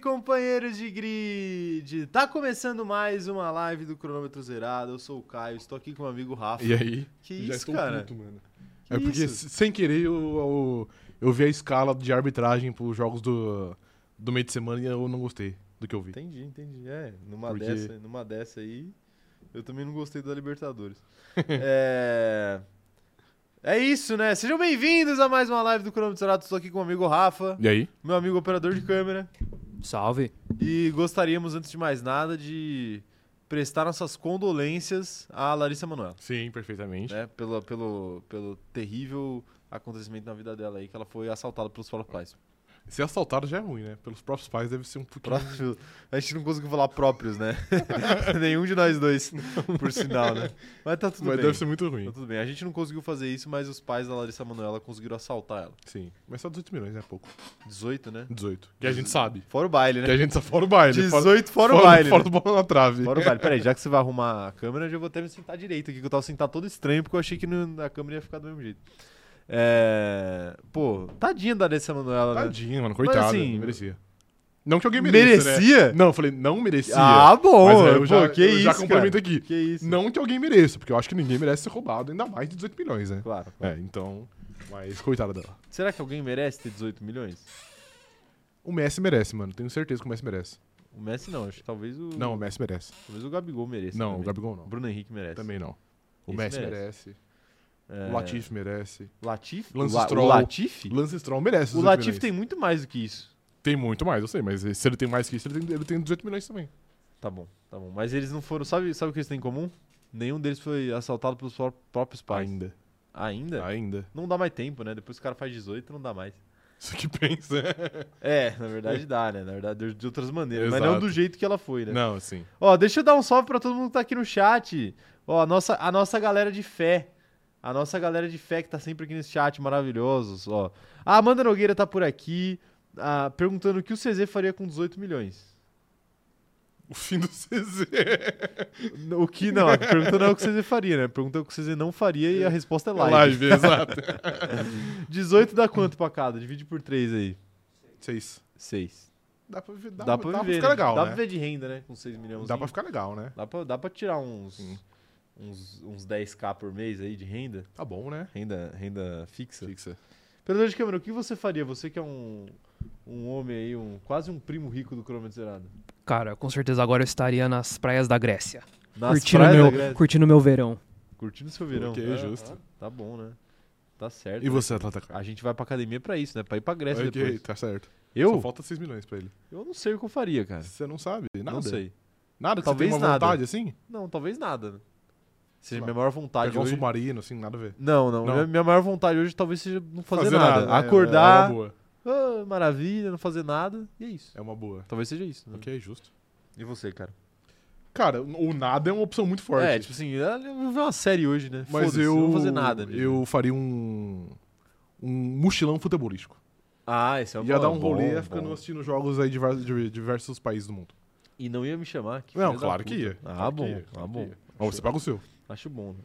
companheiros de grid! Tá começando mais uma live do Cronômetro Zerado. Eu sou o Caio, estou aqui com o meu amigo Rafa. E aí? Que isso, cara? puto, mano. Que é porque, isso? s- sem querer, eu, eu, eu vi a escala de arbitragem pros jogos do, do meio de semana e eu não gostei do que eu vi. Entendi, entendi. É, numa Porque- dessa, numa dessa aí, eu também não gostei da Libertadores. é... É isso, né? Sejam bem-vindos a mais uma live do Cronômetro Zerado. Estou aqui com o amigo Rafa, E aí? meu amigo operador de câmera. Salve. E gostaríamos, antes de mais nada, de prestar nossas condolências à Larissa Manoela. Sim, perfeitamente. né, pelo, pelo, pelo terrível acontecimento na vida dela aí, que ela foi assaltada pelos próprios pais. Ser assaltado já é ruim, né? Pelos próprios pais deve ser um pouquinho... Próprio- a gente não conseguiu falar próprios, né? Nenhum de nós dois, por sinal, né? Mas tá tudo Mas bem. deve ser muito Tá ruim. tudo bem. A gente não conseguiu fazer isso, mas os pais da Larissa Manoela conseguiram assaltar ela. Sim. Mas só 18 milhões, né? Pouco. 18, né? 18. Que a gente sabe. Fora o baile, Que né? a gente só fora o baile. fora- 18 fora, o fora- baile. Fora né? do bola na trave. Fora o baile. Peraí, já que você vai arrumar a câmera, eu já vou até me sentar direito aqui, que eu tava sentado todo estranho, porque eu achei que não- a câmera ia ficar do mesmo jeito. É... Pô, tadinha da Larissa Manoela, né? Tadinho, mano. Coitado. assim- merecia. Não que alguém mereça, né? Merecia? Não, eu falei, não merecia. Ah, bom. Mas aí pô, eu já, que eu isso, já cara. complemento aqui. Que isso. Não que alguém mereça, porque eu acho que ninguém merece ser roubado, ainda mais de 18 milhões, né? Claro. É, então. Mas coitada dela. Será que alguém merece ter 18 milhões? O Messi merece, mano. Tenho certeza que o Messi merece. O Messi não, acho que talvez o. Não, o Messi merece. Talvez o Gabigol mereça. não, também. o Gabigol O não. Bruno Henrique merece. Também não. O Esse Messi merece. merece. É, O Latif merece. Latif? Lance o, La- Stroll. o Latif? Lance Stroll merece. O 18 Latif milhões. tem muito mais do que isso. Tem muito mais, eu sei, mas se ele tem mais que isso, ele tem, ele tem 18 milhões também. Tá bom, tá bom. Mas eles não foram. Sabe, sabe o que eles têm em comum? Nenhum deles foi assaltado pelos pró- próprios pais. Ainda. Ainda? Ainda. Não dá mais tempo, né? Depois que o cara faz 18, não dá mais. Isso que pensa. É, na verdade dá, né? Na verdade, de- de outras maneiras. Mas não Exato. do jeito que ela foi, né? Não, assim. Ó, deixa eu dar um salve pra todo mundo que tá aqui no chat. Ó, a nossa, a nossa galera de fé. A nossa galera de fé que tá sempre aqui nesse chat, maravilhosos, ó. A Amanda Nogueira tá por aqui, ah, perguntando o que o CZ faria com 18 milhões. O fim do CZ. É O que não, perguntando não é o que o CZ faria, né? Perguntando o que o CZ não faria e a resposta é live. Live, exato. 18 dá quanto pra cada? Divide por 3 aí. Seis. 6. é Dá pra, vi- dá, Dá, dá pra pra viver, ficar né? legal, Dá né? pra viver de renda, né? Com 6 milhões. Dá pra ficar legal, né? dá, pra, dá pra tirar uns, Sim. uns, uns 10k por mês aí de renda. Tá bom, né? Renda, renda fixa. Fixa. Operador de câmera, o que você faria? Você que é um, um homem aí, um, quase um primo rico do cronômetro zerado. Cara, com certeza agora eu estaria nas praias da Grécia. Nas curtindo praias da meu, Grécia. curtindo meu verão. Curtindo seu verão. Ok, Ah, justo. ah, Tá bom, né? Tá certo. E você, Atlanta? A gente vai pra academia pra isso, né? Pra ir pra Grécia Ok, depois. tá certo. Só Eu? falta 6 milhões pra ele. Eu não sei o que eu faria, cara. Você não sabe? Nada. Não sei. Nada que Talvez você tenha uma nada. vontade, assim? Não, talvez nada. né? Seja Sei lá. minha maior vontade Pegar um hoje... submarino, assim, nada a ver. Não, não, Não. Minha- Minha maior vontade hoje talvez seja não fazer, nada. né? É Acordar, uma boa. ah, maravilha, não fazer nada, e é isso. É uma boa. Talvez seja isso. né? Ok, justo. E você, cara? Cara, o nada é uma opção muito forte. É, tipo assim, eu vou ver uma série hoje, né? mas Foda-se, eu. Não vou fazer nada. né? Eu faria um. Um mochilão futebolístico. Ah, esse é um ia bom, dar um bom, rolê bom. ia ficando assistindo jogos aí de vários- de diversos países do mundo. E não ia me chamar? que não, filha da claro que puta. ia. Ah, Claro que bom, ia, ah, claro que bom. ia. Mas você paga o seu. Acho bom, né?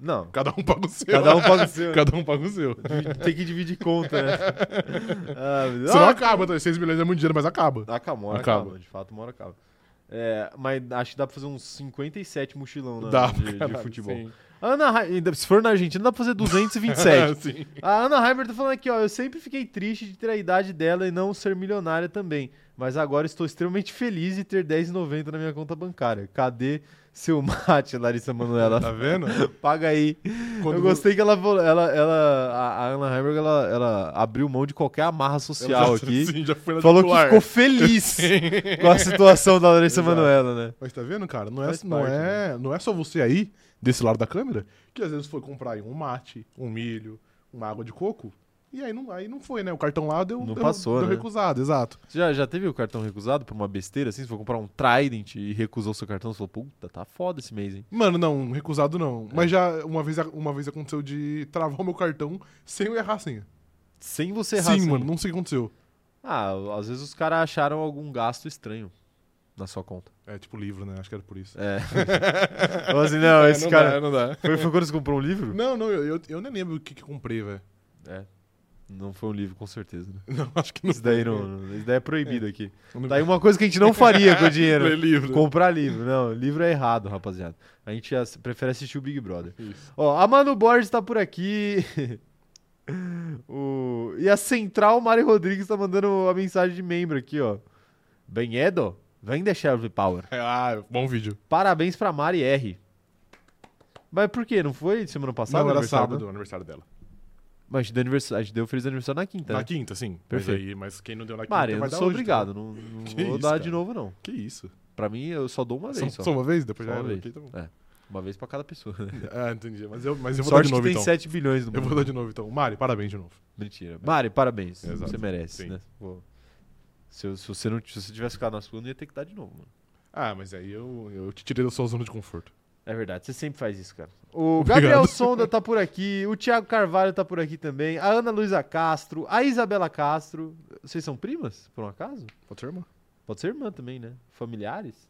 Não, Cada um paga o seu. cada um paga o seu. Cada um paga o seu. Tem que dividir conta, né? ah, meu Deus. Senão Ah, acaba, tá? 6 milhões é muito dinheiro, mas acaba. acaba, Ah, uma hora acaba. Acaba. De fato, uma hora acaba. É, mas acho que dá pra fazer uns 57 mochilão né, Dá pra de, de caralho, futebol. sim. Ana Ra- ainda- Se for na Argentina, dá pra fazer 227. Sim. A Ana Heimer tá falando aqui, ó. Eu sempre fiquei triste de ter a idade dela e não ser milionária também. Mas agora estou extremamente feliz de ter 10,90 na minha conta bancária. Cadê seu mate, Larissa Manoela? Tá vendo? Paga aí. Quando eu gostei que ela, vo- ela, ela a a Ana Heimer, ela, ela abriu mão de qualquer amarra ela social já- aqui. Sim, já foi na Falou que titular. ficou feliz com a situação da Larissa Manoela, né? Mas tá vendo, cara? Não é, Faz não, parte, né? é, não é só você aí, desse lado da câmera, que às vezes foi comprar aí um mate, um milho, uma água de coco, e aí não, aí não foi, né? O cartão lá deu, Não deu, passou, deu né? recusado, exato. Você já, já teve o cartão recusado por uma besteira assim? Você foi comprar um Trident e recusou seu cartão? Você falou, puta, tá foda esse mês, hein? Mano, não, recusado não. Mas já uma vez, uma vez aconteceu de travar o meu cartão sem eu errar a senha. Sem você Sim, errar. assim. mano, não sei o que aconteceu. Ah, às vezes os caras acharam algum gasto estranho na sua conta. É tipo livro, né? Acho que era por isso. É. Falou assim, não, esse É, não cara. dá, não dá. Foi, foi quando você comprou um livro? Não, não, eu, eu, eu nem lembro o que, que eu comprei, velho. Não foi um livro, com certeza. Né? Não, acho que não. Isso daí, não, não- isso daí é proibido aqui. não- Daí uma coisa que a gente não faria com o dinheiro. Ler livro. Comprar livro. Não, livro é errado, rapaziada. A gente as- prefere assistir o Big Brother. Isso. Ó, a Manu Borges tá por aqui. o... E a Central Mari Rodrigues tá mandando a mensagem de membro aqui, ó. Benhedo, vem de Shelby Power. É, ah, bom vídeo. Parabéns pra Mari R. Mas por quê? Não foi semana passada? Não, era aniversário, sábado né? o aniversário dela. Mas a gente deu, aniversário, a gente deu feliz aniversário na quinta, Na né? quinta, sim. Perfeito. Mas, aí, mas quem não deu na quinta Mari, eu vai não dar sou hoje, então. obrigado. Não, não Que vou isso, dar de cara. novo, não. Tá? Que isso. Pra mim, eu só dou uma Só, vez. Só, só uma vez? Depois Só já uma era. vez. ok, tá bom. Uma vez pra cada pessoa. Né? Ah, entendi. Mas eu, mas eu vou Sorte dar de novo, que tem então. 7 bilhões no Eu mundo. vou dar de novo, então. Mari, parabéns de novo. Mentira. Mari, parabéns. Exato. Você merece, Sim. né? Pô. Se, eu- se você não, se você tivesse ficado na segunda, ia ter que dar de novo, mano. Ah, mas aí eu, eu te tirei da sua zona de conforto. É verdade, você sempre faz isso, cara. O Obrigado. Gabriel Sonda tá por aqui, o Thiago Carvalho tá por aqui também, a Ana Luísa Castro, a Isabela Castro. Vocês são primas, por um acaso? Pode ser, irmã? Pode ser irmã também, né? Familiares.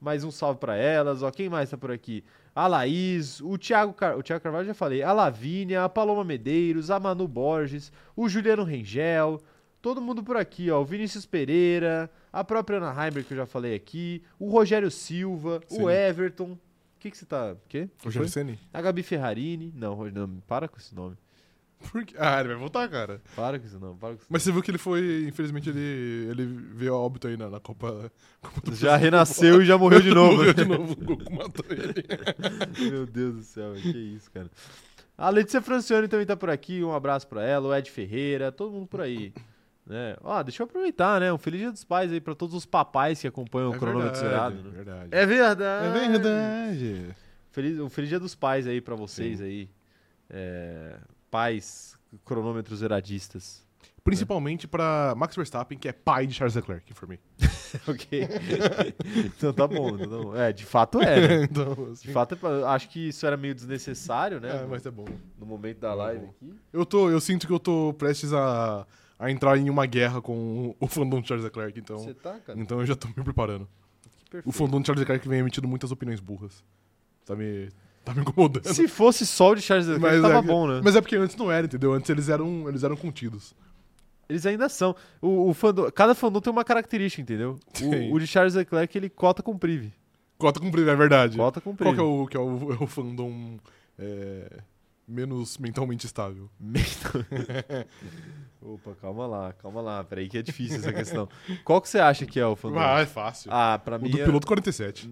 Mais um salve pra elas, ó. Quem mais tá por aqui? A Laís, o Thiago, Car... o Thiago Carvalho já falei, a Lavínia, a Paloma Medeiros, a Manu Borges, o Juliano Rengel, todo mundo por aqui, ó. O Vinícius Pereira, a própria Ana Heimer, que eu já falei aqui, o Rogério Silva, o Sim. Everton. O que que você tá... O quê? O Gersene? A Gabi Ferrarini. Não, Ro- não, para com esse nome. Por quê? Ah, ele vai voltar, cara. Para com esse nome, para com esse nome. Mas você viu que ele foi, infelizmente, ele, ele veio a óbito aí na, na Copa, Copa do Já é Brasil. renasceu e já morreu de novo. Morreu de novo. O Goku matou ele. Meu Deus do céu, que isso, cara. A Letícia Francione também tá por aqui, um abraço pra ela, o Ed Ferreira, todo mundo por aí. Né? Ó, deixa eu aproveitar, né? Um feliz dia dos pais aí pra todos os papais que acompanham o cronômetro zerado. né? É verdade. É verdade. É verdade. Feliz, um feliz dia dos pais aí pra vocês aí. É, pais cronômetro zeradistas. Principalmente pra Max Verstappen, que é pai de Charles Leclerc, informei. ok. então tá bom, então tá bom. É, de fato é, né? então, assim, De fato, é pra- acho que isso era meio desnecessário, né? é, mas Então, é bom. No momento da live aqui. Eu, tô, eu sinto que eu tô prestes a, a entrar em uma guerra com o fandom de Charles Leclerc, então, Você tá, cara? então eu já tô me preparando. Que perfeito. O fandom de Charles Leclerc vem emitindo muitas opiniões burras. Tá me, tá me incomodando. Se fosse só o de Charles Leclerc, tava é, bom, né? Mas é porque antes não era, entendeu? Antes eles eram, eles eram contidos. Eles ainda são. O, o fandom- cada fandom tem uma característica, entendeu? Sim. O, o de Charles Leclerc, ele cota com prive. Cota cumprida, é verdade. Cota com prive. Qual que é o, que é o, é o fandom é, menos mentalmente estável? Opa, calma lá, calma lá. Peraí que é difícil essa questão. Qual que você acha que é o fandom? Ah, é fácil. Ah, pra o mim. do é- piloto 47.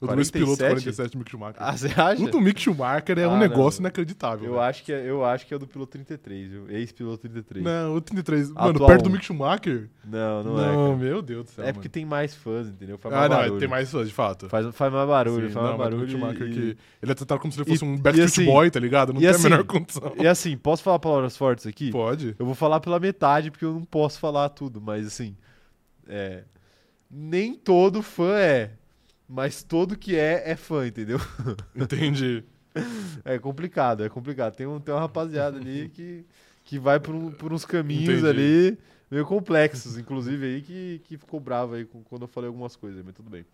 O do ex-piloto 47? 47 Mick Schumacher. Ah, você o acha? do Mick Schumacher é Ah, um não. negócio inacreditável. Eu velho. acho, que é, eu acho que é o do piloto 33, viu? Ex-piloto 33. Não, Não, o 33. Mano, Atual perto do um. Mick Schumacher? não, Não, é. cara. meu Deus do céu. É porque tem mais fãs, entendeu? Faz mano. Ah, mais não, barulho. tem mais fãs, de fato. Faz, faz mais barulho, Sim, faz não, mais mas o Mick barulho. Schumacher e- que ele é tratado como se ele e- fosse um e Backstreet assim- Boy, tá ligado? Não e tem assim- a menor condição. E assim, posso falar palavras fortes aqui? Pode. Eu vou falar pela metade, porque eu não posso falar tudo, mas assim. É, nem todo fã é. Mas todo que é, é fã, entendeu? Entendi. É complicado, é complicado. Tem, um, tem uma rapaziada ali que, que vai por, um- por uns caminhos Entendi. ali meio complexos, inclusive aí, que, que ficou bravo aí com- quando eu falei algumas coisas, mas tudo bem.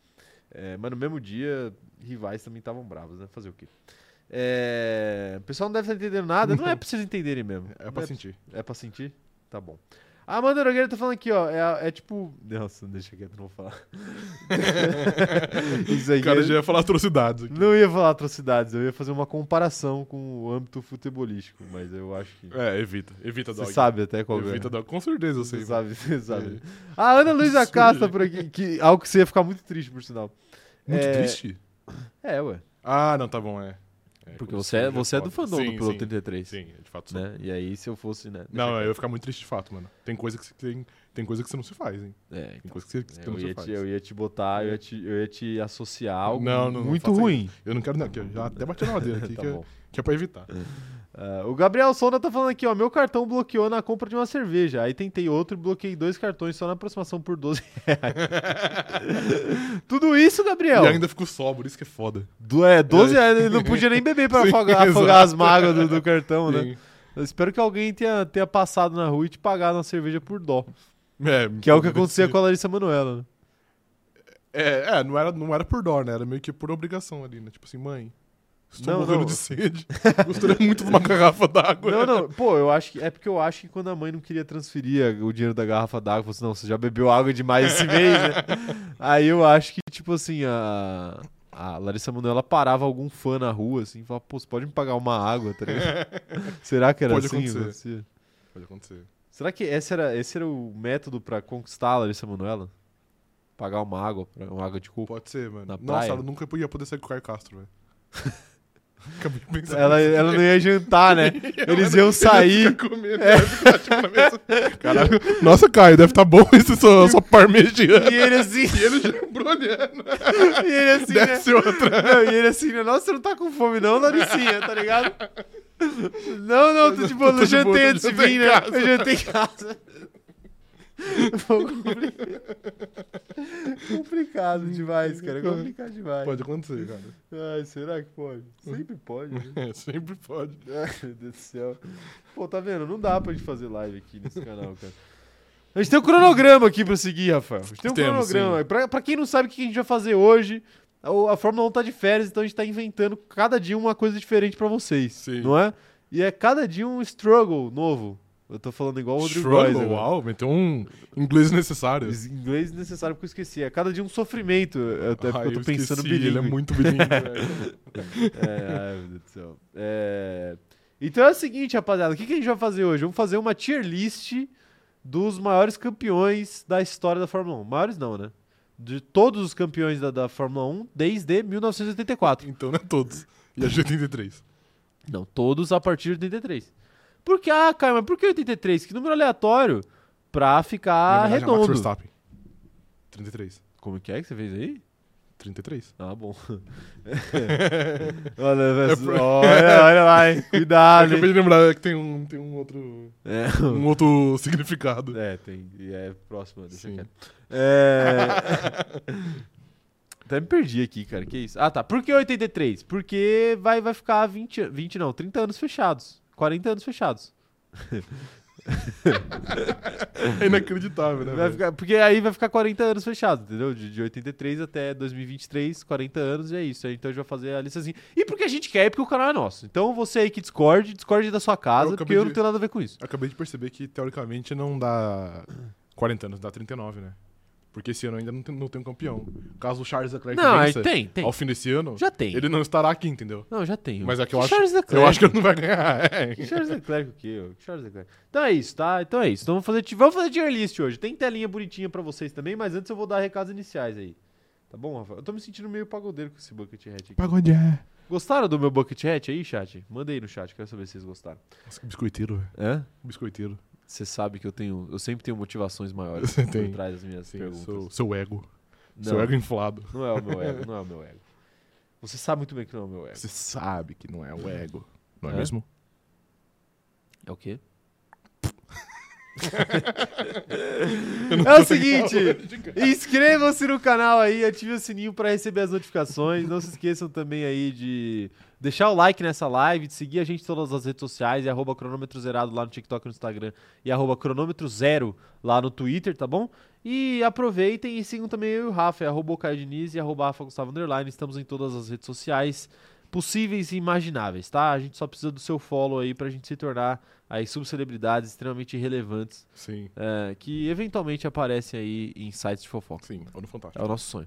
É, mas no mesmo dia, rivais também estavam bravos, né? Fazer o quê? É, o pessoal não deve estar entendendo nada, não é pra vocês entenderem mesmo. É Não pra é sentir. é pra sentir? Tá bom. A Amanda Nogueira tá falando aqui, ó. É, a- é tipo. Nossa, deixa quieto, não vou falar. Isso aí. O cara é- já ia falar atrocidades aqui. Não ia falar atrocidades, eu ia fazer uma comparação com o âmbito futebolístico, mas eu acho que. É, evita. Evita Hum. Você dog. sabe até qual é. Evita dog. Com certeza eu sei. É. Você sabe, você sabe. A Ana Luísa Casta por aqui, que, algo que você ia ficar muito triste, por sinal. Muito É- triste? É, ué. Ah, não, tá bom, é. É, Porque como você é, sempre, você é do foda. fandom sim, do Piloto sim, 33. Sim, é de fato sou. Né? E aí, se eu fosse, né? Não, eu ia ficar muito triste de fato, mano. Tem coisa que você, tem, tem coisa que você não se faz, hein? É, Tem coisa que você, que você Eu não se ia, faz. te, eu ia te botar, eu ia te, eu ia te associar a algo Não, não, não muito faça ruim. Eu não quero, não, que eu já até bati na madeira aqui, Tá que, é- bom. que é pra evitar. Ah, o Gabriel Sonda tá falando aqui, ó. Meu cartão bloqueou na compra de uma cerveja. Aí tentei outro e bloqueei dois cartões só na aproximação por 12 reais. Tudo isso, Gabriel? E ainda ficou sóbrio, isso que é foda. Do- é, 12 reais. Ele não podia nem beber pra Sim, afogar, exato. afogar as mágoas do, do cartão, né? Sim. Eu espero que alguém tenha, tenha passado na rua e te pagado uma cerveja por dó. É, Que é o que acontecia com a Larissa Manoela, né? É, é, não era, não era por dó, né? Era meio que por obrigação ali, né? Tipo assim, mãe, Estou Não, morrendo não. de sede. Gostaria muito de uma garrafa d'água. Não, não, pô, eu acho que. É porque eu acho que quando a mãe não queria transferir a- o dinheiro da garrafa d'água, falou assim, não, você já bebeu água demais esse mês, né? Aí eu acho que, tipo assim, a. A Larissa Manoela parava algum fã na rua, assim, e falava, pô, você pode me pagar uma água, tá ligado? Será que era Pode assim? acontecer. acontecia? Pode acontecer. Será que esse era, esse era o método pra conquistar a Larissa Manoela? Pagar uma água, pra- uma água de coco? Pode ser, mano. Na Nossa, praia? ela nunca ia poder sair com o Caio Castro, velho. Acabei de pensar. Ela, ela não ia jantar, né? Eles iam Ele sair. fica comendo, ela fica, tipo, na mesa. Caralho. Nossa, Caio, deve tá bom esse só, só parmegiana. E ele assim, E ele já brolhando. e ele assim, né? Desce outra. Não, e ele assim, nossa, você não tá com fome não, Laricinha, tá ligado? Não, não, tô de boa, Tô eu de boa, jantei eu antes de jantei vir, em né? casa. Eu jantei em casa. Pô, compli- complicado demais, cara, complicado demais. Pode Uhum. acontecer, cara. Ai, será que pode? Sempre pode, né? É, sempre pode. Ai, meu Deus do céu. Pô, tá vendo? Não dá pra gente fazer live aqui nesse canal, cara. A gente tem um cronograma aqui pra seguir, Rafael. A gente tem um Temos, cronograma. Pra, pra quem não sabe o que a gente vai fazer hoje, a, a Fórmula 1 tá de férias, então a gente tá inventando cada dia uma coisa diferente pra vocês. Sim. Não é? E é cada dia um struggle novo. Eu tô falando igual o Rodrigo né? Góes Struggle, agora. uau, meteu um inglês necessário. Em Inglês necessário porque eu esqueci. É cada dia um sofrimento. Eu, até Ah, porque eu tô pensando esqueci, Ele é bilíngue. muito bilíngue, velho. É, ai, meu Deus do céu. É, Então é o seguinte, rapaziada, o que, que a gente vai fazer hoje? Vamos fazer uma tier list dos maiores campeões da história da Fórmula 1. Maiores não, né? De todos os campeões da, da Fórmula 1 desde 1984. Então não é todos. E a G83. Não, todos a partir de 83. Por que? Ah, Caio, mas por que 83? Que número aleatório pra ficar Na verdade, é Max redondo. Verstappen. 33. Como que é que você fez aí? 33. Ah, bom. olha, pro- olha, olha lá, hein? Ah, Cuidado, acabei hein? de lembrar É que tem um, tem um outro. É, Um outro significado. É, tem. E é próximo, deixa Sim. quieto. É... Até me perdi aqui, cara. Que isso? Ah, tá. Por que 83? Porque vai, vai ficar 20, an- 20 não, 30 anos fechados. 40 anos fechados. É inacreditável, né? Vai velho? ficar- porque aí vai ficar 40 anos fechados, entendeu? De, de 83 até 2023, 40 anos e é isso. Aí, Então a gente vai fazer a lista assim. E porque a gente quer, e porque o canal é nosso. Então você aí que discorde, discorde da sua casa, Eu porque acabei eu não de- tenho nada a ver com isso. Acabei de perceber que, teoricamente, não dá 40 anos, dá 39, né? Porque esse ano ainda não tem, não tem um campeão. Caso o Charles Leclerc Não, aí vença tem, tem. ao fim desse ano, Já tem. ele não estará aqui, entendeu? Não, já tenho. Mas é que eu Que acho- Charles Eu Leclerc? acho que ele não vai ganhar. é. Que Charles Leclerc o quê? ô? Que Charles Leclerc. Então é isso, tá? Então é isso. Então vamos fazer, ti- vamos fazer tier list hoje. Tem telinha bonitinha pra vocês também, mas antes eu vou dar recados iniciais aí. Tá bom, Rafa? Eu tô me sentindo meio pagodeiro com esse bucket hat aqui. Pagode é. Gostaram do meu bucket hat aí, chat? Manda aí no chat, quero saber se vocês gostaram. Nossa, que biscoiteiro, velho. Hã? Biscoiteiro. Você sabe que eu tenho. Eu sempre tenho motivações maiores Você por tem. trás das minhas Sim, perguntas. seu, seu ego. Seu Não, ego inflado. não é o meu ego, não é o meu ego. Você sabe muito bem que não é o meu ego. Você sabe que não é o ego. Não é, É? mesmo? É o quê? não é o tô seguinte, inscrevam-se no canal aí, ative o sininho pra receber as notificações. Não se esqueçam também aí de deixar o like nessa live, de seguir a gente em todas as redes sociais, é arroba cronômetro zerado lá no TikTok e no Instagram e arroba cronômetro zero lá no Twitter, tá bom? E aproveitem e sigam também eu e o Rafa, é arroba o Caio Diniz e arroba Rafa Gustavo Underline. Estamos em todas as redes sociais possíveis e imagináveis, tá? A gente só precisa do seu follow aí pra gente se tornar aí subcelebridades extremamente relevantes Sim, é, que eventualmente aparecem aí em sites de fofoca. sim. Ou no Fantástico. É o nosso sonho.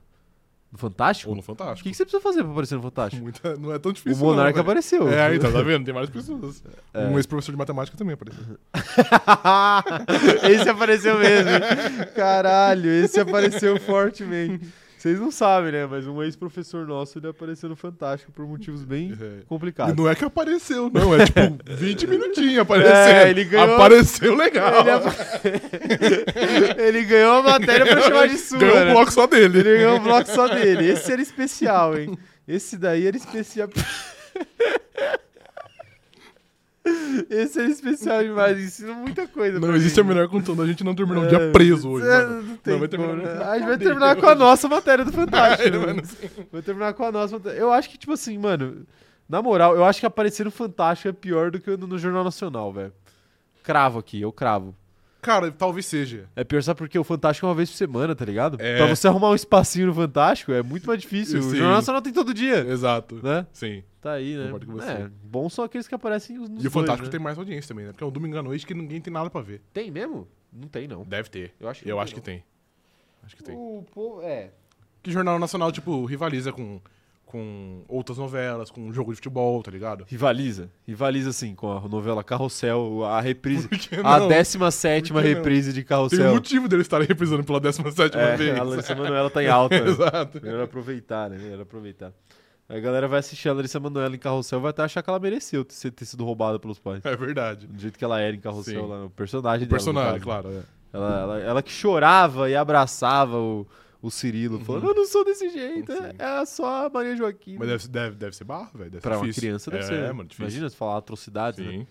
No Fantástico? Ou no O Fantástico. que, que você precisa fazer pra aparecer no Fantástico? Muita- não é tão O difícil. não, Monarca velho. apareceu. É, então, tá vendo? Tem várias pessoas. É. Um ex-professor de matemática também apareceu. esse apareceu mesmo. Caralho, esse apareceu fortemente. Vocês não sabem, né? Mas um ex-professor nosso ele apareceu no Fantástico por motivos bem É. E complicados. não é que apareceu, não. É tipo 20 minutinhos aparecendo. É, ele ganhou- Apareceu legal. Ele, apa- ele ganhou a matéria pra chamar de sua. Ganhou um né? bloco só dele. Ele ganhou um bloco só dele. Esse era especial, hein? Esse daí era especial. Esse era especial demais. Ensina muita coisa. Não pra existe a mim. melhor condição da gente não terminar um É, dia preso hoje. é, mano. Não tem Não, É, como, vai terminar né? A na gente vai cadeia terminar com a nossa matéria do Fantástico. Ele vai né? no- Vai terminar com a nossa matéria. Eu acho que, tipo assim, mano, na moral, eu acho que aparecer no Fantástico é pior do que no, no Jornal Nacional, velho. Cravo aqui, eu cravo. Cara, talvez seja. É pior só porque o Fantástico é uma vez por semana, tá ligado? É. Pra você arrumar um espacinho no Fantástico é muito mais difícil. O Sim. Jornal Nacional tem todo dia, Exato. né? Sim. Tá aí, né? Concordo com você. É, bom são aqueles que aparecem nos E dois, o Fantástico né? tem mais audiência também, né? Porque é um domingo à noite que ninguém tem nada pra ver. Tem mesmo? Não tem, não. Deve ter. Eu acho que Eu não acho que tem. Acho que tem. O povo, é. Que Jornal Nacional, tipo, rivaliza com, com outras novelas, com jogo de futebol, tá ligado? Rivaliza. Rivaliza, assim, com a novela Carrossel, a reprise. Por que A não? 17 Por que não? reprise de Tem um Carrossel. motivo dele estar reprisando pela 17 É, vez. a Larissa Manoela tá em alta. né? Exato. Melhor aproveitar, né? Melhor aproveitar. A galera vai assistir a Larissa Manoela em Carrossel vai até achar que ela mereceu ter se- ter sido roubada pelos pais. É verdade. Do jeito que ela era em Carrossel, Sim. lá no personagem O dela. no personagem, caso. claro. é. Ela, ela, ela que chorava e abraçava o, o Cirilo, falando: Eu não sou desse jeito, é- Uhum. Sim. é só a Maria Joaquina. Mas deve, deve, deve ser barro, velho. Deve Pra ser uma difícil. criança deve é, ser. É, né? mano, difícil. Imagina se falar atrocidades, né? Sim.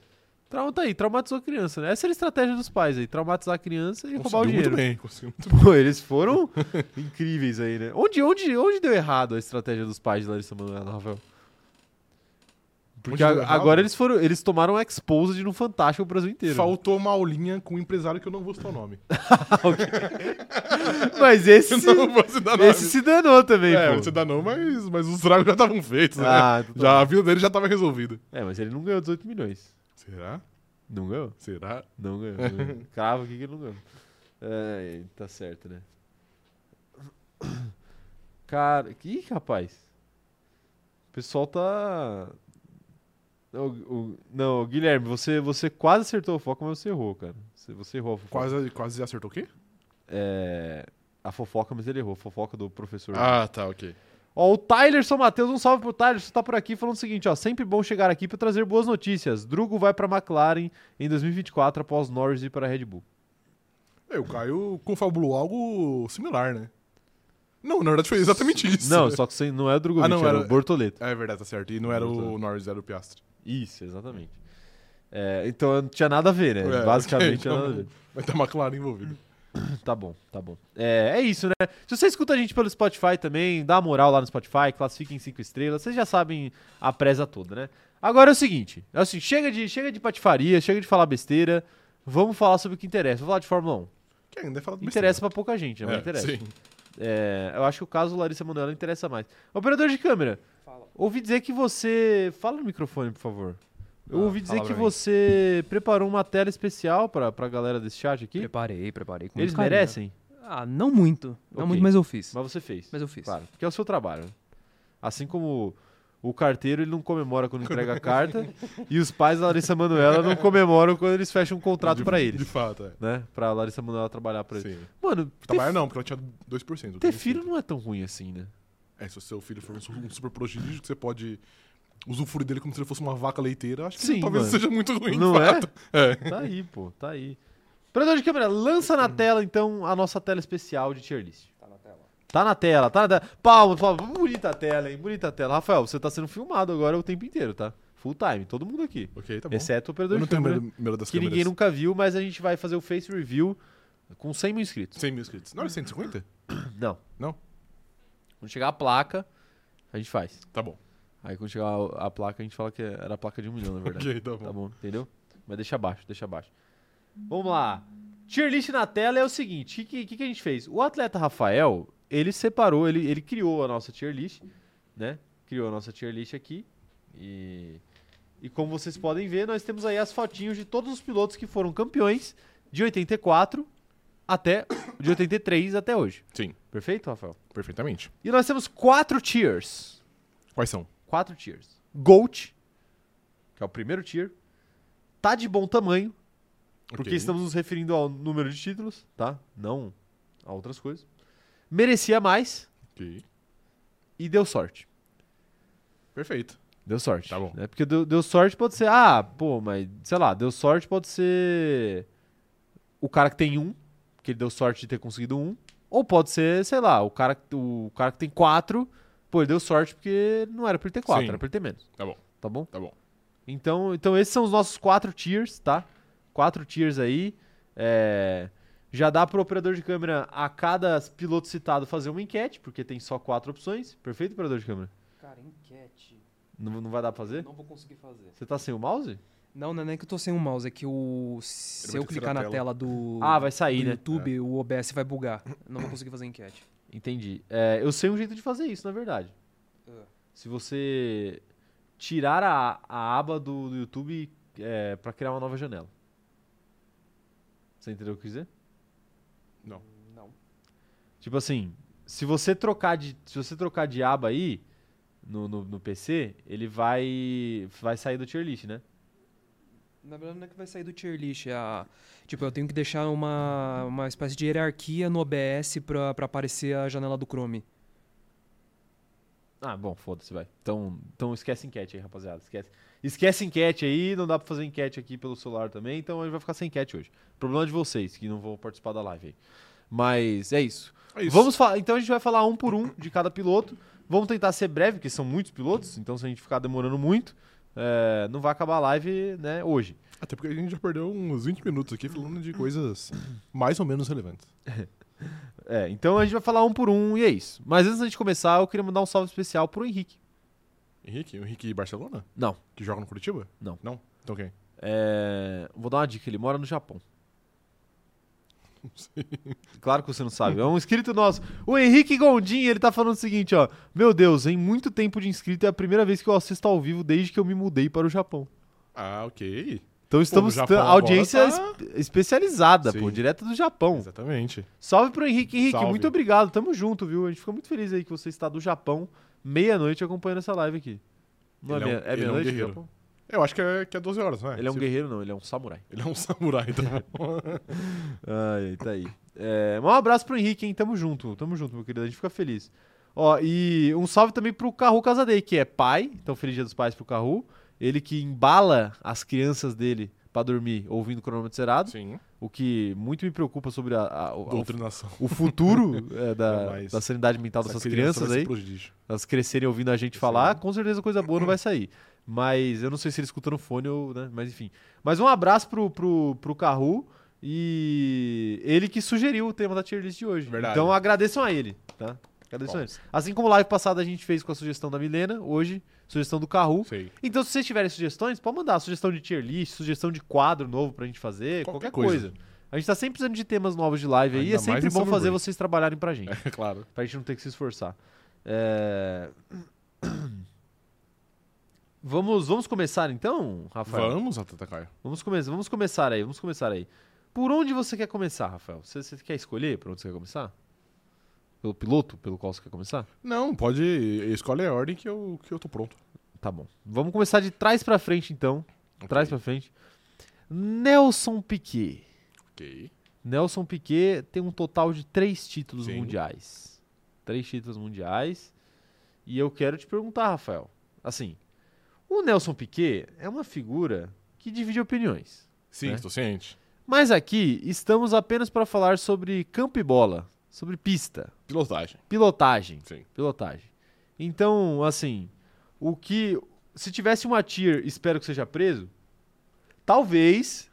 Trauma tá aí, traumatizou a criança, né? Essa era a estratégia dos pais aí, traumatizar a criança e roubar o Conseguiu dinheiro. muito bem. Conseguiu muito Pô, eles foram incríveis aí, né? Onde, onde, onde deu errado a estratégia dos pais de Larissa Manoela, Rafael? Porque Onde a- deu errado? agora eles foram, eles tomaram um exposed no Fantástico o Brasil bem. inteiro. né? Faltou uma aulinha com um empresário que eu não vou citar o nome. Mas esse, Eu se- não vou citar o nome. esse se danou também, é, pô. você dá não, mas, mas os tragos já estavam feitos, né? Ah, tudo Já, a vida dele já tava resolvida. bem. É, mas ele não ganhou 18 milhões. Será? Não ganhou? Será? Não ganhou. não ganhou. Cravo aqui que ele não ganhou. É, tá certo, né? Cara, que rapaz. O pessoal tá. O- o- não, Guilherme, você, você quase acertou o foco, mas você errou, cara. Você, você errou a fofoca. Quase, quase acertou o quê? É, a fofoca, mas ele errou. A fofoca do professor. Ah, tá, ok. Ó, o Tylerson Matheus, um salve pro Tylerson, tá por aqui falando o seguinte, ó, sempre bom chegar aqui pra trazer boas notícias. Drugo vai pra McLaren em 2024 após Norris ir para Red Bull. É, o Caio confabulou algo similar, né? Não, na verdade foi exatamente isso. Não, só que você não é o Drogovic, Ah, não, era, era- o Bortoleto. É verdade, tá certo. E não era o Norris, era o Piastri. Isso, exatamente. É, então não tinha nada a ver, né? É, Basicamente ok, tinha nada a então- ver. Vai estar McLaren envolvido. Tá bom, tá bom. É, é isso, né? Se você escuta a gente pelo Spotify também, dá uma moral lá no Spotify, classifiquem cinco estrelas, vocês já sabem a preza toda, né? Agora é o seguinte, é assim, chega de, chega de patifaria, chega de falar besteira, vamos falar sobre o que interessa. Vamos falar de Fórmula 1. Quem ainda é fala do Interessa pra pouca gente, É, né? Mas interessa. Sim. É, eu acho que o caso Larissa Manoela interessa mais. Operador de câmera, Fala. ouvi dizer que você. Fala no microfone, por favor. Eu Ah, ouvi dizer fala que pra mim. você preparou uma tela especial pra, pra galera desse chat aqui. Preparei, preparei. com Eles muito carinho. merecem, Ah, não muito. Não Ok. muito, mas eu fiz. mas você fez. Mas eu fiz. Claro, porque é o seu trabalho. Assim como o carteiro ele não comemora quando entrega a carta, e os pais da Larissa Manoela não comemoram quando eles fecham um contrato De- pra De eles. fato, é. Né? Pra Larissa Manoela trabalhar pra eles. Sim. Mano, ter, Trabalhar não, né? porque ela tinha 2%. ter tem filho não é tão ruim assim, né? É, se o seu filho for um su- um super prodígio, que você pode usufruir dele como se ele fosse uma vaca leiteira, acho que Sim, talvez mano. seja muito ruim. Não de é? fato. É. Tá aí, pô, tá aí. Operador de câmera, lança na tela, então, a nossa tela especial de tier list. Tá na tela. Tá na tela, tá na tela. Palma, palma. Bonita a tela, hein? Bonita a tela. Rafael, você tá sendo filmado agora o tempo inteiro, tá? Full time, todo mundo aqui. Ok, tá bom. Exceto o operador Eu não de tenho câmera, medo, medo das que câmeras. ninguém nunca viu, mas a gente vai fazer o face review com 100 mil inscritos. 100 mil inscritos. Não é era 150? Não. Não? Quando chegar a placa, a gente faz. Tá bom. Aí quando chegar a, a placa, a gente fala que era a placa de um milhão, na verdade. Ok, tá bom. Tá bom, entendeu? Mas deixa abaixo, deixa abaixo. Vamos lá. Tier list na tela é o seguinte: o que, que, que a gente fez? O atleta Rafael, ele separou, ele, ele criou a nossa tier list, né? Criou a nossa tier list aqui. E, e como vocês podem ver, nós temos aí as fotinhos de todos os pilotos que foram campeões de 84 até. de 83 até hoje. Sim, Perfeito, Rafael? perfeitamente. E nós temos quatro tiers Quais são? quatro tiers. Gold, que é o primeiro tier, tá de bom tamanho, porque Ok. estamos nos referindo ao número de títulos, tá? Não a outras coisas. Merecia mais Ok. e deu sorte. Perfeito. Deu sorte. Tá bom. Né? Porque deu, deu sorte pode ser, ah, pô, mas sei lá, deu sorte pode ser o cara que tem um, que ele deu sorte de ter conseguido um, ou pode ser, sei lá, o cara, o cara que tem quatro, pô, ele deu sorte porque não era pra ele ter quatro, Sim. era pra ele ter menos. Tá bom, Tá bom? tá bom. Então, então esses são os nossos quatro tiers, tá? Quatro tiers aí. É, Já dá pro operador de câmera a cada piloto citado fazer uma enquete, porque tem só quatro opções. Perfeito, operador de câmera? Cara, enquete. Não, não vai dar pra fazer? Não vou conseguir fazer. Você tá sem o mouse? Não, não é nem que eu tô sem o mouse, é que o. Se Ele vai eu ter que clicar tirar a na tela. tela do. Ah, vai sair, do né? YouTube, o OBS vai bugar. Não vou conseguir fazer enquete. Entendi. É, eu sei um jeito de fazer isso, na verdade. Ah. Se você tirar a, a aba do, do YouTube é, para criar uma nova janela. Você entendeu o que eu quis dizer? Não. Não. Tipo assim, se você trocar de, se você trocar de aba aí no, no, no PC, ele vai vai sair do tier list, né? Na verdade, não é que vai sair do tier list. é a- Tipo, eu tenho que deixar uma, uma espécie de hierarquia no OBS pra, pra aparecer a janela do Chrome. Ah, bom, foda-se, vai. Então, então esquece enquete aí, rapaziada. Esquece. Esquece enquete aí, não dá pra fazer enquete aqui pelo celular também, então a gente vai ficar sem enquete hoje. Problema de vocês, que não vão participar da live aí. Mas é isso. É isso. Vamos falar. Então a gente vai falar um por um de cada piloto. Vamos tentar ser breve, porque são muitos pilotos, então se a gente ficar demorando muito, é, não vai acabar a live, né, hoje. Até porque a gente já perdeu uns 20 minutos aqui falando de coisas mais ou menos relevantes. É, então a gente vai falar um por um e é isso. Mas antes da gente começar, eu queria mandar um salve especial pro Henrique. Henrique, o Henrique Barcelona? Não. Que joga no Curitiba? Não. Não? Então quem? É, Vou dar uma dica, ele mora no Japão. Claro que você não sabe. É um inscrito nosso. O Henrique Gondim, ele tá falando o seguinte, ó. Meu Deus, em muito tempo de inscrito é a primeira vez que eu assisto ao vivo desde que eu me mudei para o Japão. Ah, ok. Então estamos Japão tendo agora audiência tá- es- especializada, Sim. pô, direto do Japão. Exatamente. Salve pro Henrique. Henrique, Salve. muito obrigado. Tamo junto, viu? A gente fica muito feliz aí que você está do Japão, meia-noite, acompanhando essa live aqui. Não é, Ele é um- meia- ele é é um meia-noite? do guerreiro. Japão? Eu acho que é, que é 12 horas, não é? Ele é um Se- guerreiro, não, ele é um samurai. Ele é um samurai, tá bom? Ai, ai, tá aí. É, um abraço pro Henrique, hein? Tamo junto, tamo junto, meu querido. A gente fica feliz. Ó, e um salve também pro Carru Casadei, que é pai. Então, feliz dia dos pais pro Carru. Ele que embala as crianças dele pra dormir ouvindo o cronômetro zerado. Sim. O que muito me preocupa sobre a- a- o- o, Doutrinação. o futuro é, Não, da, mas da sanidade mental dessas criança crianças vai ser aí. prodígio. elas crescerem ouvindo a gente Esse falar, ano. com certeza coisa boa não vai sair. Mas eu não sei se ele escuta no fone ou, né? Mas enfim. Mas um abraço pro, pro, pro Carru e ele que sugeriu o tema da tier list de hoje. Verdade. Então agradeçam a ele, tá? Agradeçam a ele. Assim como live passada a gente fez com a sugestão da Milena, hoje, sugestão do Carru. Sei. Então, se vocês tiverem sugestões, pode mandar sugestão de tier list, sugestão de quadro novo pra gente fazer, qualquer, Qualquer coisa. coisa. A gente tá sempre precisando de temas novos de live aí, e Ainda é sempre mais em bom summer fazer break. vocês trabalharem pra gente É claro. pra gente não ter que se esforçar. É, Vamos, vamos começar então, Rafael? Vamos, Atatakai. Vamos, come vamos começar aí, vamos começar aí. Por onde você quer começar, Rafael? Você, você quer escolher por onde você quer começar? Pelo piloto pelo qual você quer começar? Não, pode. Escolhe a ordem que eu, que eu tô pronto. Tá bom. Vamos começar de trás pra frente então. Ok. Trás pra frente. Nelson Piquet. Ok. Nelson Piquet tem um total de três títulos Sim. mundiais. Três títulos mundiais. E eu quero te perguntar, Rafael. Assim, o Nelson Piquet é uma figura que divide opiniões. Sim, Né? estou ciente. Mas aqui estamos apenas para falar sobre campo e bola, sobre pista, Pilotagem. pilotagem, Sim. pilotagem. Então, assim, o que se tivesse uma tier, espero que seja preso, talvez,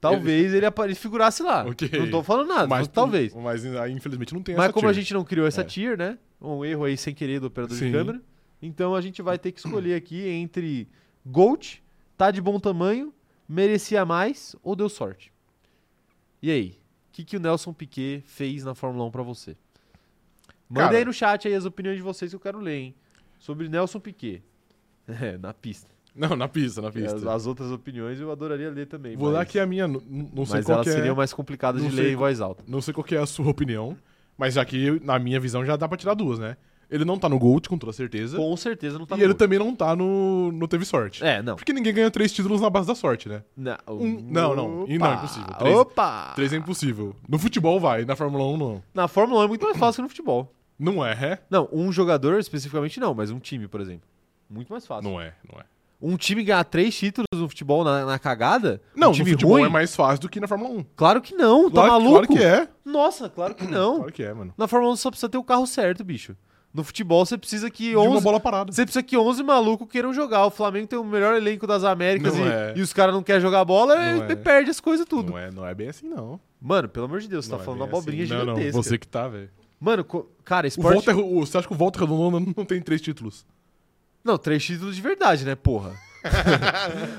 talvez ele, apare- figurasse lá. Ok. Não tô falando nada, mas talvez. Ah, Mas aí, infelizmente não tem Mas essa como a tier. gente não criou essa É. tier, né? Um erro aí sem querer do operador de Sim. câmera. Então a gente vai ter que escolher aqui entre Gold, tá de bom tamanho, merecia mais ou deu sorte. E aí? O que, que o Nelson Piquet fez na Fórmula 1 pra você? Manda Cara- aí no chat aí as opiniões de vocês que eu quero ler, hein? Sobre Nelson Piquet. É, na pista. Não, na pista, na pista. As, as outras opiniões eu adoraria ler também. Vou mas dar aqui a minha. n- n- Não sei mas qual elas que é. seriam mais complicadas não de sei ler em qual- voz alta. Não sei qual que é a sua opinião, mas aqui, na minha visão, já dá pra tirar duas, né? Ele não tá no Gold, com toda certeza. Com certeza não tá e no ele Gold. também não tá no. Não teve sorte. É, não. Porque ninguém ganha três títulos na base da sorte, né? Não, é Um- não, não. E não, impossível. Três- Opa! Três é impossível. No futebol vai, na Fórmula 1 não. Na Fórmula 1 é muito mais fácil que no futebol. Não é? Não, um jogador especificamente não, mas um time, por exemplo. Muito mais fácil. Não é, não é. Um time ganhar três títulos no futebol na, na cagada? Não, um time no futebol ruim? é mais fácil do que na Fórmula 1. Claro que não, tá claro, maluco? claro que é. Nossa, claro que não. Claro que é, mano. Na Fórmula 1 só precisa ter o carro certo, bicho. No futebol você precisa que De uma 11... bola parada. Você precisa que 11 malucos queiram jogar. O Flamengo tem o melhor elenco das Américas e, Não é. e os caras não querem jogar bola Não e é. perde as coisas tudo. Não é, não é bem assim, não. Mano, pelo amor de Deus, você Não tá é falando bem uma abobrinha assim. Não, não, gigantesca. você que tá, velho. é Mano, co- cara, O esporte... Walter- o- Você acha que o Volta Redonda não tem três títulos? Não, três títulos de verdade, né, porra?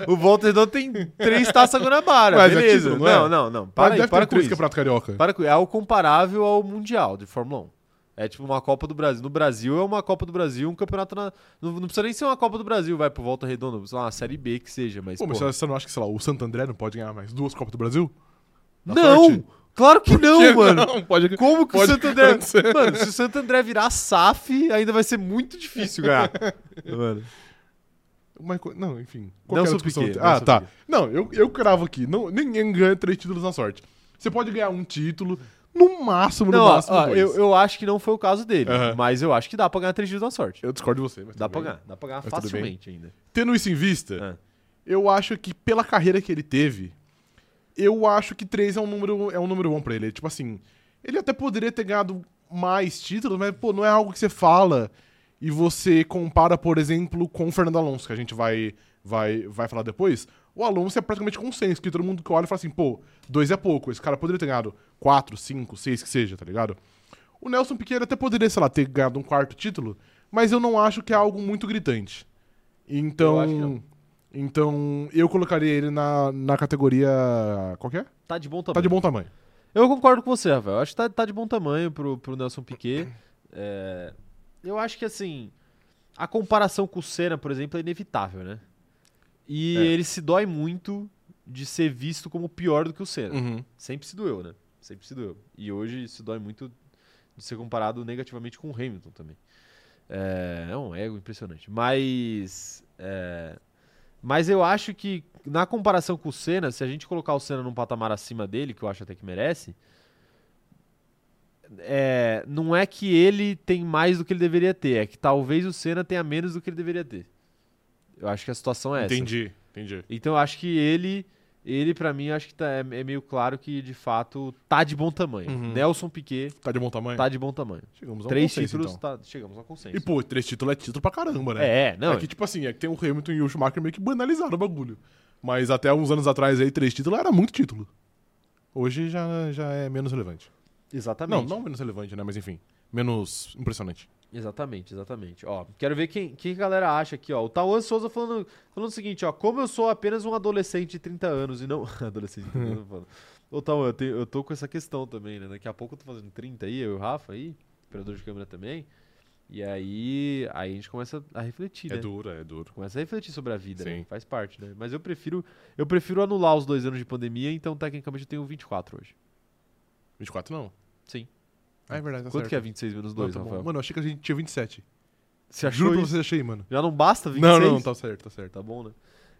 o Walter Dom tem três taças Guanabara, Mas é beleza. título, não é? não, não, não. Para Mas aí, deve para ter um com três isso. campeonato carioca. Para com É algo comparável ao Mundial de Fórmula 1. É tipo uma Copa do Brasil. No Brasil é uma Copa do Brasil, um campeonato na... Não, não precisa nem ser uma Copa do Brasil, vai pro Volta Redonda, sei lá, uma Série B que seja, mas... Pô, mas porra. você não acha que, sei lá, o Santo André não pode ganhar mais duas Copas do Brasil? Dá Não! sorte? Claro que não, tá Que mano! Não, pode... Como que Pode o Santo André... acontecer. Mano, se o Santo André virar SAF, ainda vai ser muito difícil ganhar. Mano. Mas co- não, enfim. Não era a sou discussão? Piquet, não Ah, sou tá. Piquet. Não, eu, eu cravo aqui. Não, ninguém ganha três títulos na sorte. Você pode ganhar um título, no máximo, Não, no ó, máximo ó, dois. eu, eu acho que não foi o caso dele, Aham. mas eu acho que dá pra ganhar três dias da sorte. Eu discordo de você, mas Dá tudo pra bem. ganhar, dá pra ganhar Mas tudo bem. facilmente ainda. Tendo isso em vista, Ah. eu acho que pela carreira que ele teve, eu acho que três é um número, é um número bom pra ele. Tipo assim, ele até poderia ter ganhado mais títulos, mas pô, não é algo que você fala e você compara, por exemplo, com o Fernando Alonso, que a gente vai, vai, vai falar depois. O Alonso é praticamente consenso, que todo mundo que olha fala assim, pô, dois é pouco, esse cara poderia ter ganhado quatro, cinco, seis, que seja, tá ligado? O Nelson Piquet até poderia, sei lá, ter ganhado um quarto título, mas eu não acho que é algo muito gritante. Então. Eu acho que não. Então, eu colocaria ele na, na categoria. Qual que é? Tá de bom Tá tamanho. de bom tamanho. Eu concordo com você, Rafael. Eu acho que tá, tá de bom tamanho pro, pro Nelson Piquet. É, eu acho que, assim, a comparação com o Senna, por exemplo, é inevitável, né? E É. ele se dói muito de ser visto como pior do que o Senna. Uhum. Sempre se doeu, né? Sempre se doeu. E hoje se dói muito de ser comparado negativamente com o Hamilton também. É, é um ego impressionante. Mas. é, mas eu acho que, na comparação com o Senna, se a gente colocar o Senna num patamar acima dele, que eu acho até que merece. é, não é que ele tem mais do que ele deveria ter, é que talvez o Senna tenha menos do que ele deveria ter. Eu acho que a situação é essa. Entendi, entendi. Então eu acho que ele, ele para mim, eu acho que tá- é, é meio claro que de fato tá de bom tamanho. Uhum. Nelson Piquet Tá de bom tamanho? tá de bom tamanho. Chegamos a um Três consenso, títulos, então. tá- chegamos ao consenso. E, pô, três títulos é título pra caramba, né? é, é, não. é que, tipo assim, é que tem o Hamilton e o Schumacher meio que banalizaram o bagulho. Mas até uns anos atrás aí, três títulos era muito título. Hoje já, já é menos relevante. Exatamente. Não, não menos relevante, né? Mas enfim, menos impressionante. Exatamente, exatamente. Ó, quero ver quem, quem a galera acha aqui, ó. O Tauan Souza falando, falando o seguinte, ó. Como eu sou apenas um adolescente de 30 anos e não... adolescente de 30 anos, mano. Ô, Tauan, eu, tenho- eu tô com essa questão também, né? Daqui a pouco eu tô fazendo 30 aí, eu e o Rafa aí, operador de câmera também. E aí, aí a gente começa a refletir, É né? duro, é duro. Começa a refletir sobre a vida, né? Sim. faz parte, né? Mas eu prefiro, eu prefiro anular os dois anos de pandemia, então tecnicamente eu tenho 24 hoje. 24 não? Sim. Ah, é verdade, tá Quanto certo. que é 26 menos Não, 2, tá bom. Rafael? Mano, eu achei que a gente tinha 27. Você achou Juro pra isso? você, achei, mano. Já não basta 26? Não, não, não, tá certo, tá certo. Tá bom, né?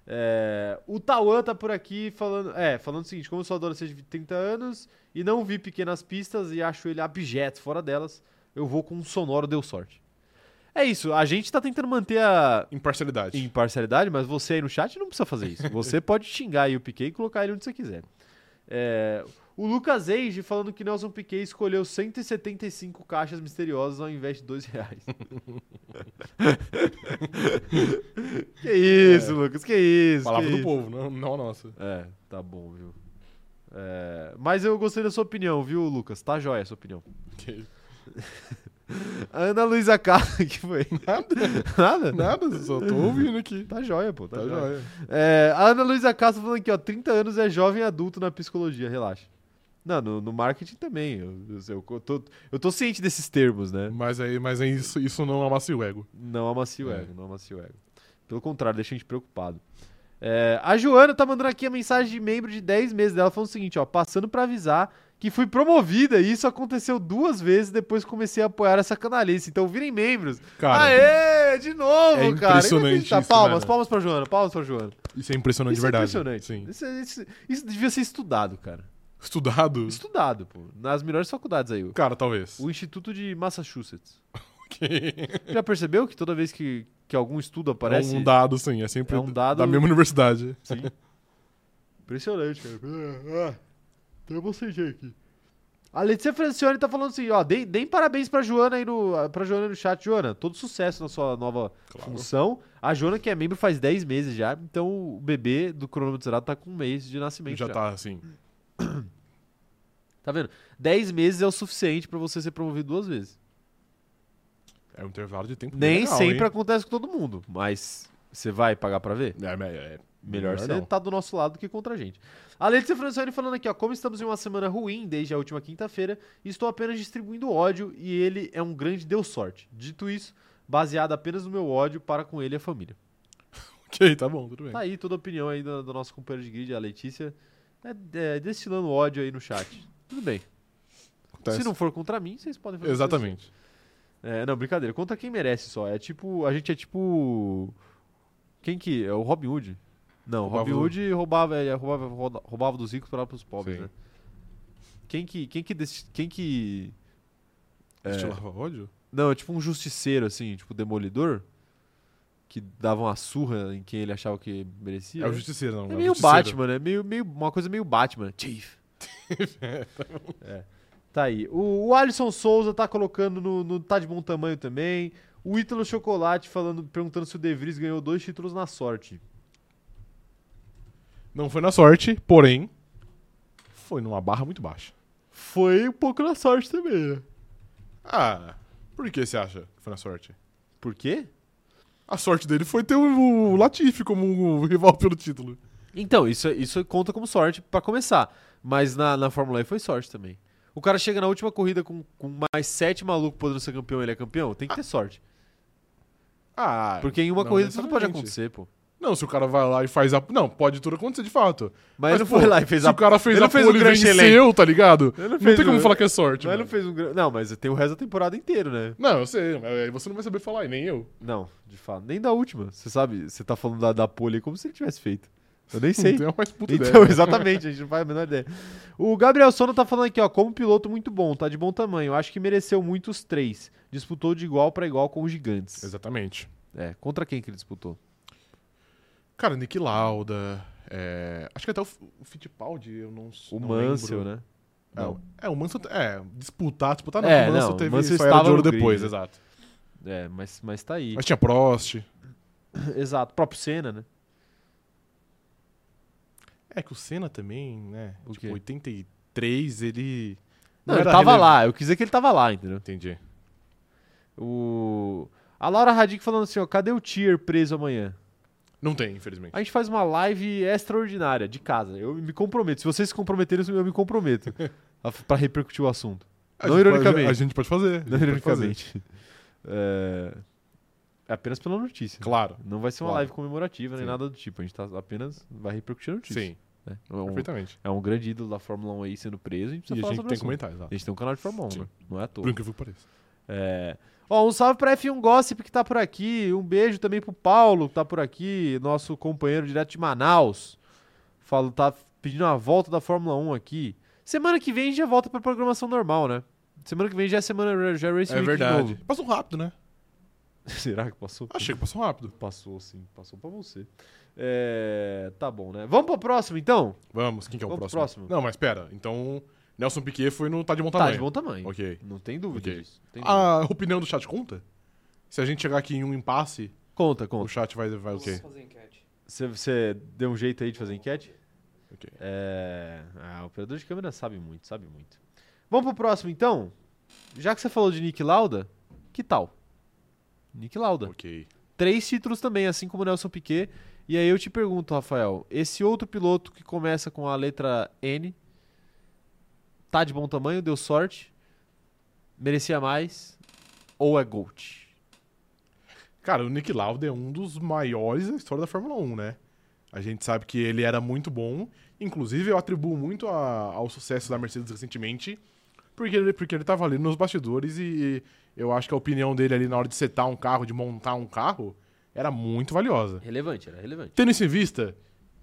É, o Tauan tá por aqui falando, é, falando o seguinte, como eu sou adolescente de 30 anos e não vi pequenas pistas e acho ele abjeto fora delas, eu vou com um sonoro deu sorte. É isso, a gente tá tentando manter a Imparcialidade. imparcialidade, mas você aí no chat não precisa fazer isso. Você pode xingar aí o Piquet e colocar ele onde você quiser. É, o Lucas Eige falando que Nelson Piquet escolheu 175 caixas misteriosas ao invés de 2 reais. que isso, Lucas, que isso. Palavra que do isso. povo, não, não a nossa. É, tá bom, viu. É, mas eu gostei da sua opinião, viu, Lucas? Tá jóia a sua opinião. A Ana Luísa Carla, que foi? Nada? Nada, só tô ouvindo aqui. Tá jóia, pô. Tá, Tá jóia. joia. É, a Ana Luísa Castro falando aqui, ó, 30 anos é jovem adulto na psicologia, relaxa. Não, no, no marketing também. Eu, eu, sei, eu tô, eu tô ciente desses termos, né? Mas aí, mas aí isso, isso não amacia o ego. Não amacia o É. ego, não amacia o ego. Pelo contrário, deixa a gente preocupado. É, a Joana tá mandando aqui a mensagem de membro de 10 meses dela, falando o seguinte, ó, passando pra avisar que fui promovida e isso aconteceu duas vezes depois que comecei a apoiar essa canalice. Então virem membros. Cara, Aê, de novo, é cara. impressionante Inacreditável. isso, tá, né? palmas, cara. palmas pra Joana, palmas pra Joana. isso é impressionante Isso de verdade. é impressionante. Sim. Isso, isso- isso devia ser estudado, cara. Estudado? Estudado, pô. Nas melhores faculdades aí. o- Cara, talvez. É um O Instituto de Massachusetts. Ok. Já percebeu que toda vez que, que algum estudo aparece... É um dado, sim. É sempre É um dado- da mesma universidade. Sim. Impressionante, cara. Ah, ah, Até você aqui. A Letícia Francione tá falando assim, ó, deem, deem parabéns pra Joana aí no, pra Joana aí no chat. Joana, todo sucesso na sua nova Claro. função. A Joana, que é membro, faz 10 meses já, então o bebê do cronômetro zerado tá com um mês de nascimento já. Já tá assim. Tá vendo? 10 meses é o suficiente pra você ser promovido duas vezes. É um intervalo de tempo. bem Nem legal, sempre hein? acontece com todo mundo, mas você vai pagar pra ver? É, mas é- Melhor você não. tá do nosso lado do que contra a gente. A Letícia Francione falando aqui, ó. Como estamos em uma semana ruim desde a última quinta-feira, estou apenas distribuindo ódio e ele é um grande deu sorte. Dito isso, baseado apenas no meu ódio para com ele e a família. Ok, tá bom, tudo bem. Tá aí toda a opinião aí do, do nosso companheiro de grid, a Letícia, é, é, destilando ódio aí no chat. Tudo bem. Acontece. Se não for contra mim, vocês podem fazer o que vocês Tá Exatamente. É, não, brincadeira. Contra quem merece só. É tipo. A gente é tipo. Quem que. É o Robin Hood? Não, Roubava Robin do- Hood roubava, é, roubava, roda- roubava dos ricos para os pobres, Sim. né? Quem que. Quem que. des- Quem que. É. Destilava ódio? Não, é tipo um justiceiro, assim, tipo demolidor. Que dava uma surra em quem ele achava que merecia. É o né? justiceiro, não. É o meio justiceiro. Batman, né? Meio, meio, uma coisa meio Batman. Chief. É. Tá aí. O, o Alisson Souza tá colocando no, no Tá de Bom Tamanho também. O Ítalo Chocolate falando, perguntando se o De Vries ganhou dois títulos na sorte. Não foi na sorte, porém, foi numa barra muito baixa. Foi um pouco na sorte também, né? Ah, por que você acha que foi na sorte? Por quê? A sorte dele foi ter o o Latifi como o rival pelo título. Então, isso, isso conta como sorte pra começar. Mas na, na Fórmula E foi sorte também. O cara chega na última corrida com, com mais sete malucos podendo ser campeão, ele é campeão? Tem que ter sorte. Ah, Porque em uma não corrida isso não pode necessariamente. acontecer, pô. Não, se o cara vai lá e faz a. Não, pode tudo acontecer de fato. Mas, ele não pô, foi lá e fez se a o cara fez ele a não fez pole um e grande venceu, tá ligado? Ele não Não, fez tem como um- falar que é sorte. Mas ele mano. não fez um grande. Não, mas tem o resto da temporada inteira, né? Não, eu sei, mas aí você não vai saber falar, e nem eu. Não, de fato. Nem da última. Você sabe, você tá falando da, da pole aí como se ele tivesse feito. Eu nem sei. Não tenho a mais puta Então, ideia. exatamente, a gente não faz a menor ideia. O Gabriel Sono tá falando aqui, ó, como piloto muito bom, tá de bom tamanho. Acho que mereceu muito os três. Disputou de igual pra igual com os gigantes. Exatamente. É, contra quem que ele disputou? Cara, Nick Lauda. é, Acho que até o, F- o Fittipaldi, eu não O não Mansell, lembro. né? É, Não. o- é, o Mansell. É, disputar, disputar não. É, o Mansell não, o teve Mansell só era estava de ouro no grid, depois, né? exato. É, mas, mas tá aí. Mas tinha Prost. Exato, o próprio Senna, né? É que o Senna também, né? O tipo, quê? 83, ele. Não, ele era tava rele- lá, eu quis dizer que ele tava lá, entendeu? Entendi. O... A Laura Radic falando assim, ó, cadê o Tier preso amanhã? Não tem, infelizmente. A gente faz uma live extraordinária de casa. Eu me comprometo. Se vocês se comprometerem, eu me comprometo. a- pra repercutir o assunto. A não gente pode- ironicamente. a gente pode fazer. a gente Não pode fazer. ironicamente. É... é apenas pela notícia. Claro. Não vai ser uma Claro. live comemorativa nem Sim. nada do tipo. A gente tá apenas vai repercutir a notícia. Sim, né? É, um, perfeitamente. é um grande ídolo da Fórmula 1 aí sendo preso. A gente E precisa a falar gente sobre o tem assunto. que comentar, A exato. gente tem um canal de Fórmula 1, Sim. né? não é à toa. Por incrível que pareça. É. Ó, um salve pra F1 Gossip que tá por aqui. Um beijo também pro Paulo, que tá por aqui, nosso companheiro direto de Manaus. Falo, tá pedindo uma volta da Fórmula 1 aqui. Semana que vem já volta pra programação normal, né? Semana que vem já é semana já é Race Week É de verdade. novo. Passou rápido, né? Será que passou? Achei que passou rápido. Passou sim, passou pra você. É, tá bom, né? Vamos pro próximo então? Vamos, quem que é o Vamos pro próximo? próximo. Não, mas pera. Então, Nelson Piquet foi no Tá de Bom Tá, de Tamanho. bom tamanho. Ok. Não tem dúvida Ok. Ah. disso. Tem dúvida. A opinião do chat conta? Se a gente chegar aqui em um impasse, Conta, o conta. chat vai, vai o Vamos quê? fazer enquete. Você- Você deu um jeito aí de fazer enquete? Ok. É. Ah, o operador de câmera sabe muito, sabe muito. Vamos pro próximo então? Já que você falou de Nick Lauda, que tal? Nick Lauda. Ok. Três títulos também, assim como Nelson Piquet. E aí eu te pergunto, Rafael, esse outro piloto que começa com a letra N, tá de bom tamanho, deu sorte, merecia mais, ou é Gold? Cara, o Nick Lauda é um dos maiores da história da Fórmula 1, né? A gente sabe que ele era muito bom. Inclusive, eu atribuo muito a- ao sucesso da Mercedes recentemente, porque ele, porque ele tava ali nos bastidores e eu acho que a opinião dele ali na hora de setar um carro, de montar um carro, era muito valiosa. Relevante, era relevante. Tendo isso em vista,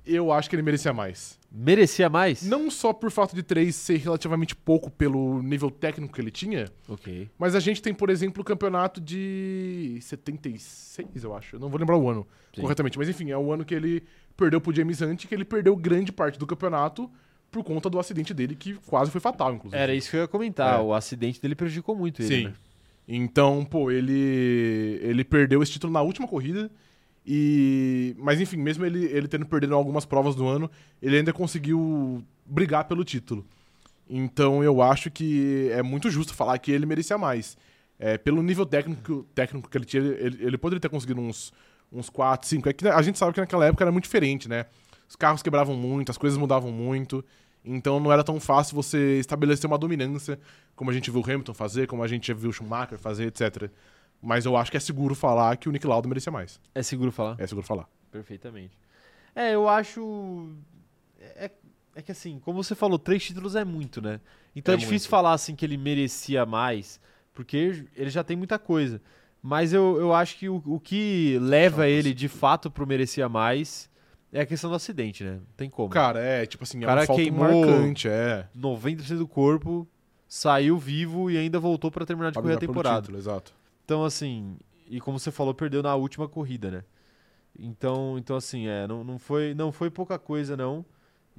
eu acho que ele merecia mais. Merecia mais? Não só por fato de 3 ser relativamente pouco pelo nível técnico que ele tinha, Ok. mas a gente tem, por exemplo, o campeonato de 76, eu acho. Eu não vou lembrar o ano Sim. corretamente, mas enfim, é o ano que ele perdeu pro James Hunt, que ele perdeu grande parte do campeonato por conta do acidente dele, que quase foi fatal, inclusive. Era isso que eu ia comentar. É. O acidente dele prejudicou muito ele. Sim. né? Então, pô, ele ele perdeu esse título na última corrida e mas enfim, mesmo ele ele tendo perdido algumas provas do ano, ele ainda conseguiu brigar pelo título. Então, eu acho que é muito justo falar que ele merecia mais. É, pelo nível técnico, técnico que ele tinha, ele, ele poderia ter conseguido uns, uns 4, 5. É que a gente sabe que naquela época era muito diferente, né? Os carros quebravam muito, as coisas mudavam muito. Então não era tão fácil você estabelecer uma dominância, como a gente viu o Hamilton fazer, como a gente viu o Schumacher fazer, etc. Mas eu acho que é seguro falar que o Nick Lauda merecia mais. É seguro falar? É seguro falar. Perfeitamente. É, eu acho. É, é que assim, como você falou, três títulos é muito, né? Então é, É difícil muito. falar assim que ele merecia mais, porque ele já tem muita coisa. Mas eu, eu acho que o, o que leva ele de fato pro merecia mais é a questão do acidente, né? Não tem como. Cara, é, tipo assim, é Cara um salto queimou- marcante, é. 90% do corpo saiu vivo e ainda voltou pra terminar de Pra correr a brigar pelo temporada. título, exato. Então, assim, e como você falou, perdeu na última corrida, né? Então, então assim, é, não, não, foi, não foi pouca coisa, não.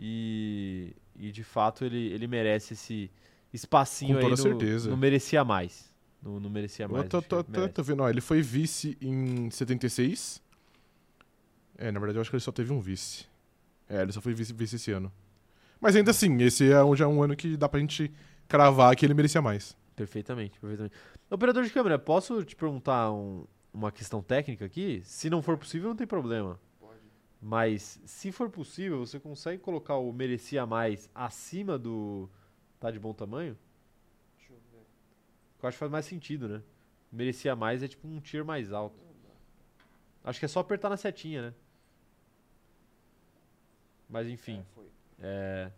E, e de fato, ele, ele merece esse espacinho Com aí. toda no- certeza. Não merecia mais. Não, não merecia É mais. Eu tô, acho que tô- ele tô- merece. tô vendo, ó, ele foi vice em 76. É, na verdade eu acho que ele só teve um vice. É, ele só foi vice, vice esse ano. Mas ainda assim, esse é, um- já é um ano que dá pra gente cravar que ele merecia mais. Perfeitamente, perfeitamente. Operador de câmera, posso te perguntar um- uma questão técnica aqui? Se não for possível, não tem problema. Mas se for possível, você consegue colocar o merecia mais acima do tá de bom tamanho? Deixa eu ver. Eu acho que faz mais sentido, né? Merecia mais é tipo um tier mais alto. Acho que é só apertar na setinha, né? Mas enfim, é.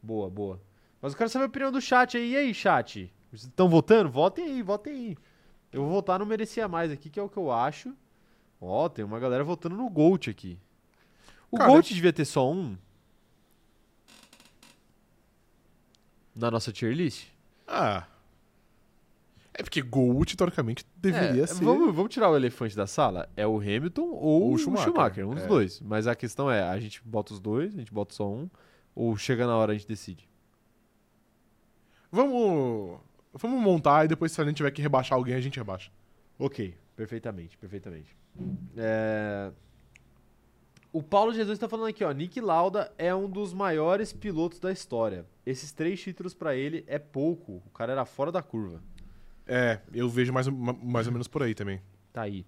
Boa, boa. Mas eu quero saber a opinião do chat aí. E aí, chat? Vocês estão votando? Votem aí, votem aí. Eu vou votar no Merecia Mais aqui, que é o que eu acho. Ó, tem uma galera votando no Gold aqui. O Cara, Gold devia ter só um? Na nossa tier list? Ah. É porque Gold, teoricamente, deveria É, ser. Vamos, vamos tirar o elefante da sala? É o Hamilton ou Ou o o Schumacher, Schumacher, um dos é. dois. Mas a questão é, a gente bota os dois, a gente bota só um, ou chega na hora a gente decide. Vamos. Vamos montar e depois, se a gente tiver que rebaixar alguém, a gente rebaixa. Ok, perfeitamente, perfeitamente. É, O Paulo Jesus tá falando aqui, ó, Nick Lauda é um dos maiores pilotos da história. Esses três títulos pra ele é pouco. O cara era fora da curva. É, eu vejo mais, ou- ma- mais ou menos por aí também. Tá aí.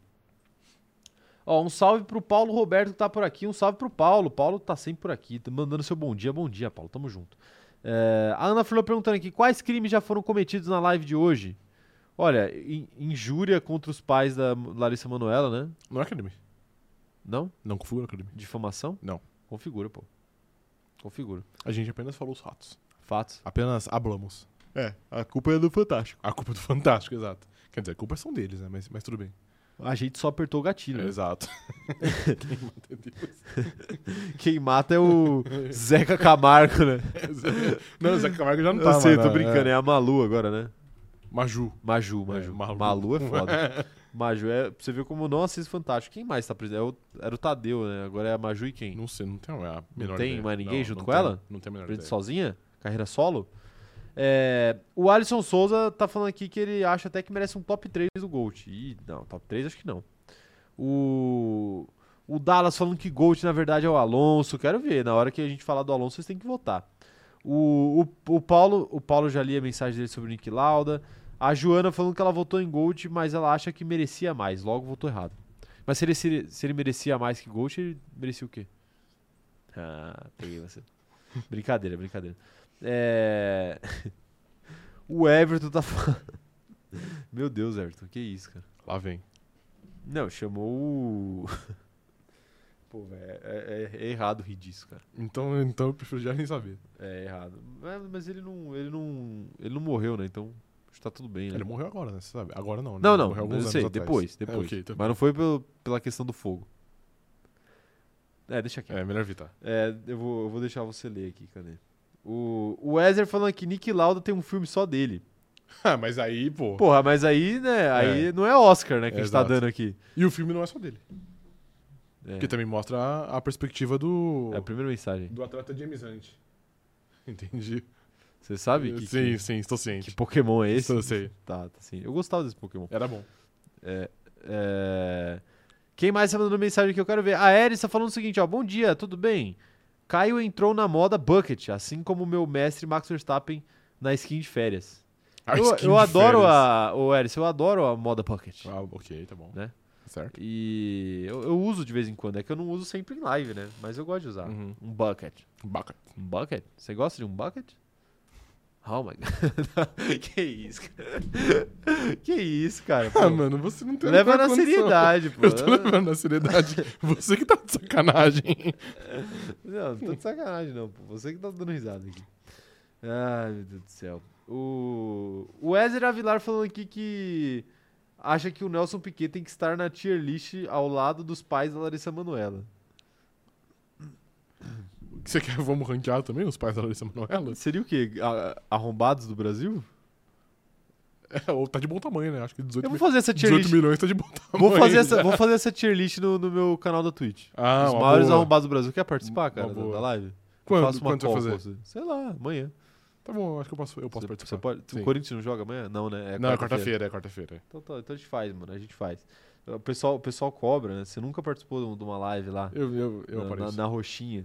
Ó, um salve pro Paulo Roberto que tá por aqui. Um salve pro Paulo. Paulo tá sempre por aqui, tá mandando seu bom dia. Bom dia, Paulo. Tamo junto. É, a Ana Furlan perguntando aqui: quais crimes já foram cometidos na live de hoje? Olha, in- injúria contra os pais da Larissa Manoela, né? Não é crime. Não? Não configura crime. Difamação? Não. Configura, pô. Configura. A gente apenas falou os fatos. Fatos. Apenas hablamos. É, a culpa é do Fantástico. A culpa é do Fantástico, exato. Quer dizer, a culpa são deles, né? Mas, mas tudo bem. A gente só apertou o gatilho. né? Exato. Quem mata é o Zeca Camargo, né? não, o Zeca Camargo já não tá Eu sei, mais tô na- brincando, é. é a Malu agora, né? Maju. Maju, Maju. É, Malu. Malu. é foda. Maju é. pra Você vê como eu não assisto Fantástico. Quem mais tá preso? É o- era o Tadeu, né? Agora é a Maju e quem? Não sei, não tem a menor Não tem ideia. mais ninguém Não, junto não com tem- ela? Não tem a menor Aprende ideia. sozinha? Carreira solo? É, o Alisson Souza tá falando aqui que ele acha até que merece um top 3 do Gold. Ih, não, top 3 acho que não. O. O Dallas falando que Gold, na verdade, é o Alonso. Quero ver. Na hora que a gente falar do Alonso, vocês têm que votar. O, o, o Paulo o Paulo já li a mensagem dele sobre o Nick Lauda. A Joana falando que ela votou em Gold, mas ela acha que merecia mais. Logo votou errado. Mas se ele, se ele, se ele merecia mais que Gold, ele merecia o quê? Ah, peguei você. brincadeira, brincadeira. É... o Everton tá falando. Meu Deus, Everton, que isso, cara. Lá vem. Não, chamou o. Pô, velho, é, é- é errado rir disso, cara. Então, então eu prefiro já nem saber. É errado. Mas, mas ele não. Ele não. Ele não morreu, né? Então. acho que Tá tudo bem, né? Ele morreu agora, né? Você sabe? Agora não, né? Não, não, Morreu mas alguns eu anos sei, atrás. depois, É, depois. ok, tá bom. Mas não foi pelo- pela questão do fogo. É, deixa quieto. É, melhor evitar. É, eu vou, eu vou deixar você ler aqui, cadê? O, o Wezer falando que Nick Lauda tem um filme só dele. Ah, mas aí, pô. Porra, mas aí, né, aí não é Oscar, né, que a gente tá Exato. dando aqui. E o filme não é só dele. É, Que também mostra a, a perspectiva do. é a primeira mensagem. Do atleta James Hunt. Entendi. Você sabe que, sim, que, sim, estou que ciente. Pokémon é esse? Estou sei. Tá, tá sim. Eu gostava desse Pokémon. Era bom. É, Quem mais tá mandando mensagem que eu quero ver? A Eris tá falando o seguinte, ó. Bom dia, tudo bem? Caio entrou na moda bucket, assim como meu mestre Max Verstappen na skin de férias. A eu, skin eu de adoro férias. a. Ô, Eris, eu adoro a moda pocket. Ah, ok, tá bom. Né? Certo. E eu, eu uso de vez em quando. É que eu não uso sempre em live, né? Mas eu gosto de usar. Uhum. Um bucket. Bacana. Um bucket? Você gosta de um bucket? Oh my god. que isso, cara. que isso, cara. pô. Ah, mano, você não tem Leva na outra condição. seriedade, pô. Eu tô levando na seriedade. Você que tá de sacanagem. Não, não tô de sacanagem, não. Pô. Você que tá dando risada aqui. Ai, meu Deus do céu. O, o Wesley Avilar falando aqui que acha que o Nelson Piquet tem que estar na tier list ao lado dos pais da Larissa Manoela. Você quer, vamos ranquear também os pais da Larissa Manoela? Seria o quê? A- arrombados do Brasil? É, ou tá de bom tamanho, né? Acho que 18, Eu vou mi- fazer essa tier 18 list. milhões tá de bom tamanho. Vou fazer, essa, vou fazer essa tier list no, no meu canal da Twitch. Ah, Os uma maiores boa. arrombados do Brasil. Quer participar, Uma cara, da, boa. da live? Quando, Faço uma quando você vai call com fazer? você. Sei lá, amanhã. Tá bom, acho que eu posso, eu posso Você- participar. Você pode... Sim. O Corinthians não joga amanhã? Não, né? Não, é quarta-feira, é quarta-feira. Então, tá, então a gente faz, mano. A gente faz. O pessoal, o pessoal cobra, né? Você nunca participou de um- de uma live lá Eu, eu, eu na, na, apareço. na roxinha.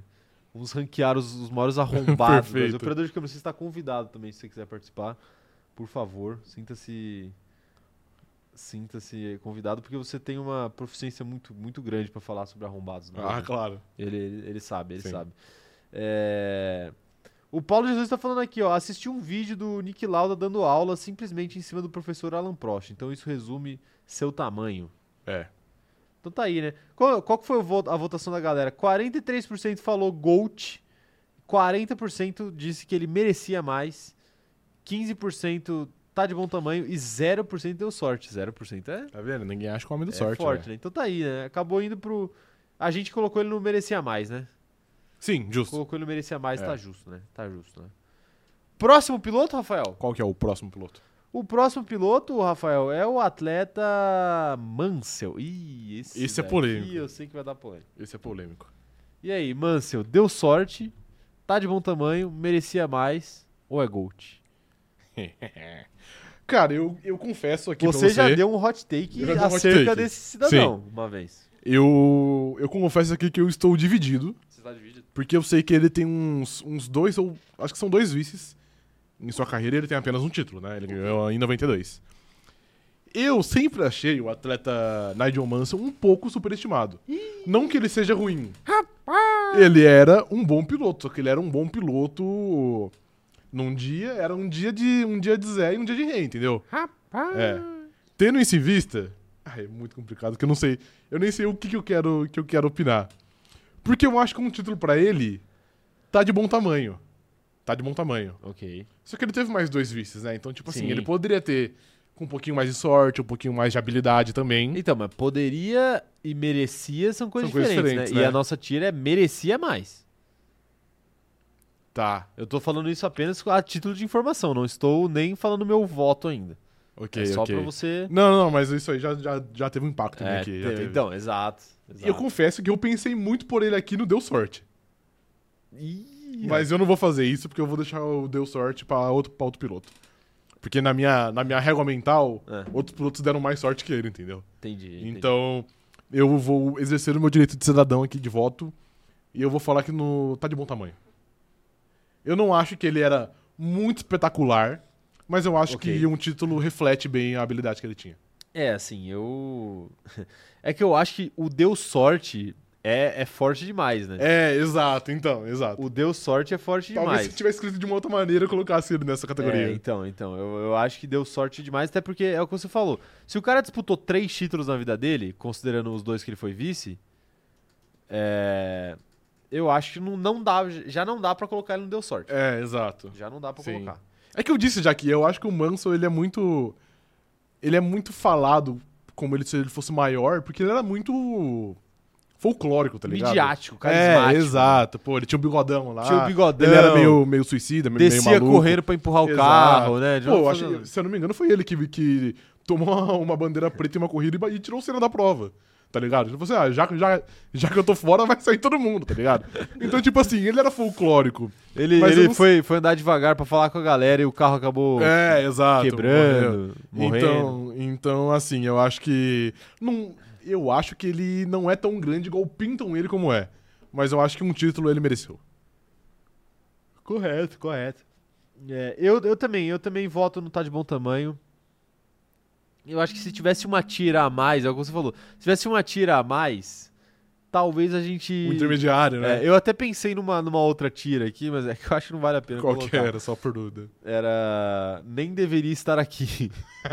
Vamos ranquear os, os maiores arrombados. Mas Perfeito. o operador de câmera você está convidado também, se você quiser participar. Por favor, sinta-se sinta-se convidado, porque você tem uma proficiência muito, muito grande para falar sobre arrombados. né? Ah, claro. Ele, ele, ele sabe, ele Sim. sabe. É, O Paulo Jesus tá falando aqui, ó. Assisti um vídeo do Nick Lauda dando aula simplesmente em cima do professor Alan Prost. Então isso resume seu tamanho. É. Então tá aí, né? Qual, qual que foi o vo- a votação da galera? 43% falou Gold, 40% disse que ele merecia mais, 15% tá de bom tamanho e 0% deu sorte. 0% é Tá vendo? Ninguém acha que é um homem do é sorte. forte, né? né? Então tá aí, né? Acabou indo pro. A gente colocou ele no merecia mais, né? Sim, justo. Colocou ele no merecia mais, É. tá justo, né? Tá justo, né? Próximo piloto, Rafael? Qual que é o próximo piloto? O próximo piloto, Rafael, é o atleta Mansell. Ih, esse. Esse é daqui polêmico. Eu sei que vai dar polêmica. Esse é polêmico. E aí, Mansell, deu sorte, tá de bom tamanho, merecia mais ou é Gold? Cara, eu, eu confesso aqui Você pra você. já deu um hot take Eu já dei um hot acerca take. desse cidadão uma vez. Eu, eu confesso aqui que eu estou dividido. Você tá dividido? Porque eu sei que ele tem uns, uns dois, ou acho que são dois vices em sua carreira e ele tem apenas um título, né? Ele ganhou em 92. Eu sempre achei o atleta Nigel Mansell um pouco superestimado. Não que ele seja ruim. Ele era um bom piloto, só que ele era um bom piloto num dia, era um dia de um dia de Zé e um dia de rei, entendeu? É. Tendo isso em vista, ah, é muito complicado, porque eu não sei, eu nem sei o que, que eu quero que eu quero opinar. Porque eu acho que um título pra ele tá de bom tamanho. Tá de bom tamanho. Ok. Só que ele teve mais dois vices, né? Então, tipo Sim. assim, ele poderia ter com um pouquinho mais de sorte, um pouquinho mais de habilidade também. Então, mas poderia e merecia são coisas São coisas diferentes, diferentes, né? E né? a nossa tira é merecia mais. Tá, Eu tô falando isso apenas a título de informação, não estou nem falando meu voto ainda. ok, é só ok. pra você. Não, não, mas isso aí já, já, já teve um impacto É, né, aqui. já teve- teve. Então, exato. E eu exato. confesso que eu pensei muito por ele aqui e não deu sorte. Ih, Mas eu não vou fazer isso porque eu vou deixar o deu sorte pra outro, pra outro piloto. Porque na minha, na minha régua mental, É. outros pilotos deram mais sorte que ele, entendeu? entendi. entendi. Então, eu vou exercer o meu direito de cidadão aqui de voto e eu vou falar que no tá de bom tamanho. Eu não acho que ele era muito espetacular, mas eu acho Ok. que um título reflete bem a habilidade que ele tinha. É, assim, eu. é que eu acho que o deu sorte é, é forte demais, né? É, exato, então, exato. O deu sorte é forte Talvez demais. se tivesse escrito de uma outra maneira, eu colocasse ele nessa É, categoria. então, então. Eu, eu acho que deu sorte demais, até porque é o que você falou. Se o cara disputou três títulos na vida dele, considerando os dois que ele foi vice, é, eu acho que não, não dá. Já não dá pra colocar ele no deu sorte. É, exato. Já não então. dá pra Sim. colocar. É que eu disse já que eu acho que o Manson, ele é muito. Ele é muito falado como ele, se ele fosse maior, porque ele era muito folclórico, tá ligado? Midiático, Tipo, carismático. né? É, exato. Pô, ele tinha o bigodão lá. Tinha o bigodão. Ele era meio, meio suicida, meio, Descia meio maluco. correndo pra empurrar o Exato. carro, né? Já Pô, eu foi- acho que, se eu não me engano, foi ele que, que tomou uma- uma bandeira preta em uma corrida e ba- e, tirou o Senna da prova. Tá ligado? Tipo assim, ah, já, já, já que eu tô fora, vai sair todo mundo, tá ligado? Então, tipo assim, ele era folclórico. Ele, Mas eu ele não foi, foi andar devagar pra falar com a galera e o carro acabou É, exato. morreu. quebrando, morrendo. Então, então, assim, eu acho que. Não, eu acho que ele não é tão grande igual pintam ele como é. Mas eu acho que um título ele mereceu. Correto, correto. É, eu, eu também, eu também voto no tá de bom tamanho. Eu acho que se tivesse uma tira a mais, é o que você falou, se tivesse uma tira a mais, talvez a gente. O intermediário, né? É, eu até pensei numa, numa outra tira aqui, mas é que eu acho que não vale a pena. Qual que colocar. era, só por dúvida. Era. Nem deveria estar aqui.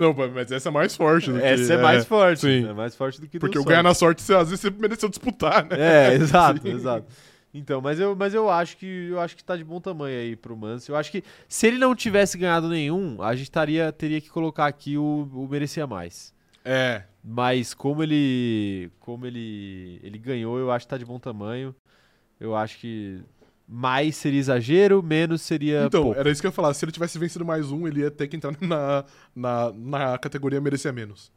Não, mas essa é mais forte do que... Essa é mais forte. sim. É mais forte do que Porque deu o sorte. ganhar na sorte, você, às vezes, você mereceu disputar, né? É, exato, Sim. exato. Então, mas eu, mas eu acho que eu acho que tá de bom tamanho aí pro Manso. Eu acho que se ele não tivesse ganhado nenhum, a gente taria, teria que colocar aqui o, o merecia mais. É. Mas como ele como ele ele ganhou, eu acho que tá de bom tamanho. Eu acho que mais seria exagero, menos seria Então, pouco. era isso que eu ia falar. Se ele tivesse vencido mais um, ele ia ter que entrar na, na, na categoria merecia menos.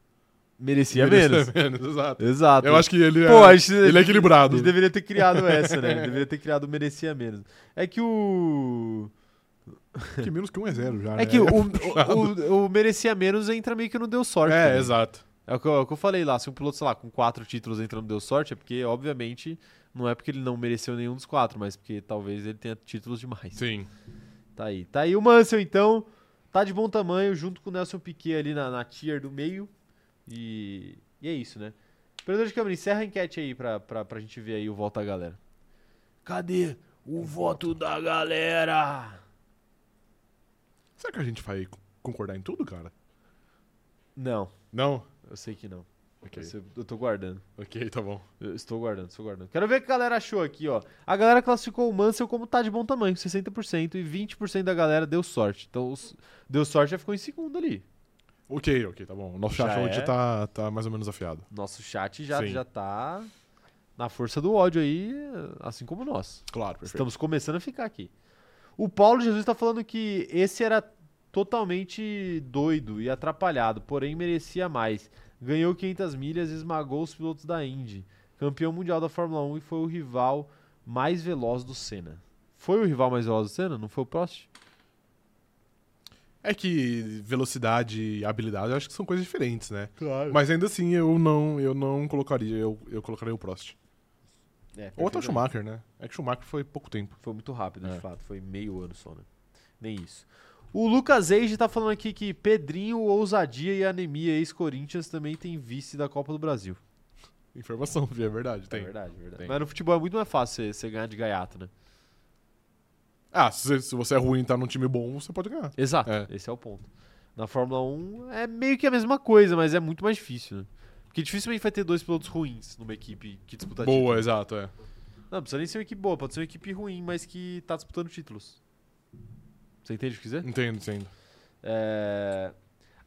merecia, menos. é, Merecia exato. Exato. Eu acho que ele é, Pô, a gente- ele é equilibrado. A gente deveria ter criado essa, né? Deveria ter criado merecia menos. É que o Que menos que um é zero já, É né? que o, o, o- o merecia menos entra meio que não deu sorte. É, também. exato. É o que, eu, é o que eu falei lá. Se um piloto, sei lá, com quatro títulos entra não deu sorte, é porque, obviamente, não é porque ele não mereceu nenhum dos quatro, mas porque talvez ele tenha títulos demais. Sim. Tá aí. Tá aí o Mansell, então. Tá de bom tamanho, junto com o Nelson Piquet ali na, na tier do meio. E, e é isso, né? Operador de câmera, encerra a enquete aí pra, pra, pra gente ver aí o voto da galera. Cadê o voto da Ah! galera? Será que a gente vai concordar em tudo, cara? Não, Não? eu sei que não. Ok. Esse eu- eu tô guardando. Ok, tá bom. Eu Estou guardando, estou guardando. Quero ver o que a galera achou aqui, ó. A galera classificou o Mansell como tá de bom tamanho, 60%, e 20% da galera deu sorte. Então, os- deu sorte já ficou em segundo ali. Ok, ok, tá bom. Nosso Já chat hoje é? tá, tá mais ou menos afiado. Nosso chat já, Sim. já tá na força do ódio aí, assim como nós. Claro, perfeito. Estamos começando a ficar aqui. O Paulo Jesus tá falando que esse era totalmente doido e atrapalhado, porém merecia mais. Ganhou 500 milhas e esmagou os pilotos da Indy. Campeão mundial da Fórmula 1 e foi o rival mais veloz do Senna. Foi o rival mais veloz do Senna? Não foi o Prost? É que velocidade e habilidade eu acho que são coisas diferentes, né? Claro. Mas ainda assim eu não, eu não colocaria, eu, eu colocaria o Prost. Ou até o Schumacher, né? É que o Schumacher foi pouco tempo. Foi muito rápido, de É. fato. Foi meio ano só, né? Nem isso. O Lucas Eide tá falando aqui que Pedrinho, ousadia e anemia ex-Corinthians também tem vice da Copa do Brasil. Informação, Vi, é verdade, É tem. verdade, é verdade. Tem. Mas no futebol é muito mais fácil você- você ganhar de gaiato, né? Ah, se você, se você é ruim e tá num time bom, você pode ganhar. Exato. É. Esse é o ponto. Na Fórmula 1 é meio que a mesma coisa, mas é muito mais difícil, né? Porque dificilmente vai ter dois pilotos ruins numa equipe que disputa título. Boa, exato, é. Não, precisa nem ser uma equipe boa, pode ser uma equipe ruim, mas que tá disputando títulos. Você entende o que eu quis dizer? Entendo, entendo. É,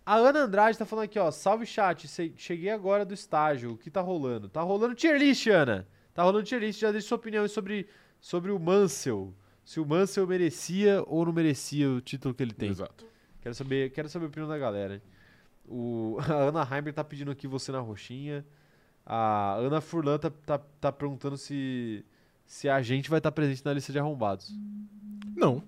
A Ana Andrade tá falando aqui, ó. Salve chat, se- cheguei agora do estágio. O que tá rolando? Tá rolando tier list, Ana. Tá rolando tier list. Já deixa sua opinião aí sobre, sobre o Mansell. Se o Mansell merecia ou não merecia o título que ele tem. Exato. Quero saber, quero saber a opinião da galera. O, a Ana Heimer tá pedindo aqui você na roxinha. A Ana Furlan tá, tá, tá perguntando se, se a gente vai estar presente na lista de arrombados. Não.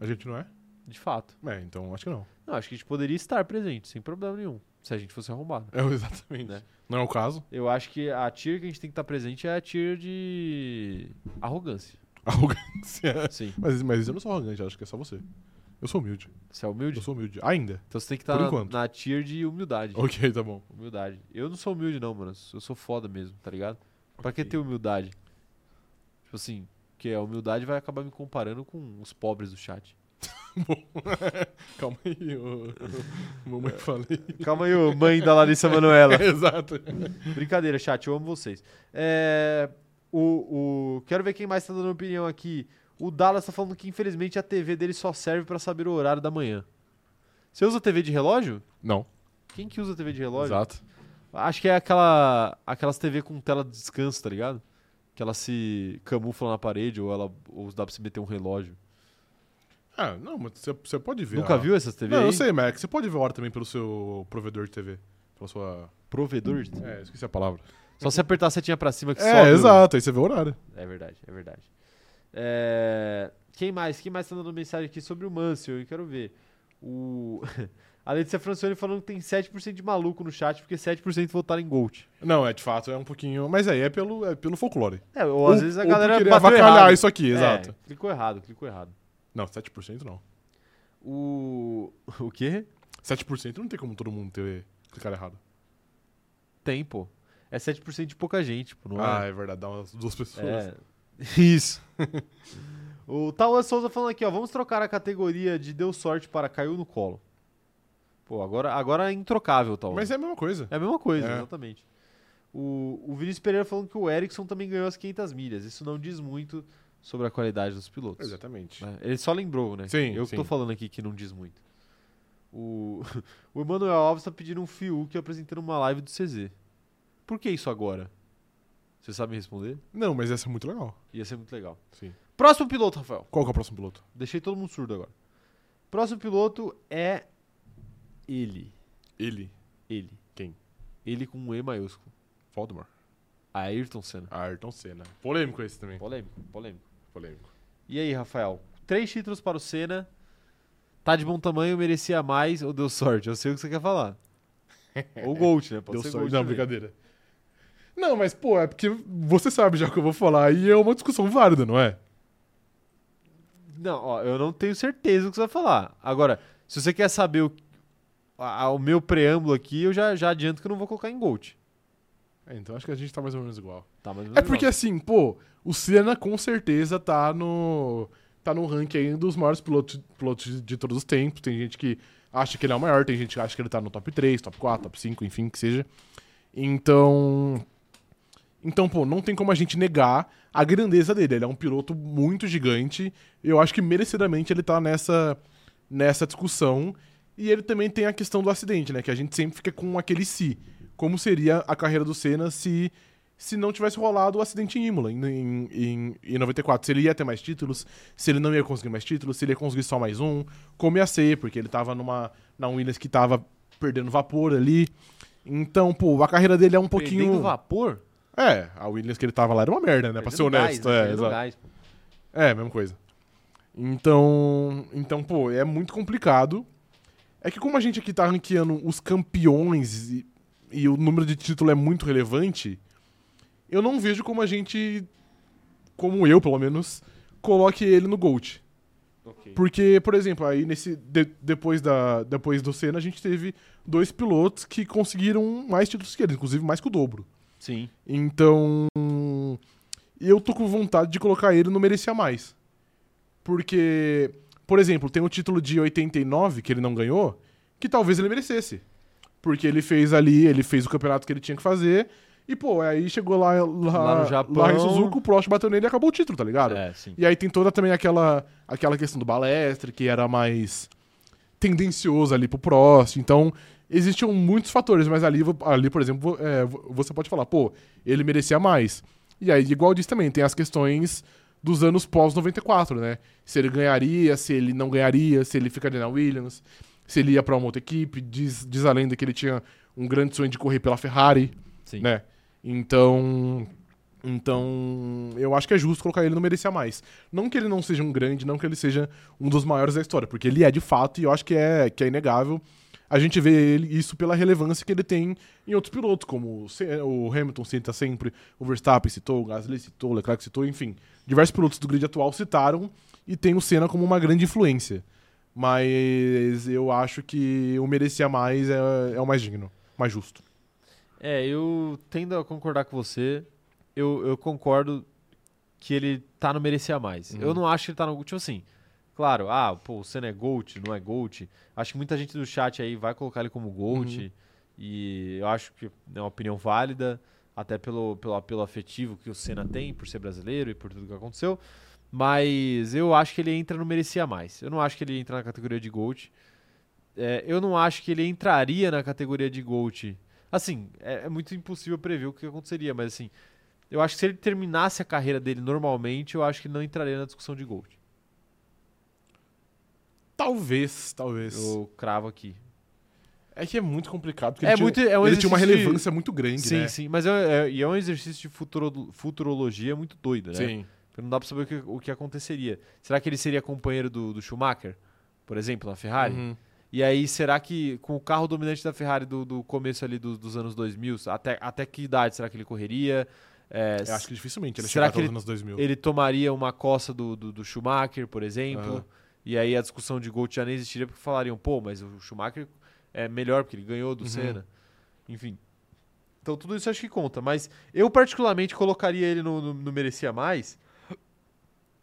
A gente não é? De fato. É, então acho que não. Não, acho que a gente poderia estar presente, sem problema nenhum. Se a gente fosse arrombado. É, exatamente. Né? Não é o caso. Eu acho que a tier que a gente tem que estar presente é a tier de arrogância. Arrogância. Sim. Mas, mas eu não sou arrogante, eu acho que é só você. Eu sou humilde. Você é Eu humilde? sou humilde. Ainda. Então você tem que estar Por na, enquanto. na tier de humildade. Ok, tá bom. Humildade. Eu não sou humilde, não, mano. Eu sou foda mesmo, tá ligado? Pra que Ok. ter humildade? Tipo assim, porque a humildade vai acabar me comparando com os pobres do chat. Calma aí, ô. Mamãe falei. É, Calma aí, ô mãe da Larissa Manoela. Exato. Brincadeira, chat, eu amo vocês. É, o, o- quero ver quem mais tá dando opinião aqui. O Dallas tá falando que infelizmente a TV dele só serve pra saber o horário da manhã. Você usa TV de relógio? Não. Quem que usa TV de relógio? Exato. Acho que é aquela aquelas TV com tela de descanso, tá ligado? Que ela se camufla na parede ou ela ou dá pra se meter um relógio. Ah, não, mas você- você pode ver. Nunca a- viu essas TV Não, aí? eu sei, mas é que você pode ver a hora também pelo seu provedor de TV. Pela sua. Provedor de TV. É, esqueci a palavra. Só se apertar a setinha pra cima que sobe. É, o- exato, aí você vê o horário. É verdade, é verdade. É, Quem mais? Quem mais tá dando mensagem aqui sobre o Mansell? Eu quero ver. O... A Letícia Francione falando que tem 7% de maluco no chat, porque 7% votaram em Gold. Não, é de fato, é um pouquinho. Mas aí é pelo, é pelo folclore. É, ou às vezes a galera queria bateu avacalhar errado. isso aqui, É, exato. clicou errado, clicou errado. Não, 7% não. O. O quê? 7% não tem como todo mundo ter clicar errado. Tem, pô. É 7% de pouca gente, pô, não ah, é? é verdade, dá umas duas pessoas. É. Isso. o Tauan Souza falando aqui, ó. Vamos trocar a categoria de deu sorte para caiu no colo. Pô, agora, agora é introcável, Tauan. Mas é a mesma coisa. É a mesma coisa, É. exatamente. O, o Vinícius Pereira falando que o Erickson também ganhou as 500 milhas. Isso não diz muito sobre a qualidade dos pilotos. Exatamente. né? Ele só lembrou, né? Sim, Eu que tô sim. falando aqui que não diz muito. O, o Emanuel Alves tá pedindo um Fiuk apresentando uma live do CZ. Por que isso agora? Você sabe me responder? Não, mas essa é muito legal. Ia ser muito legal. Sim. Próximo piloto, Rafael. Qual que é o próximo piloto? Deixei todo mundo surdo agora. Próximo piloto é ele. Ele. Ele. Quem? Ele com um E maiúsculo. Voldemort. Ayrton Senna. Ayrton Senna. Polêmico esse também. Polêmico, polêmico. Polêmico. E aí, Rafael? Três títulos para o Senna. Tá de bom tamanho, merecia mais ou deu sorte? Eu sei o que você quer falar. Ou Gold, né? Pode Deu ser sorte. Gold. Não, também. brincadeira. Não, mas, pô, é porque você sabe já o que eu vou falar e é uma discussão válida, não é? Não, ó, eu não tenho certeza do que você vai falar. Agora, se você quer saber o, a- a- o meu preâmbulo aqui, eu já, já adianto que eu não vou colocar em Gold. É, então acho que a gente tá mais ou menos igual. Tá, mas É porque, assim, pô, o Senna com certeza tá no. tá no ranking aí dos maiores pilotos, pilotos de- de todos os tempos. Tem gente que acha que ele é o maior, tem gente que acha que ele tá no top 3, top 4, top 5, enfim, que seja. Então. Então, pô, não tem como a gente negar a grandeza dele. Ele é um piloto muito gigante. Eu acho que merecidamente ele tá nessa, nessa discussão. E ele também tem a questão do acidente, né? Que a gente sempre fica com aquele se. Como seria a carreira do Senna se, se não tivesse rolado o acidente em Imola, em, em, em, em 94? Se ele ia ter mais títulos, se ele não ia conseguir mais títulos, se ele ia conseguir só mais um, como ia ser, porque ele tava numa, na Williams que tava perdendo vapor ali. Então, pô, a carreira dele é um pouquinho. Perdendo vapor? É, a Williams que ele tava lá era uma merda, né? Pra ser honesto. é, exato. É, mesma coisa. Então, então, pô, é muito complicado. É que como a gente aqui tá ranqueando os campeões e, e o número de título é muito relevante, eu não vejo como a gente, como eu pelo menos, coloque ele no GOAT. Porque, por exemplo, aí nesse de- depois, da, depois do Senna a gente teve dois pilotos que conseguiram mais títulos que ele, inclusive mais que o dobro. Sim. Então, eu tô com vontade de colocar ele no merecia mais. Porque, por exemplo, tem o título de 89 que ele não ganhou, que talvez ele merecesse. Porque ele fez ali, ele fez o campeonato que ele tinha que fazer. E, pô, aí chegou lá, lá, no Japão. lá em Suzuka, o Prost bateu nele e acabou o título, tá ligado? É, sim. E aí tem toda também aquela, aquela questão do balestre, que era mais tendencioso ali pro Prost. Então, existiam muitos fatores, mas ali, vo- ali por exemplo, vo- é, vo- você pode falar, pô, ele merecia mais. E aí, igual diz também, tem as questões dos anos pós-94, né? Se ele ganharia, se ele não ganharia, se ele ficaria na Williams, se ele ia pra uma outra equipe. Diz, diz a lenda que ele tinha um grande sonho de correr pela Ferrari, Sim. né? Então... Então, eu acho que é justo colocar ele no merecia mais. Não que ele não seja um grande, não que ele seja um dos maiores da história, porque ele é de fato e eu acho que é, que é inegável. A gente vê ele, isso pela relevância que ele tem em outros pilotos, como o Se- o Hamilton cita sempre, o Verstappen citou, o Gasly citou, o Leclerc citou, enfim. Diversos pilotos do grid atual citaram e tem o Senna como uma grande influência. Mas eu acho que o merecia mais é, é o mais digno, mais justo. É, eu tendo a concordar com você. Eu, eu concordo que ele tá no merecia mais. Eu não acho que ele tá no. Tipo assim, claro, ah, pô, o Senna é Gold, não é Gold. Acho que muita gente do chat aí vai colocar ele como Gold. E eu acho que é uma opinião válida, até pelo, pelo apelo afetivo que o Senna tem por ser brasileiro e por tudo que aconteceu. Mas eu acho que ele entra no merecia mais. Eu não acho que ele entra na categoria de Gold. É, eu não acho que ele entraria na categoria de Gold. Assim, é, é muito impossível prever o que aconteceria, mas assim, eu acho que se ele terminasse a carreira dele normalmente, eu acho que ele não entraria na discussão de Gold. Talvez, talvez. Eu cravo aqui. É que é muito complicado, porque É ele, tinha- muito- é um ele tinha uma exercício de- relevância muito grande, sim, né? sim, mas é, é- e é um exercício de futuro- futurologia muito doido, né? Sim. Porque não dá pra saber o que, o que aconteceria. Será que ele seria companheiro do, do Schumacher, por exemplo, na Ferrari? Uhum. E aí, será que com o carro dominante da Ferrari do, do começo ali do- dos anos 2000, até, até que idade será que ele correria? É, Eu acho que dificilmente ele Será chegar que até ele- os anos 2000. Ele tomaria uma coça do, do, do Schumacher, por exemplo. Aham. E aí a discussão de Gold já nem existiria porque falariam, pô, mas o Schumacher é melhor porque ele ganhou do Uhum. Senna. Enfim. Então tudo isso acho que conta. Mas eu particularmente colocaria ele no, no- no Merecia Mais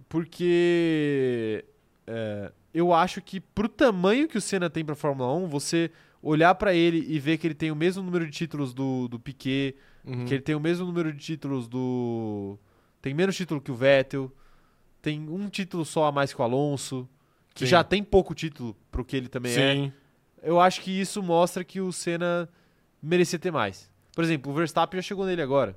porque é, eu acho que pro tamanho que o Senna tem pra Fórmula 1, você olhar pra ele e ver que ele tem o mesmo número de títulos do, do Piquet, Uhum. que ele tem o mesmo número de títulos do. Tem menos título que o Vettel. Tem um título só a mais que o Alonso. Que Sim. já tem pouco título pro que ele também é. Sim. Eu acho que isso mostra que o Senna merecia ter mais. Por exemplo, o Verstappen já chegou nele agora,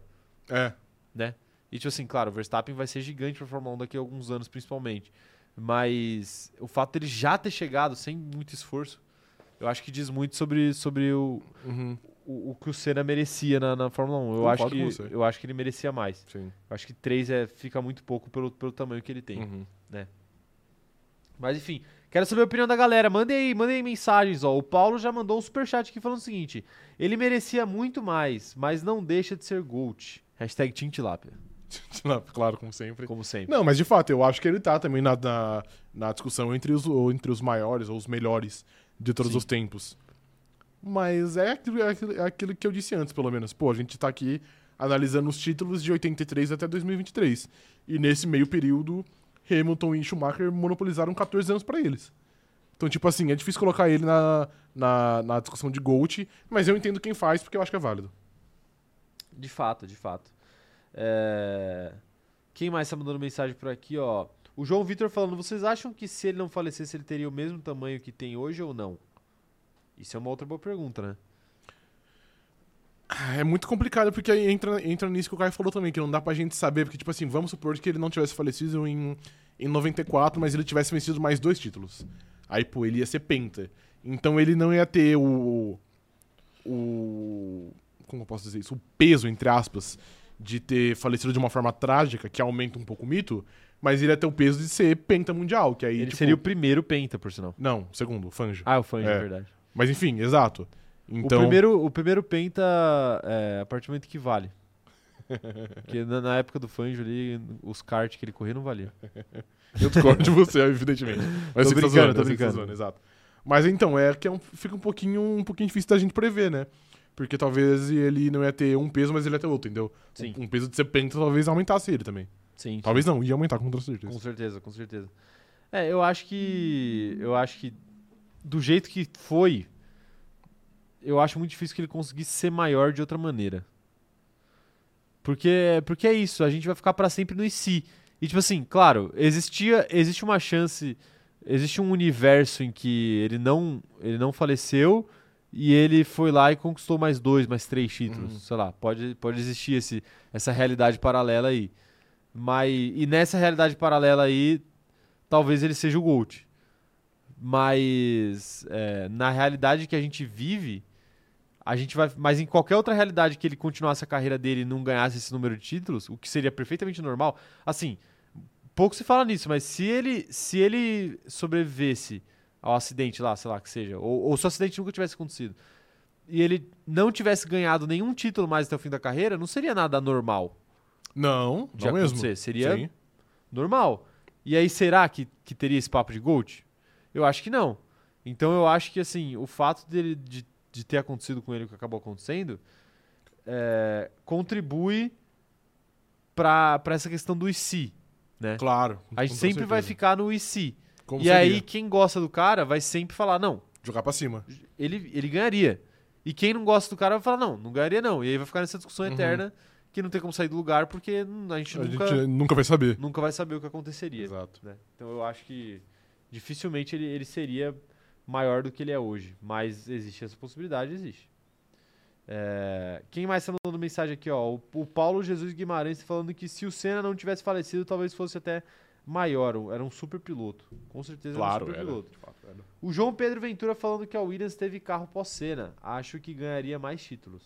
É. né? E tipo assim, claro, o Verstappen vai ser gigante pra Fórmula 1 daqui a alguns anos, principalmente. Mas o fato dele já ter chegado sem muito esforço, eu acho que diz muito sobre, sobre o, Uhum. o, o que o Senna merecia na, na Fórmula 1. Eu Concordo acho, com que, você. eu acho que ele merecia mais. Sim. Eu acho que 3 é, fica muito pouco pelo, pelo tamanho que ele tem. Uhum. Mas enfim, quero saber a opinião da galera. Mandem aí, mandem aí mensagens. Ó. O Paulo já mandou um superchat aqui falando o seguinte: ele merecia muito mais, mas não deixa de ser Gold. Hashtag Tim Tilápia, claro, como sempre. como sempre. Não, mas de fato, eu acho que ele tá também na, na, na discussão entre os, ou entre os maiores ou os melhores de todos Sim. os tempos. Mas é aquilo, é, aquilo, é aquilo que eu disse antes, pelo menos. Pô, a gente tá aqui analisando os títulos de 83 até 2023. E nesse meio período, Hamilton e Schumacher monopolizaram 14 anos pra eles. Então, tipo assim, é difícil colocar ele na, na, na discussão de Gold, mas eu entendo quem faz porque eu acho que é válido. De fato, de fato. É, Quem mais tá mandando mensagem por aqui, ó? O João Vitor falando: vocês acham que se ele não falecesse, ele teria o mesmo tamanho que tem hoje ou não? Isso é uma outra boa pergunta, né? Ah, É muito complicado porque aí entra, entra nisso que o Caio falou também, que não dá pra gente saber, porque, tipo assim, vamos supor que ele não tivesse falecido em, em 94, mas ele tivesse vencido mais dois títulos. Aí, pô, ele ia ser penta. Então ele não ia ter o. O. Como eu posso dizer isso? O peso, entre aspas, de ter falecido de uma forma trágica, que aumenta um pouco o mito, mas ele ia ter o peso de ser penta mundial, que aí. Ele tipo, seria o primeiro Penta, por sinal. Não, segundo, Fangio. Ah, o Fangio, É. é verdade. Mas enfim, exato. Então. O, primeiro, o primeiro Penta é a partir do momento que vale. Porque na, na época do Fangio ali, os kart que ele corria não valia. Eu discordo de você, evidentemente. Mas Tô você que tá brincando, zoando, tô você que tá brincando. zoando, exato. Mas então, é que é um- fica um pouquinho, um pouquinho difícil da gente prever, né? Porque talvez ele não ia ter um peso, mas ele ia ter outro, entendeu? Sim. Um, um peso de 70 talvez aumentasse ele também. Sim. Talvez não, ia aumentar com toda certeza. Com certeza, com certeza. É, eu acho que. Eu acho que. Do jeito que foi, eu acho muito difícil que ele conseguisse ser maior de outra maneira. Porque, porque é isso, a gente vai ficar pra sempre no IC. E tipo assim, claro, existia, existe uma chance, existe um universo em que ele não, ele não faleceu e ele foi lá e conquistou mais dois, mais três títulos, Uhum. sei lá. Pode, pode existir esse, essa realidade paralela aí. Mas e nessa realidade paralela aí, talvez ele seja o Gold. Mas é, na realidade que a gente vive, a gente vai, mas em qualquer outra realidade que ele continuasse a carreira dele e não ganhasse esse número de títulos, o que seria perfeitamente normal. Assim, pouco se fala nisso, mas se ele, se ele sobrevivesse ao acidente lá, sei lá que seja, ou, ou se o acidente nunca tivesse acontecido, e ele não tivesse ganhado nenhum título mais até o fim da carreira, não seria nada anormal Não, de não mesmo. acontecer. Seria Sim. normal. E aí, será que, que teria esse papo de Gold? Eu acho que não. Então eu acho que assim, o fato dele de, de ter acontecido com ele o que acabou acontecendo é, contribui pra pra essa questão do IC. Claro. A gente sempre vai ficar no IC. Como e seria? aí, quem gosta do cara vai sempre falar, não, Jogar pra cima. ele, ele ganharia. E quem não gosta do cara vai falar, não, não ganharia, não. E aí vai ficar nessa discussão Uhum. eterna que não tem como sair do lugar, porque hum, a gente, A nunca, gente nunca vai saber. nunca vai saber o que aconteceria Exato. né? Então eu acho que dificilmente ele, ele seria maior do que ele é hoje. Mas existe essa possibilidade, existe. É, quem mais está mandando mensagem aqui? Ó, o, o Paulo Jesus Guimarães tá falando que se o Senna não tivesse falecido, talvez fosse até maior. um- Era um super piloto. Com certeza era Claro, um super era. piloto. O João Pedro Ventura falando que a Williams teve carro pós-Senna. Acho que ganharia mais títulos.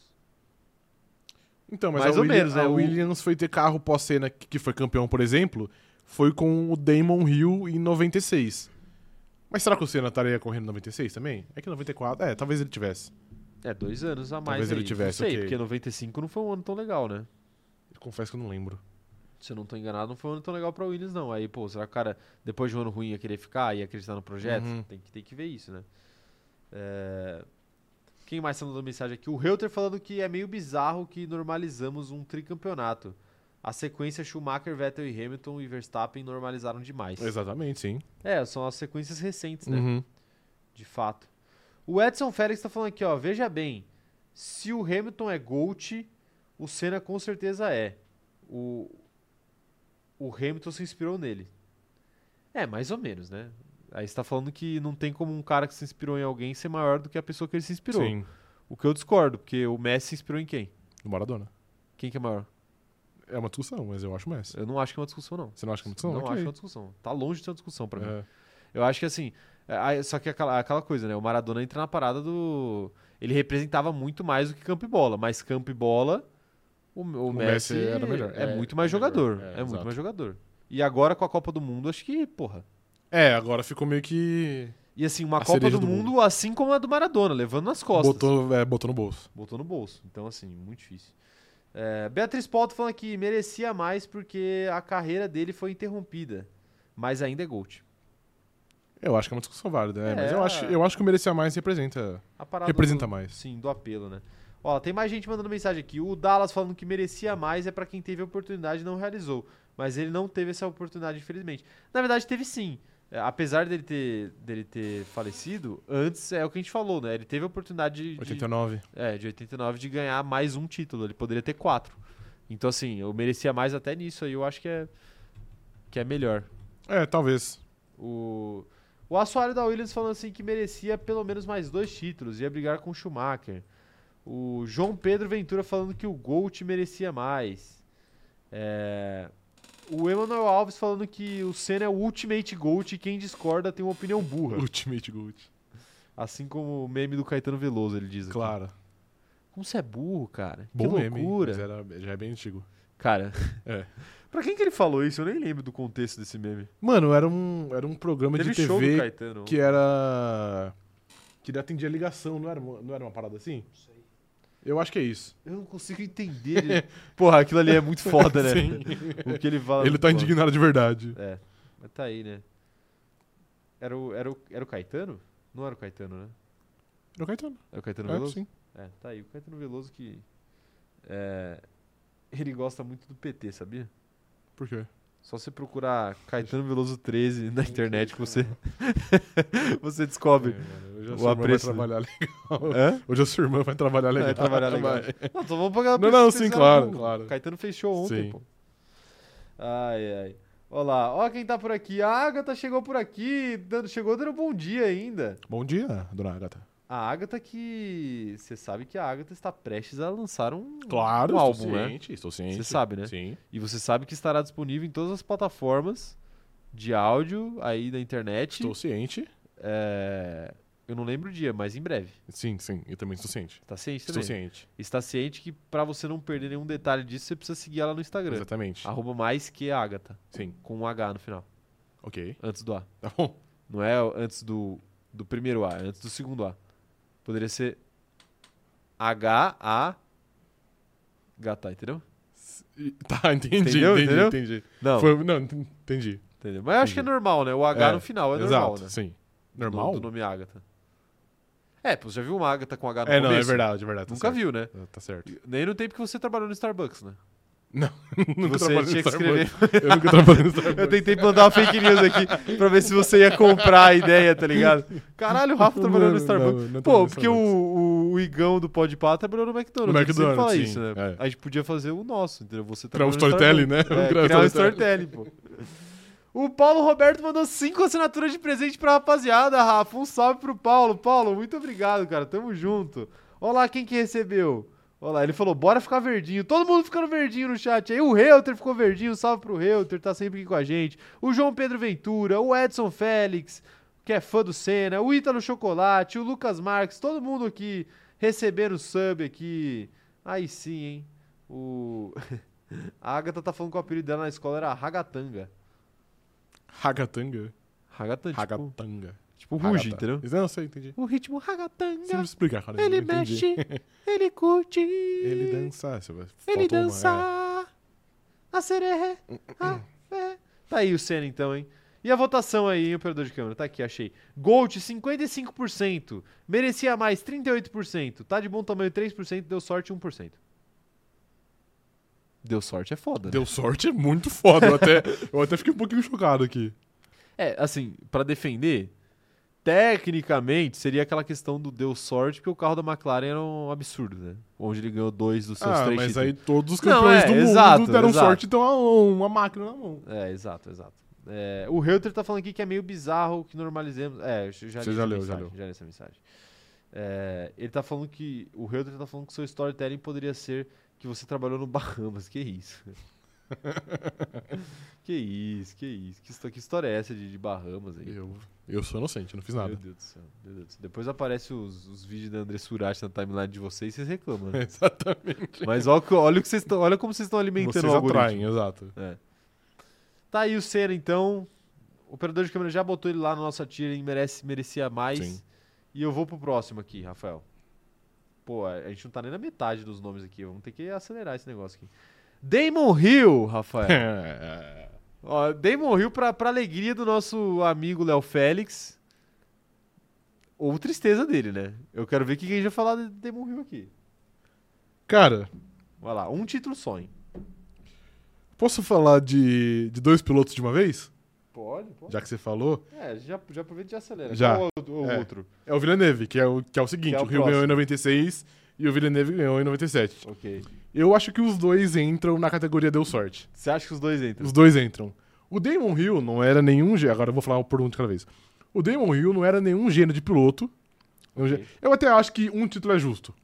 Então, mas Mais a, ou Williams, menos, né? a O- Williams foi ter carro pós-cena que que foi campeão, por exemplo, foi com o Damon Hill em 96. Mas será que o Senna estaria correndo em 96 também? É que 94, é, talvez ele tivesse. É, dois anos a mais. Talvez ele aí. tivesse, Não sei, ok. porque 95 não foi um ano tão legal, né? confesso que eu não lembro. Se eu não tô enganado, não foi um ano tão legal pra Williams, não. Aí, pô, será que o cara, depois de um ano ruim, ia querer ficar, ia acreditar no projeto? Uhum. Tem, que, tem que ver isso, né? É, Quem mais tá mandando mensagem aqui? O Reuter falando que é meio bizarro que normalizamos um tricampeonato. A sequência Schumacher, Vettel e Hamilton e Verstappen normalizaram demais. Exatamente, sim. É, são as sequências recentes, né? Uhum. De fato. O Edson Félix tá falando aqui, ó. Veja bem, se o Hamilton é GOAT, o Senna com certeza é. O, o Hamilton se inspirou nele. É, mais ou menos, né? Aí você tá falando que não tem como um cara que se inspirou em alguém ser maior do que a pessoa que ele se inspirou. Sim. O que eu discordo, porque o Messi se inspirou em quem? Do Maradona. Quem que é maior? É uma discussão, mas eu acho o Messi. Eu não acho que é uma discussão, não. Você não acha que é uma discussão? não Ok. acho uma discussão. Tá longe de ser uma discussão pra mim. É. Eu acho que assim. é, aí- Só que aquela, aquela coisa, né? O Maradona entra na parada do. Ele representava muito mais do que campo e bola, mas campo e bola, o, o, Messi, Messi era melhor, É, é, muito mais melhor, jogador. é, É, muito exato. mais jogador. E agora com a Copa do Mundo, acho que, porra. É, agora ficou meio que. E assim, uma A Copa cereja do, do mundo, assim como a do Maradona, levando nas costas. Botou, é, botou no bolso. Botou no bolso. Então, assim, muito difícil. É, Beatriz Polto falando que merecia mais porque a carreira dele foi interrompida. Mas ainda é Gold. Eu acho que é uma discussão válida, é, É, mas eu a- acho, eu acho que o merecia mais representa. A parada Representa do- mais. Sim, do apelo, né? Ó, tem mais gente mandando mensagem aqui. O Dallas falando que merecia mais é pra quem teve a oportunidade e não realizou. Mas ele não teve essa oportunidade, infelizmente. Na verdade, teve sim. É, apesar dele ter, dele ter falecido, antes é o que a gente falou, né? Ele teve a oportunidade de, de, 89. é, de 89 de ganhar mais um título. Ele poderia ter quatro. Então, assim, eu merecia mais até nisso aí. Eu acho que é, que é melhor. É, talvez. O, o assoalho da Williams falando assim que merecia pelo menos mais dois títulos, ia brigar com o Schumacher. O João Pedro Ventura falando que o Gold merecia mais. É, o Emmanuel Alves falando que o Senna é o Ultimate Gold e quem discorda tem uma opinião burra. Ultimate Gold. Assim como o meme do Caetano Veloso, ele diz. aqui. Claro. Como você é burro, cara? um Bom que meme, loucura. mas era- já é bem antigo. Cara, É. pra quem que ele falou isso? Eu nem lembro do contexto desse meme. Mano, era um, era um programa Teve de TV show do Caetano. que era. que ele atendia ligação, não era, uma- não era uma parada assim? Não sei. Eu acho que é isso. Eu não consigo entender. ele- Porra, aquilo ali é muito foda, né? Sim. O que ele fala. é Ele tá Pô, indignado de verdade. Mas tá aí, né? Era o, era, o, era o Caetano? Não era o Caetano, né? Era o Caetano. Era o Caetano É, Veloso? sim. É, tá aí. O Caetano Veloso que. é, ele gosta muito do PT, sabia? Por quê? Só você procurar Caetano Veloso 13 na internet que você. você descobre. É, mano, hoje O a sua irmã vai apreço. trabalhar legal. Hã? Hoje a sua irmã vai trabalhar legal. Vai trabalhar legal. Vai. Não, só vamos pagar Não, não, sim, claro, claro. O Caetano fez show ontem, Sim. pô. Ai, ai. Olha lá, ó quem tá por aqui. A Agatha chegou por aqui, dando, chegou dando bom dia ainda. Bom dia, dona Agatha. A Agatha que. Você sabe que a Agatha está prestes a lançar um, Claro, um estou álbum, né? ciente, estou ciente. Você sabe, né? Sim. E você sabe que estará disponível em todas as plataformas de áudio aí da internet. Estou ciente. É, Eu não lembro o dia, mas em breve. Sim, sim, eu também estou ciente. Tá ciente Estou também? ciente. Está ciente que pra você não perder nenhum detalhe disso, você precisa seguir ela no Instagram. Exatamente. Arroba mais que Agatha, Sim, com um H no final, ok. antes do A. Tá bom. Não é antes do, do primeiro A, é antes do segundo A. Poderia ser H-A Gata, entendeu? E- Tá, entendi, Entendeu? entendi, Entendeu? entendi. Não, Foi- não, ent- entendi. entendeu? Mas eu acho que é Entendi. normal, né? O H É, no final é Exato, normal, né? sim. Do- Normal? Do, nome Agatha. É, pô, você já viu uma Agatha com H no é, não, começo? é verdade, é verdade. tá Nunca certo. viu, né? Tá certo. Nem no tempo que você trabalhou no Starbucks, né? Não, nunca você trabalhei tinha no que escrever. Starbucks. Eu nunca trabalhei no Eu Starbucks. tentei mandar uma fake news aqui pra ver se você ia comprar a ideia, tá ligado? Caralho, o Rafa trabalhou no Não, Starbucks. não, não trabalhei Pô, no porque o, Starbucks. o, o Igão do Pode Pá trabalhou no McDonald's. No a gente sempre McDonald's, fala sim, isso, né? é. A gente podia fazer o nosso, entendeu? Você tá Criar um trabalhou no storytelling, Starbucks. né? É, Criar um criar um storytelling, storytelling. pô. O Paulo Roberto mandou cinco assinaturas de presente pra rapaziada, Rafa. Um salve pro Paulo. Paulo, muito obrigado, cara. Tamo junto. Olha lá quem que recebeu. Olha lá, ele falou, bora ficar verdinho. Todo mundo ficando verdinho no chat. Aí o Reuter ficou verdinho. Um Salve pro Reuter, tá sempre aqui com a gente. O João Pedro Ventura, o Edson Félix, que é fã do Senna. O Ítalo Chocolate, o Lucas Marques. Todo mundo aqui recebendo sub aqui. Aí sim, hein. O... a Agatha tá falando que o apelido dela na escola era Ragatanga. Hagatanga. Ragatanga, é tipo, Hagatanga. tipo ruge, Hagata. entendeu? Não, eu sei, entendi. O ritmo Você não ragatanga, precisa explicar, cara. eu ele entendi. mexe, ele curte, Ele dança. Você vai- ele faltou uma, é. dança, A sererê. A é. Tá aí o Senna, então, hein? E a votação aí, hein, operador de câmera? Tá aqui, achei. Gold, 55%. Merecia mais, 38%. Tá de bom tamanho, 3%. Deu sorte, 1%. Deu sorte é foda, né? Deu sorte, é muito foda. Eu até, eu até fiquei um pouquinho chocado aqui. É, assim, pra defender, tecnicamente seria aquela questão do deu sorte, porque o carro da McLaren era um absurdo, né? Onde ele ganhou dois dos seus Ah, três mas títulos. aí todos os Não, campeões é, do mundo exato, deram exato. sorte e dão uma, uma máquina na mão. É, exato, exato. É, o Reuter tá falando aqui que é meio bizarro que normalizemos. É, eu já Você li já essa leu, já mensagem, leu. li essa mensagem. É, ele tá falando que. O Reuter tá falando que seu storytelling poderia ser que você trabalhou no Bahamas. Que isso? que isso, que isso. Que, histó- que história é essa de, de Bahamas aí? Eu, eu sou inocente, eu não fiz Meu nada. Deus do céu, meu Deus do céu. Depois aparece os, os vídeos da André Surat na timeline de vocês e vocês reclamam, né? Exatamente. Mas olha, o que- olha, o que vocês tão- olha como vocês estão alimentando Vocês o algoritmo. atraem, exato. Tá aí o Senna, então. O operador de câmera já botou ele lá na nossa tira, ele merece, merecia mais. Sim. E eu vou pro próximo aqui, Rafael. Pô, a a gente não tá nem na metade dos nomes aqui, vamos ter que acelerar esse negócio aqui. Damon Hill, Rafael. É. Ó, Damon Hill, pra, pra alegria do nosso amigo Léo Félix. Ou tristeza dele, né? Eu quero ver o que que a gente vai falar de Damon Hill aqui. Cara, Vai lá, um título só, hein? posso falar de, de dois pilotos de uma vez? Pode, pode. Já que você falou. É, já, já aproveita e já acelera. Já. Qual o, o É. outro? É o Villeneuve, que é o, que é o seguinte: Que é o o Rio próximo. ganhou em 96 e o Villeneuve ganhou em 97. Ok. Eu acho que os dois entram na categoria deu sorte. Você acha que os dois entram? Os dois entram. O Damon Hill não era nenhum gênio. Agora eu vou falar por um de cada vez. O Damon Hill não era nenhum gênio de piloto. Nenhum Ok. gê- Eu até acho que um título é justo.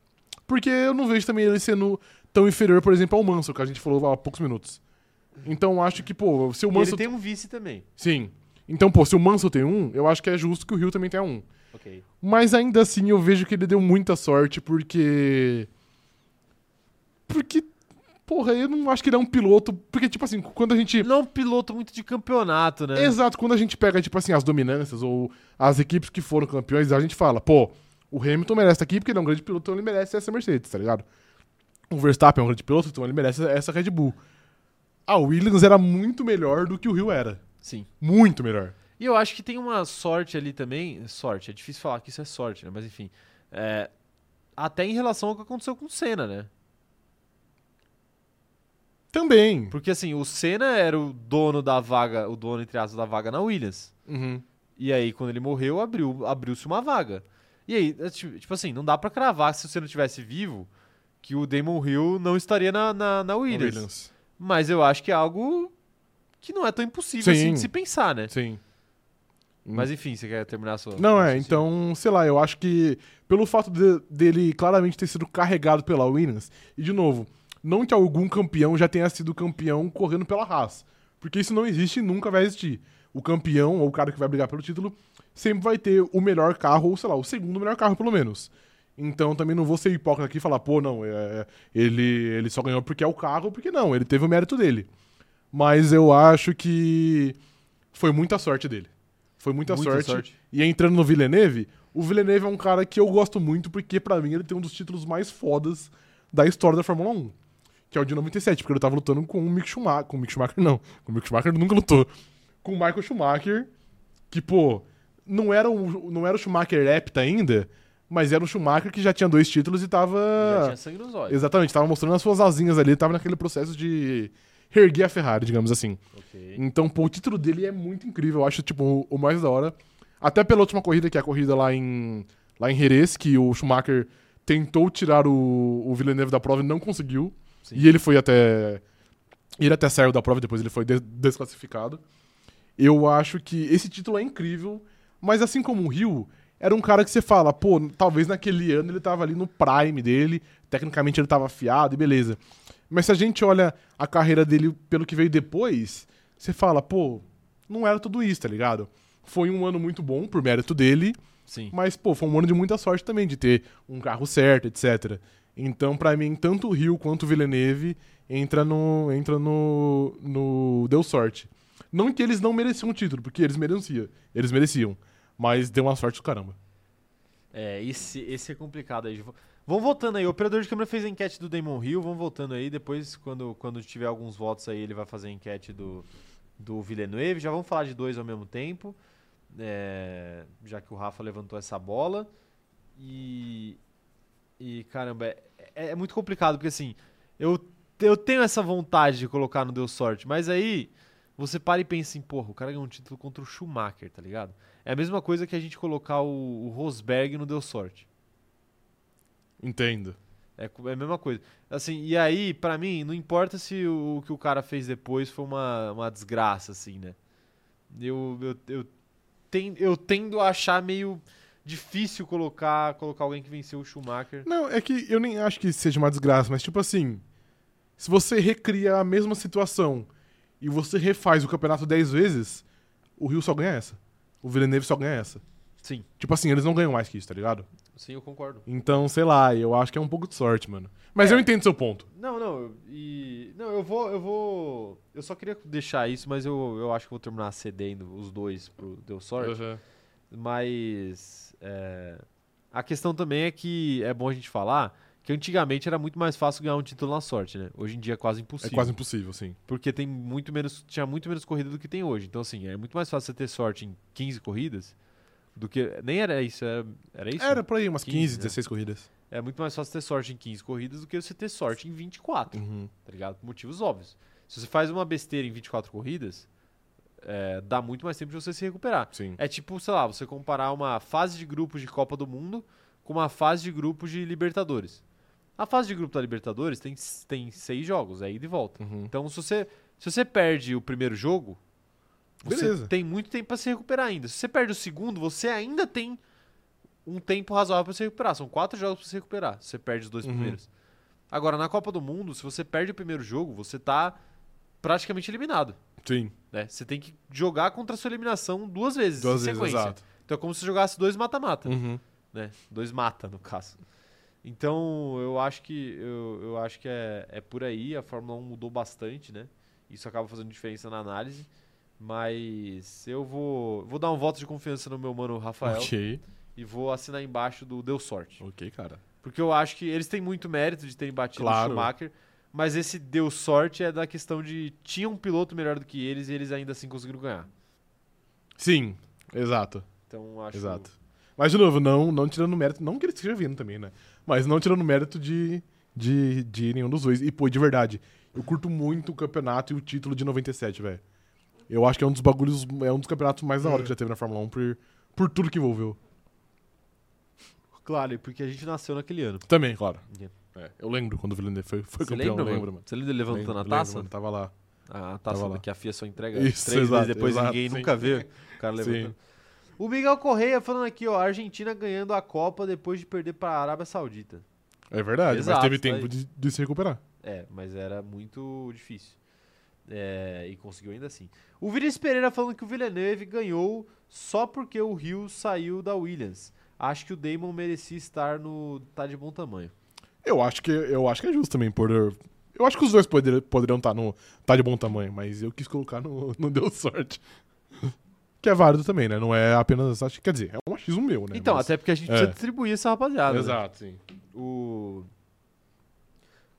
Porque eu não vejo também ele sendo tão inferior, por exemplo, ao Manso, que a gente falou há poucos minutos. Então eu acho que, pô, se o E Manso. ele tem um vice também. Sim. Então, pô, se o Manso tem um, eu acho que é justo que o Hill também tenha um. Ok. Mas ainda assim eu vejo que ele deu muita sorte porque. Porque. Porra, eu não acho que ele é um piloto. Porque, tipo assim, quando a gente. Ele é um piloto muito de campeonato, né? Exato, quando a gente pega, tipo assim, as dominâncias ou as equipes que foram campeões, a gente fala, pô, o Hamilton merece estar aqui porque ele é um grande piloto, então ele merece essa Mercedes, tá ligado? O Verstappen é um grande piloto, então ele merece essa Red Bull. A Williams era muito melhor do que o Rio era. Sim. Muito melhor. E eu acho que tem uma sorte ali também. Sorte, é difícil falar que isso é sorte, né? Mas enfim. É, Até em relação ao que aconteceu com o Senna, né? Também. Porque assim, o Senna era o dono da vaga, o dono, entre aspas, da vaga na Williams. Uhum. E aí, quando ele morreu, abriu, abriu-se uma vaga. E aí, é ti- tipo assim, não dá pra cravar se o Senna tivesse vivo que o Damon Hill não estaria na, na, na O Williams. Mas eu acho que é algo que não é tão impossível assim Sim. de se pensar, né? Sim. Mas enfim, você quer terminar a sua. Não, é, raciocínio? então, sei lá, eu acho que pelo fato de- dele claramente ter sido carregado pela Williams, e de novo, não que algum campeão já tenha sido campeão correndo pela Haas, porque isso não existe e nunca vai existir. O campeão, ou o cara que vai brigar pelo título, sempre vai ter o melhor carro, ou sei lá, o segundo melhor carro pelo menos. Então também não vou ser hipócrita aqui e falar, pô, não, é, ele, ele só ganhou porque é o carro, porque não, ele teve o mérito dele. Mas eu acho que foi muita sorte dele. Foi muita, Muita sorte. sorte. E entrando no Villeneuve, o Villeneuve é um cara que eu gosto muito porque, pra mim, ele tem um dos títulos mais fodas da história da Fórmula 1. Que é o de 97, porque ele tava lutando com o Mick Schumacher. Com o Mick Schumacher, não. Com o Mick Schumacher ele nunca lutou. Com o Michael Schumacher, que, pô, não era o, não era o Schumacher Epta ainda, mas era o Schumacher que já tinha dois títulos e tava. Já tinha sangue nos olhos. Exatamente, tava mostrando as suas asinhas ali, tava naquele processo de erguer a Ferrari, digamos assim. Ok. Então, pô, o título dele é muito incrível, eu acho, tipo, o- o mais da hora. Até pela última corrida, que é a corrida lá em, lá em Jerez, que o Schumacher tentou tirar o, o Villeneuve da prova e não conseguiu. Sim. E ele foi até... Ele até saiu da prova, depois ele foi des- desclassificado. Eu acho que esse título é incrível, mas assim como o Rio, era um cara que você fala, pô, talvez naquele ano ele tava ali no prime dele, tecnicamente ele tava afiado e beleza. Mas se a gente olha a carreira dele pelo que veio depois, você fala, pô, não era tudo isso, tá ligado? Foi um ano muito bom por mérito dele, Sim. mas, pô, foi um ano de muita sorte também, de ter um carro certo, etc. Então, pra mim, tanto o Rio quanto o Villeneuve entra no. entra no. no. Deu sorte. Não que eles não mereciam o título, porque eles mereciam. Eles mereciam. Mas deu uma sorte do caramba. É, esse, esse é complicado aí. Giov- Vão votando aí. O operador de câmera fez a enquete do Damon Hill. Vão votando aí. Depois, quando, quando tiver alguns votos aí, ele vai fazer a enquete do, do Villeneuve. Já vamos falar de dois ao mesmo tempo. é, já que o Rafa levantou essa bola. E. E caramba, é, é- é muito complicado, porque assim. Eu, eu tenho essa vontade de colocar no Deu Sorte, mas aí. Você para e pensa em, porra, o cara ganhou um título contra o Schumacher, tá ligado? É a mesma coisa que a gente colocar o, o Rosberg no Deu Sorte. Entendo. É, co- é a mesma coisa. Assim, e aí, pra mim, não importa se o, o que o cara fez depois foi uma, uma desgraça, assim, né? Eu, eu, eu, ten- eu tendo a achar meio difícil colocar, colocar alguém que venceu o Schumacher. Não, é que eu nem acho que seja uma desgraça, mas tipo assim, se você recria a mesma situação e você refaz o campeonato 10 vezes, o Rio só ganha essa. O Villeneuve só ganha essa. Sim, Tipo assim, eles não ganham mais que isso, tá ligado? sim, eu concordo. Então, sei lá, eu acho que é um pouco de sorte, mano. É. Mas eu entendo seu ponto. Não, não, eu- e. Não, eu vou. Eu vou. Eu só queria deixar isso, mas eu, eu acho que eu vou terminar cedendo os dois pro Deu Sorte. Mas é, a questão também é que é bom a gente falar que antigamente era muito mais fácil ganhar um título na sorte, né? Hoje em dia é quase É impossível. quase impossível, sim. Porque tem muito menos, tinha muito menos corrida do que tem hoje. Então, assim, é muito mais fácil você ter sorte em 15 corridas do que. Nem era isso, era, era É isso? Era por aí umas 15, 15, né? 16 corridas. É muito mais fácil ter sorte em 15 corridas do que você ter sorte em 24 Uhum, tá ligado? Por motivos óbvios. Se você faz uma besteira em 24 corridas, é, dá muito mais tempo de você se recuperar. Sim. É tipo, sei lá, você comparar uma fase de grupos de Copa do Mundo com uma fase de grupos de Libertadores. A fase de grupo da Libertadores tem, tem seis jogos, é ida e volta. Uhum. Então, se você, se você perde o primeiro jogo, você Beleza. tem muito tempo pra se recuperar ainda. Se você perde o segundo, você ainda tem um tempo razoável pra se recuperar. São quatro jogos pra se recuperar. Se você perde os dois Uhum. primeiros. Agora, na Copa do Mundo, se você perde o primeiro jogo, você tá praticamente eliminado. Sim, né? Você tem que jogar contra a sua eliminação duas vezes duas em vezes, sequência. exato. Então é como se jogasse dois mata-mata, Uhum. né? Dois mata, no caso. Então eu acho que eu, eu acho que é, é por aí, a Fórmula 1 mudou bastante, né? Isso acaba fazendo diferença na análise. Mas eu vou, vou dar um voto de confiança no meu mano Rafael Ok, e vou assinar embaixo do Deu Sorte. ok, cara. Porque eu acho que eles têm muito mérito de terem batido Claro. o Schumacher, mas esse Deu Sorte é da questão de tinha um piloto melhor do que eles e eles ainda assim conseguiram ganhar. Sim, exato, Então acho exato. Mas, de novo, não, não tirando mérito, não que ele esteja vindo também, né? Mas não tirando mérito de, de, de nenhum dos dois. E, pô, de verdade, eu curto muito o campeonato e o título de 97, velho. Eu acho que é um dos bagulhos, é um dos campeonatos mais da hora que já teve na Fórmula 1 por, por tudo que envolveu. Claro, e porque a gente nasceu naquele ano. Também, claro. Yeah. É, eu lembro quando o Villeneuve foi, foi Você campeão, lembra, eu mano? lembro, mano. Você lembra ele levantando Lembro, a taça? lembro, tava lá. Ah, a taça Tava lá. que a FIA só entrega Isso, três exato, vezes depois exato, ninguém sim. nunca vê. O cara Sim. levantando. O Miguel Correia falando aqui, ó, a Argentina ganhando a Copa depois de perder pra Arábia Saudita. É verdade, Exato, mas teve tá tempo aí. de, de se recuperar. É, mas era muito difícil. É, e conseguiu ainda assim. O Vinícius Pereira falando que o Villeneuve ganhou só porque o Rio saiu da Williams. Acho que o Damon merecia estar no. tá de bom tamanho. Eu acho que, eu acho que é justo também, por. Eu acho que os dois poder, poderiam estar no. tá de bom tamanho, mas eu quis colocar no. Não deu sorte. que é válido também, né? Não é apenas. Acho, quer dizer, é um achismo meu, né? então, Mas- até porque a gente é. precisa distribuir essa rapaziada. né? Exato, sim. O.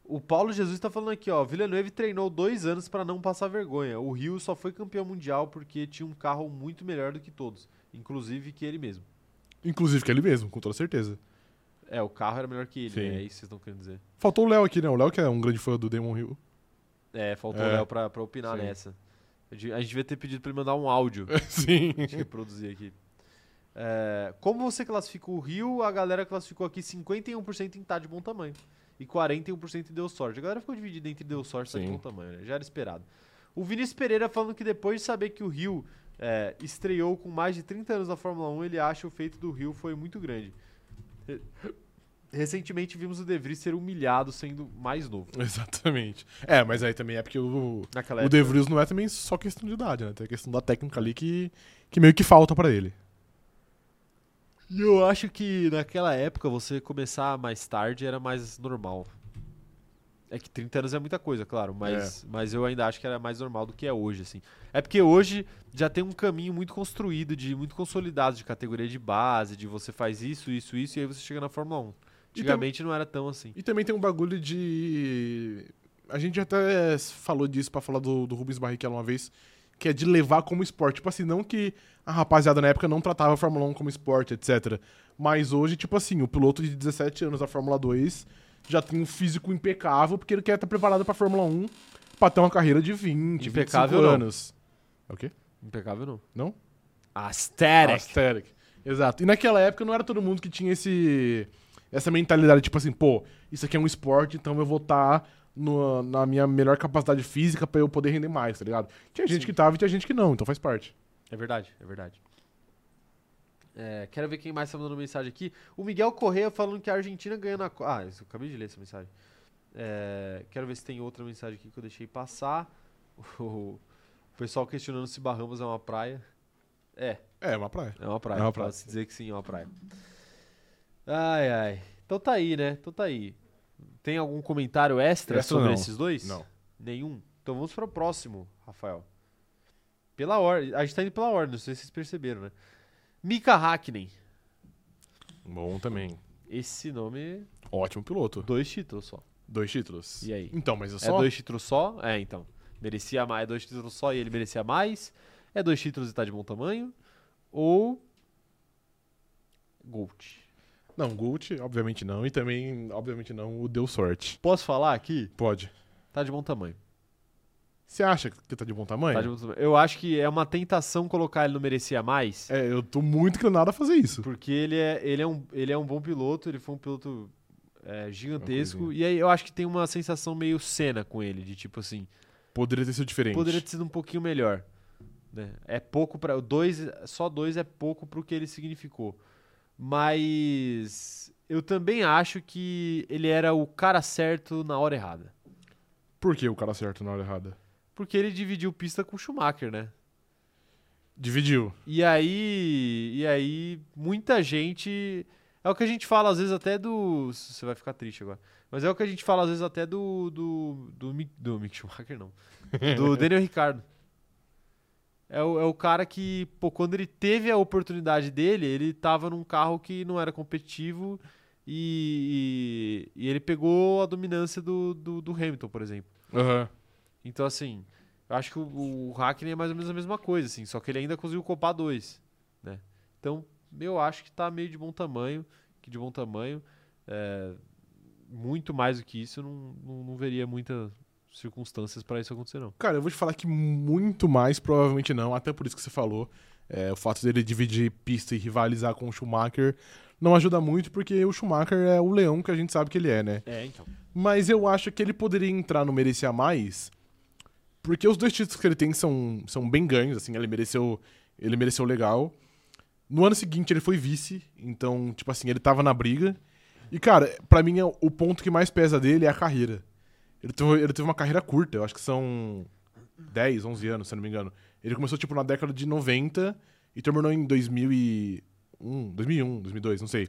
O Paulo Jesus tá falando aqui, ó. Villeneuve treinou dois anos pra não passar vergonha. O Rio só foi campeão mundial porque tinha um carro muito melhor do que todos, inclusive que ele mesmo. Inclusive que é ele mesmo, com toda certeza. É, o carro era melhor que ele, Sim. né? É isso que vocês estão querendo dizer. Faltou o Léo aqui, né? O Léo que é um grande fã do Demon Hill. É, faltou É. o Léo pra, pra opinar Sim. nessa. Eu di- A gente devia ter pedido pra ele mandar um áudio. sim. Deixa eu reproduzir aqui. É, como você classificou o Rio, a galera classificou aqui 51% em tá de bom tamanho e 41% em deu sorte. A galera ficou dividida entre deu sorte e tá de Sim. bom tamanho, né? Já era esperado. O Vinícius Pereira falando que depois de saber que o Rio é, estreou com mais de 30 anos na Fórmula 1, ele acha o feito do Rio foi muito grande. Re- Recentemente vimos o De Vries ser humilhado sendo mais novo. Exatamente. É, mas aí também é porque o. Naquela O época. De Vries não é também só questão de idade, né? Tem a questão da técnica ali que, que meio que falta pra ele. E eu acho que naquela época você começar mais tarde era mais normal. É que 30 anos é muita coisa, claro, mas, mas eu ainda acho que era mais normal do que é hoje, assim. É porque hoje já tem um caminho muito construído, de muito consolidado de categoria de base, de você faz isso, isso, isso, e aí você chega na Fórmula 1. Antigamente não era tão assim. E também tem um bagulho de. A gente até falou disso pra falar do, do Rubens Barrichello uma vez, que é de levar como esporte. Tipo assim, não que a rapaziada na época não tratava a Fórmula 1 como esporte, etc. Mas hoje, tipo assim, o piloto de 17 anos da Fórmula 2 já tem um físico impecável porque ele quer estar preparado pra Fórmula 1 pra ter uma carreira de 20, Impecável 25 não. anos. É o quê? Impecável não. Não? Asterix. Asterix. Exato. E naquela época não era todo mundo que tinha esse essa mentalidade, tipo assim, pô, isso aqui é um esporte, então eu vou estar na minha melhor capacidade física pra eu poder render mais, tá ligado? Tinha gente Sim. que tava e tinha gente que não, então faz parte. É verdade, é verdade. É, quero ver quem mais tá mandando mensagem aqui. O Miguel Correia falando que a Argentina ganhou na. Co- Ah, isso, eu acabei de ler essa mensagem. É, quero ver se tem outra mensagem aqui que eu deixei passar. O pessoal questionando se Bahamas é uma praia. É, É, uma praia. é uma praia. É uma praia. Posso dizer que sim, é uma praia. Ai, ai. Então tá aí, né? Então tá aí. Tem algum comentário extra Extra sobre não. esses dois? Não. Nenhum. Então vamos para o próximo, Rafael. Pela ordem. A gente tá indo pela ordem, não sei se vocês perceberam, né? Mika Hakkinen. Bom também. Esse nome, Ótimo piloto. dois títulos só. Dois títulos. E aí? Então, mas é É só. dois títulos só? É, então. Merecia mais, é dois títulos só e ele merecia mais. É dois títulos e tá de bom tamanho. Ou. Gold. Não, Gold, obviamente não. E também, obviamente não, o deu sorte. Posso falar aqui? Pode. Tá de bom tamanho. Você acha que tá de bom tamanho? Tá de bom tamanho. Eu acho que é uma tentação colocar ele no merecia mais. É, eu tô muito inclinado a fazer isso. Porque ele é, ele, é um, ele é um bom piloto, ele foi um piloto é, Uma gigantesco. E aí eu acho que tem uma sensação meio cena com ele, de tipo assim, Poderia ter sido diferente. poderia ter sido um pouquinho melhor. né? É pouco para dois, só dois é pouco pro que ele significou. Mas eu também acho que ele era o cara certo na hora errada. Por que o cara acerta na hora errada? Porque ele dividiu pista com o Schumacher, né? Dividiu. E aí, e aí, muita gente. É o que a gente fala às vezes até do. Você vai ficar triste agora. Mas é o que a gente fala às vezes até do. Do, do, Mi- do Mick Schumacher, não. Do Daniel Ricardo. É o, é o cara que, pô, quando ele teve a oportunidade dele, ele tava num carro que não era competitivo e, e, e ele pegou a dominância do, do, do Hamilton, por exemplo. Aham. Então, assim, eu acho que o, o Hackney é mais ou menos a mesma coisa, assim, só que ele ainda conseguiu copar dois, né? Então, eu acho que tá meio de bom tamanho, que de bom tamanho, é, muito mais do que isso, eu não, não, não veria muitas circunstâncias pra isso acontecer, não. Cara, eu vou te falar que muito mais provavelmente não, até por isso que você falou. É, o fato dele dividir pista e rivalizar com o Schumacher não ajuda muito, porque o Schumacher é o leão que a gente sabe que ele é, né? É, então. Mas eu acho que ele poderia entrar no Merecia Mais, porque os dois títulos que ele tem são, são bem ganhos, assim, ele mereceu, ele mereceu legal. No ano seguinte ele foi vice, então, tipo assim, ele tava na briga. E, cara, pra mim é o ponto que mais pesa dele é a carreira. Ele teve, ele teve uma carreira curta, eu acho que são 10, 11 anos, se eu não me engano. Ele começou, tipo, na década de 90 e terminou em 2001, 2001, 2002, não sei.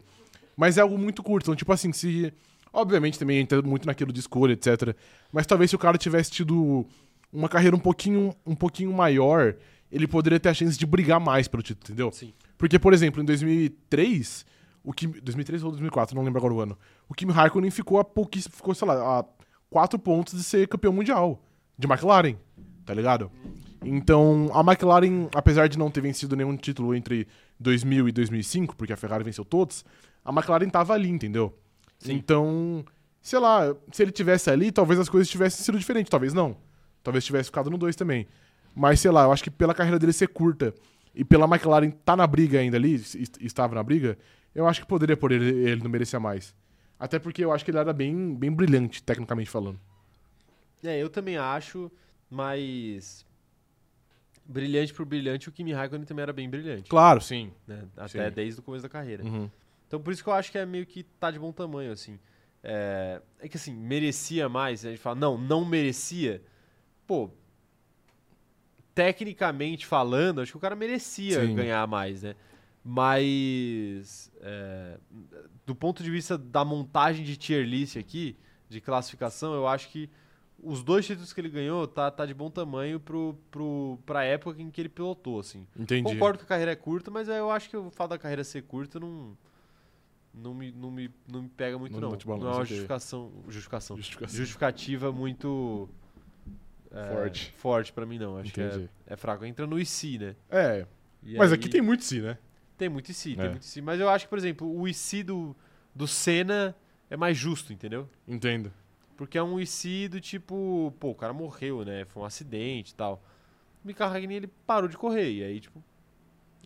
Mas é algo muito curto, então, tipo assim, se... Obviamente também entra muito naquilo de escolha, etc. Mas talvez se o cara tivesse tido uma carreira um pouquinho, um pouquinho maior, ele poderia ter a chance de brigar mais pelo título, entendeu? Sim. Porque, por exemplo, em 2003, o Kim, 2003 ou 2004, não lembro agora o ano, o Kimi Raikkonen ficou a pouquíssimo, ficou, sei lá, a quatro pontos de ser campeão mundial de McLaren, tá ligado? Então, a McLaren, apesar de não ter vencido nenhum título entre 2000 e 2005, porque a Ferrari venceu todos, a McLaren tava ali, entendeu? Então, sei lá, se ele tivesse ali, talvez as coisas tivessem sido diferentes, talvez não. Talvez tivesse ficado no 2 também. Mas sei lá, eu acho que pela carreira dele ser curta e pela McLaren tá na briga ainda ali, est- estava na briga, eu acho que poderia por ele, ele não merecia mais. Até porque eu acho que ele era bem, bem brilhante, tecnicamente falando. É, eu também acho, mas... Brilhante por brilhante, o Kimi Raikkonen também era bem brilhante, Claro, sim. né? Até Sim. desde o começo da carreira. Então por isso que eu acho que é meio que tá de bom tamanho, assim. É, é que assim, merecia mais, né? a gente fala, não, não merecia. Pô, tecnicamente falando, acho que o cara merecia Sim. ganhar mais, né? Mas é, do ponto de vista da montagem de tier list aqui, de classificação, eu acho que os dois títulos que ele ganhou tá, tá de bom tamanho pro, pro, pra época em que ele pilotou, assim. Entendi. Concordo que a carreira é curta, mas eu acho que o fato da carreira ser curta não, não me, não me, não me pega muito, Não não. Não, te balança, é uma ok. justificação, justificação, Justificação. justificativa muito... é, Forte. Forte pra mim, não. Acho Entendi. que é, é fraco. Entra no IC, né? É, E mas aí- aqui tem muito sim, né? Tem muito IC, É. tem muito IC. Mas eu acho que, por exemplo, o IC do, do Senna é mais justo, entendeu? Entendo. Porque é um IC do tipo, pô, o cara morreu, né? Foi um acidente e tal. O Mika Hakkinen, ele parou de correr. E aí, tipo,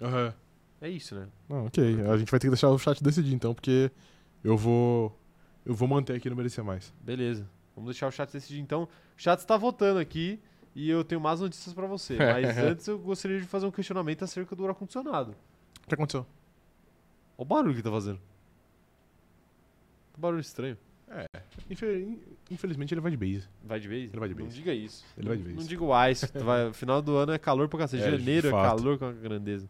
Aham. é isso, né? Não, ok. A gente vai ter que deixar o chat decidir então, porque eu vou. Eu vou manter aqui no merecer mais. Beleza. Vamos deixar o chat decidir então. O chat está votando aqui e eu tenho mais notícias pra você. Mas antes eu gostaria de fazer um questionamento acerca do ar-condicionado. O que aconteceu? Olha o barulho que tá fazendo. Que barulho estranho. Infe- Infelizmente ele vai de base. Vai de vez? Ele vai de Não vez. diga isso. Ele vai de Não- vez. Não digo mais. tu vai- Final do ano é calor pra cacete. É, de Janeiro é fato. calor com a grandeza.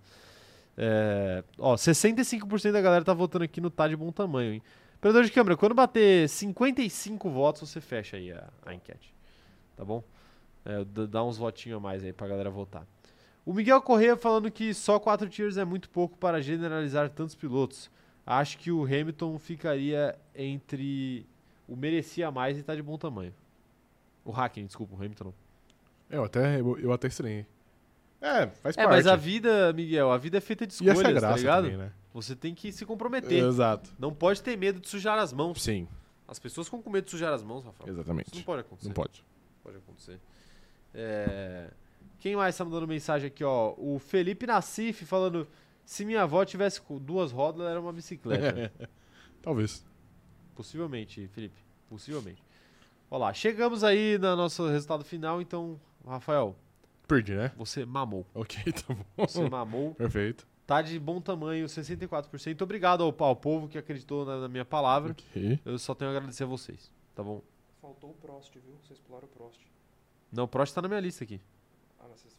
É, ó, 65% da galera tá votando aqui no Tá de Bom Tamanho, hein? Operador de câmera, quando bater 55 votos, você fecha aí a, a enquete. Tá bom? É, d- dá uns votinhos a mais aí pra galera votar. O Miguel Corrêa falando que só 4 tiers é muito pouco para generalizar tantos pilotos. Acho que o Hamilton ficaria entre o merecia mais e tá de bom tamanho. O Hackney, desculpa, o Hamilton não. Eu até, eu, eu até estranhei. É, faz É, parte. mas a vida, Miguel, a vida é feita de E escolhas, essa é a tá graça ligado? também, né? Você tem que se comprometer. Exato. Não pode ter medo de sujar as mãos. Sim, As pessoas ficam com medo de sujar as mãos, Rafael. Isso não exatamente. pode acontecer. Não pode. Pode acontecer. É, Quem mais tá mandando mensagem aqui, ó? O Felipe Nassif falando: se minha avó tivesse com duas rodas, ela era uma bicicleta. Talvez. Possivelmente, Felipe. Possivelmente. Olha lá, chegamos aí no nosso resultado final, então, Rafael, Perdi, né? você mamou. Ok, tá Você bom. mamou. Perfeito. Tá de bom tamanho, 64%. Obrigado ao, ao povo que acreditou na, na minha palavra. Ok. Eu só tenho a agradecer a vocês, tá bom? Faltou o Prost, viu? Vocês pularam o Prost. Não, o Prost tá na minha lista aqui. Ah, mas vocês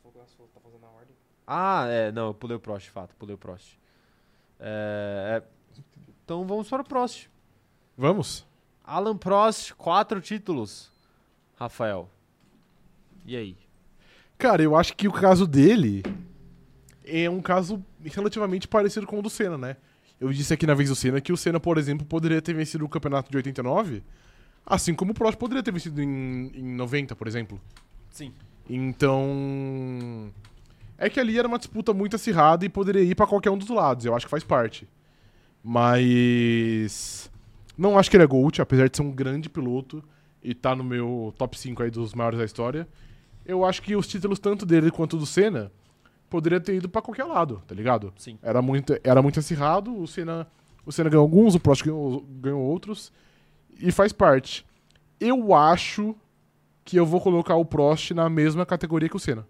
tá fazendo a ordem. Ah, é, não, eu pulei o Prost, de fato, pulei o Prost. É, é, então vamos para o Prost. Vamos? Alan Prost, quatro títulos. Rafael. E aí? Cara, eu acho que o caso dele é um caso relativamente parecido com o do Senna, né? Eu disse aqui na vez do Senna que o Senna, por exemplo, poderia ter vencido o campeonato de 89, assim como o Prost poderia ter vencido em, em 90, por exemplo. Sim. Então. É que ali era uma disputa muito acirrada e poderia ir pra qualquer um dos lados, eu acho que faz parte. Mas. Não acho que ele é Gold, apesar de ser um grande piloto e tá no meu top 5 aí dos maiores da história. Eu acho que os títulos, tanto dele quanto do Senna, poderia ter ido pra qualquer lado, tá ligado? Sim. Era muito, era muito acirrado, o Senna, o Senna ganhou alguns, o Prost ganhou, ganhou outros, e faz parte. Eu acho que eu vou colocar o Prost na mesma categoria que o Senna,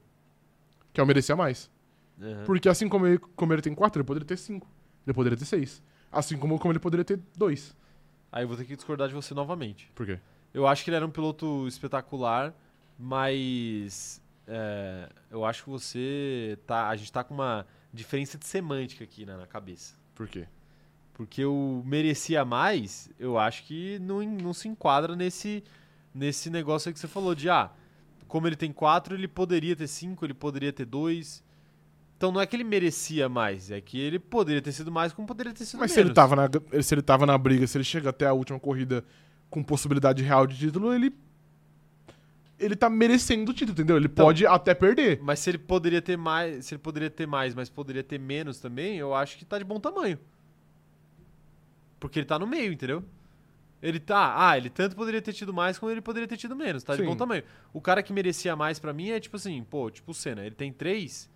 que é o merecer mais. Aham. Porque assim como ele, como ele tem quatro, ele poderia ter cinco, ele poderia ter seis. Assim como, como ele poderia ter dois. Aí eu vou ter que discordar de você novamente. Por quê? Eu acho que ele era um piloto espetacular, mas é, eu acho que você tá, a gente tá com uma diferença de semântica aqui né, na cabeça. Por quê? Porque o merecia mais, eu acho que não, en- não se enquadra nesse nesse negócio aí que você falou de ah, como ele tem quatro, ele poderia ter cinco, ele poderia ter dois. Então não é que ele merecia mais, é que ele poderia ter sido mais, como poderia ter sido Mas menos. se ele, tá tava na, se ele tava na briga, se ele chega até a última corrida com possibilidade real de título, ele. Ele tá merecendo o título, entendeu? Ele Então- pode até perder. Mas se ele poderia ter mais, se ele poderia ter mais, mas poderia ter menos também, eu acho que tá de bom tamanho. Porque ele tá no meio, entendeu? Ele tá, ah, ele tanto poderia ter tido mais como ele poderia ter tido menos, tá de Sim. bom tamanho. O cara que merecia mais pra mim é tipo assim, pô, tipo o Senna, ele tem três,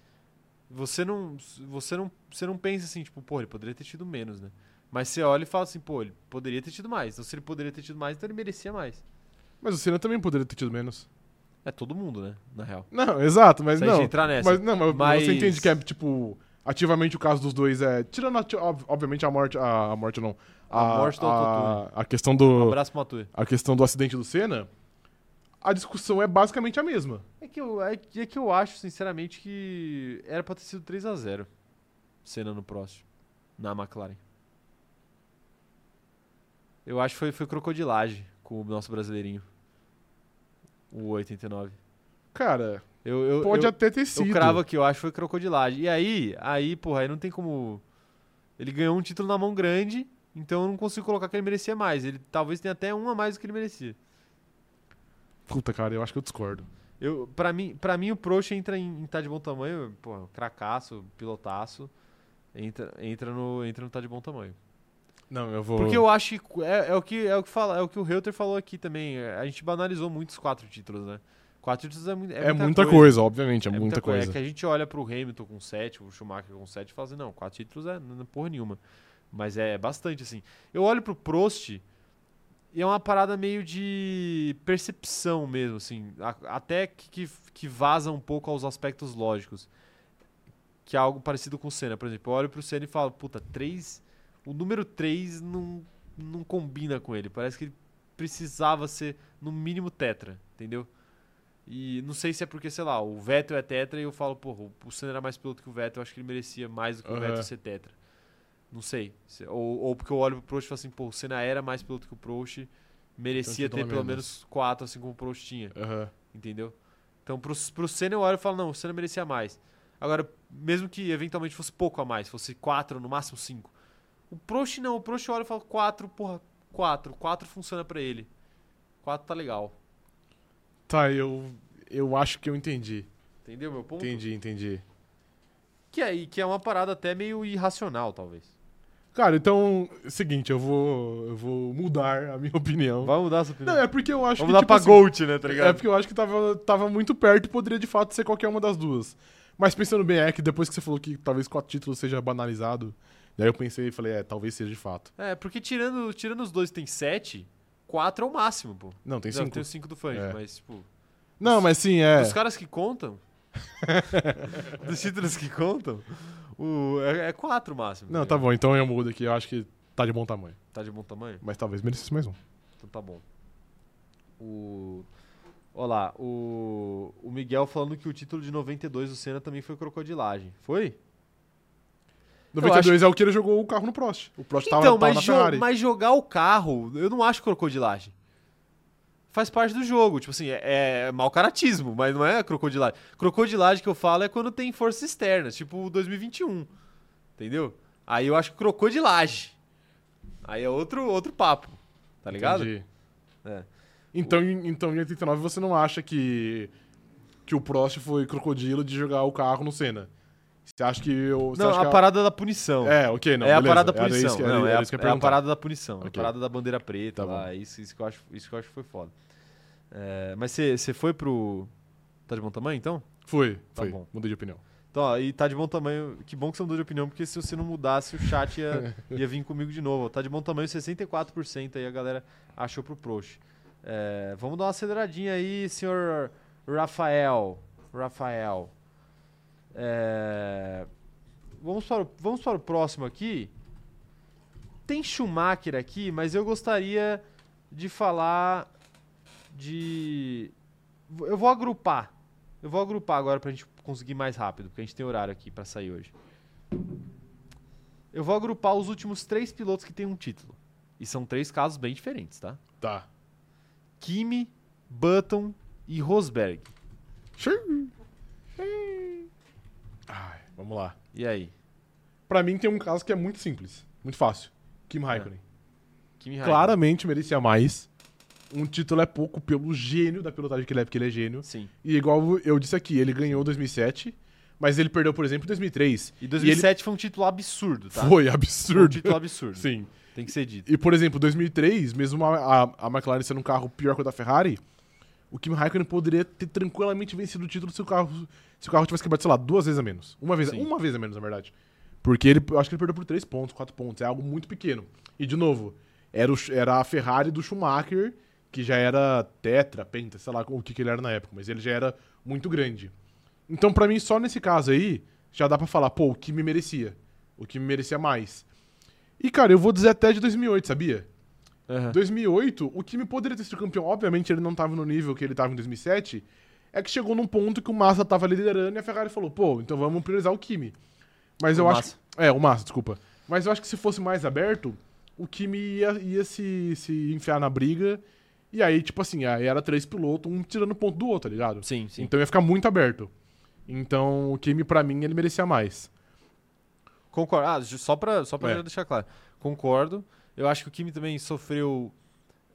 você não, você não, você não pensa assim, tipo, pô, ele poderia ter tido menos, né? Mas você olha e fala assim, pô, ele poderia ter tido mais. Então se ele poderia ter tido mais, então ele merecia mais. Mas o Senna também poderia ter tido menos. É todo mundo, né, na real. Não, exato, mas Se a gente não. entrar nessa. Mas, não, mas, Mas- você entende que é, tipo, ativamente o caso dos dois é. Tirando, a ti- ob- obviamente, a morte. A, a morte não. A morte do a, autotune. a questão Um do. abraço pro Matuê. A questão do acidente do Senna. A discussão é basicamente a mesma. É que eu, é, que- é que eu acho, sinceramente, que era pra ter sido 3x0 Senna no próximo, na McLaren. Eu acho que foi, foi crocodilagem com o nosso brasileirinho. O 89. Cara, Eu, eu, pode eu, até ter eu sido. cravo aqui, eu acho que foi crocodilagem. E aí, aí, porra, aí não tem como. Ele ganhou um título na mão grande Então eu não consigo colocar que ele merecia mais. Ele talvez tenha até um a mais do que ele merecia. Puta, cara, eu acho que eu discordo. Eu, pra, mim, pra mim, o Prost entra em, em tá de bom tamanho, pô, cracaço, pilotaço. Entra, entra, no, entra no tá de bom tamanho. Não, eu vou. Porque eu acho que é, é o que é o que fala, é o que o Reuter falou aqui também. É, A gente banalizou muito os quatro títulos, né? Quatro títulos é, mui- É, muita coisa, obviamente, é, É muita coisa. É que a gente olha pro Hamilton com 7, o Schumacher com 7 e fala assim, não, quatro títulos é n- porra nenhuma. Mas é bastante, assim. Eu olho pro Prost e é uma parada meio de percepção mesmo, assim. a- até que, que, que vaza um pouco aos aspectos lógicos. Que é algo parecido com o Senna, por exemplo. Eu olho pro Senna e falo, puta, 3... O número 3 não, não combina com ele. Parece que ele precisava ser, no mínimo, tetra, entendeu? E não sei se é porque, sei lá, o Vettel é tetra e eu falo, porra, o Senna era mais piloto que o Vettel, eu acho que ele merecia mais do que o Aham. Vettel ser tetra. Não sei. Se- Ou, ou porque eu olho pro Prost e falo assim, pô, o Senna era mais piloto que o Prost, merecia título ter a pelo menos. menos 4, assim como o Prost tinha, Aham. entendeu? Então pro, pro Senna eu olho e falo, não, o Senna merecia mais. Agora, mesmo que eventualmente fosse pouco a mais, fosse 4, no máximo 5. O Prost não, o Prost eu olho e falo, 4, porra, 4, 4 funciona pra ele. 4 tá legal. Tá, eu, eu acho que eu entendi. Entendeu meu ponto? Entendi, entendi. Que aí, que é uma parada até meio irracional, talvez. Cara, então, seguinte, eu vou, eu vou mudar a minha opinião. Vai mudar essa opinião. Não, é porque eu acho Vamos que. dar tipo pra assim, Gold, né, tá ligado? É porque eu acho que tava, tava muito perto e poderia de fato ser qualquer uma das duas. Mas pensando bem, é que depois que você falou que talvez quatro títulos seja banalizado, e aí eu pensei e falei, é, talvez seja de fato. É, porque tirando, tirando os dois que tem sete, quatro é o máximo, pô. Não, tem Não, cinco. tem os cinco do Fang, É. mas, tipo... Não, mas sim, é. Os caras que contam... dos títulos que contam, o, é, é quatro o máximo. Não, tá ligado? bom, então eu mudo aqui, eu acho que tá de bom tamanho. Tá de bom tamanho? Mas talvez merecesse mais um. Então tá bom. O... Olha lá, o, o Miguel falando que o título de 92 do Senna também foi crocodilagem. Foi? 92 é o que ele jogou o carro no Prost. O Prost tava, Então, tava mas, na jo- Ferrari. mas jogar o carro, eu não acho crocodilagem. Faz parte do jogo, tipo assim, é, é mau caratismo, mas não é crocodilagem. Crocodilagem que eu falo é quando tem forças externas, tipo o 2021, entendeu? Aí eu acho crocodilagem. Aí é outro, outro papo, tá ligado? Entendi. É. Então, em- então, em 89 você não acha que, que o Prost foi crocodilo de jogar o carro no Senna? Você acha que... Eu, você Não, acha a que parada da punição. É, ok, não, é a beleza. parada da Era isso punição. que- era- não, é, era a- isso que eu ia é a perguntar. parada da punição. É a Ok. parada da bandeira preta. Tá lá, Isso, isso que eu acho, isso que eu acho que foi foda. É, mas você você foi pro. Tá de bom tamanho então? Foi, Tá foi. bom. Mudei de opinião. Então, ó, e tá de bom tamanho. Que bom que você mudou de opinião, porque se você não mudasse, o chat ia, ia vir comigo de novo. Tá de bom tamanho, 64% aí a galera achou pro Prost. É, vamos dar uma aceleradinha aí, senhor Rafael. Rafael. É, vamos, para o, vamos para o próximo aqui. Tem Schumacher aqui, mas eu gostaria de falar de. Eu vou agrupar. Eu vou agrupar agora pra gente conseguir mais rápido, porque a gente tem horário aqui pra sair hoje. Eu vou agrupar os últimos três pilotos que têm um título. E são três casos bem diferentes, tá? Tá. Kimi, Button e Rosberg. Ai, vamos lá. E aí? Pra mim tem um caso que é muito simples, muito fácil. Kim Raikkonen. Kimi É. Raikkonen. Claramente merecia mais. Um título é pouco pelo gênio da pilotagem que ele é, porque ele é gênio. Sim. E igual eu disse aqui, ele ganhou 2007, mas ele perdeu, por exemplo, em 2003. E 2007 foi um título absurdo, tá? Foi Foi um absurdo. título absurdo. Sim. Tem que ser dito. E, por exemplo, 2003, mesmo a, a, a McLaren sendo um carro pior que o da Ferrari, o Kimi Raikkonen poderia ter tranquilamente vencido o título se o carro, se o carro tivesse quebrado, sei lá, duas vezes a menos. Uma vez, Sim. uma vez a menos, na verdade. Porque ele, eu acho que ele perdeu por três pontos, quatro pontos. É algo muito pequeno. E, de novo, era, o Sch- era a Ferrari do Schumacher, que já era tetra, penta, sei lá o que, que ele era na época, mas ele já era muito grande. Então, pra mim, só nesse caso aí, já dá pra falar, pô, o que me merecia. O que me merecia mais. E, cara, eu vou dizer até de 2008, sabia? 2008, o time poderia ter sido campeão. Obviamente, ele não tava no nível que ele tava em 2007. É que chegou num ponto que o Massa tava liderando e a Ferrari falou, pô, então vamos priorizar o Kimi. Mas O eu Massa. acho... É, o Massa, desculpa. Mas eu acho que se fosse mais aberto, o Kimi ia, ia se, se enfiar na briga. E aí, tipo assim, aí era três pilotos, um tirando ponto do outro, tá ligado? Sim, sim. Então ia ficar muito aberto. Então o Kimi, pra mim, ele merecia mais. Concordo. Ah, ju- só pra, só pra É. já deixar claro. Concordo. Eu acho que o Kimi também sofreu.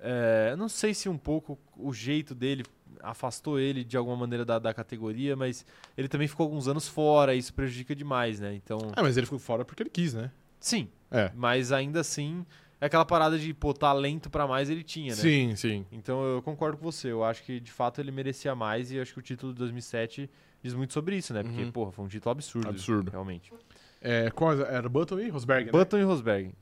é, não sei se um pouco o jeito dele afastou ele de alguma maneira da, da categoria, mas ele também ficou alguns anos fora, isso prejudica demais, né? Então. É, mas ele ficou fora porque ele quis, né? Sim, É. mas ainda assim, é aquela parada de, pô, talento pra mais ele tinha, né? Sim, sim. Então eu concordo com você. Eu acho que de fato ele merecia mais e acho que o título de 2007 diz muito sobre isso, né? Porque, Uhum. porra, foi um título absurdo. Absurdo. Realmente. É, qual era Button e Rosberg, né? Button e Rosberg.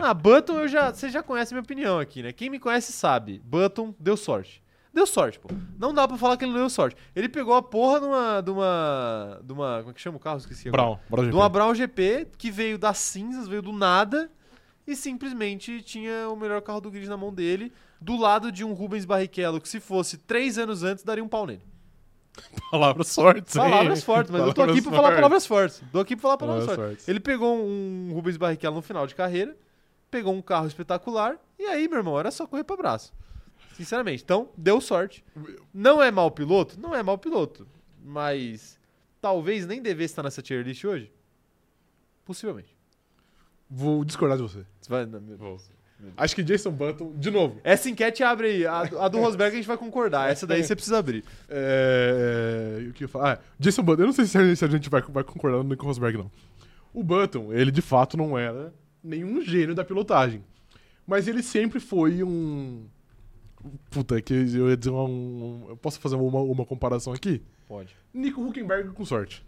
Ah, Button eu já, você já conhece minha opinião aqui, né? Quem me conhece sabe. Button deu sorte. Deu sorte, pô. Não dá pra falar que ele não deu sorte. Ele pegou a porra de uma de uma de uma, como é que chama o carro? Esqueci agora. Brown. Brown De GP. uma Brown GP que veio das cinzas, veio do nada e simplesmente tinha o melhor carro do grid na mão dele, do lado de um Rubens Barrichello que se fosse três anos antes daria um pau nele. Palavras fortes, hein? Palavras fortes, mas eu tô aqui pra falar palavras Palavras fortes. Tô aqui pra falar palavras Palavras fortes. fortes. Ele pegou um Rubens Barrichello no final de carreira, pegou um carro espetacular, e aí, meu irmão, era só correr pra braço. Sinceramente. Então, deu sorte. Não é mau piloto? Não é mau piloto. Mas talvez nem devesse estar nessa tier list hoje? Possivelmente. Vou discordar de você. Você vai- não, meu- Acho que Jason Button, de novo. Essa enquete abre aí. A, do- a do Rosberg a gente vai concordar. Essa daí você precisa abrir. É, é, o que eu ia falar? Ah, Jason Button, eu não sei se a se a gente vai, vai concordar no Nico Rosberg, não. O Button, ele de fato não era nenhum gênio da pilotagem. Mas ele sempre foi um. Puta, que eu ia dizer um. um- eu posso fazer uma, uma comparação aqui? Pode. Nico Huckenberg com sorte.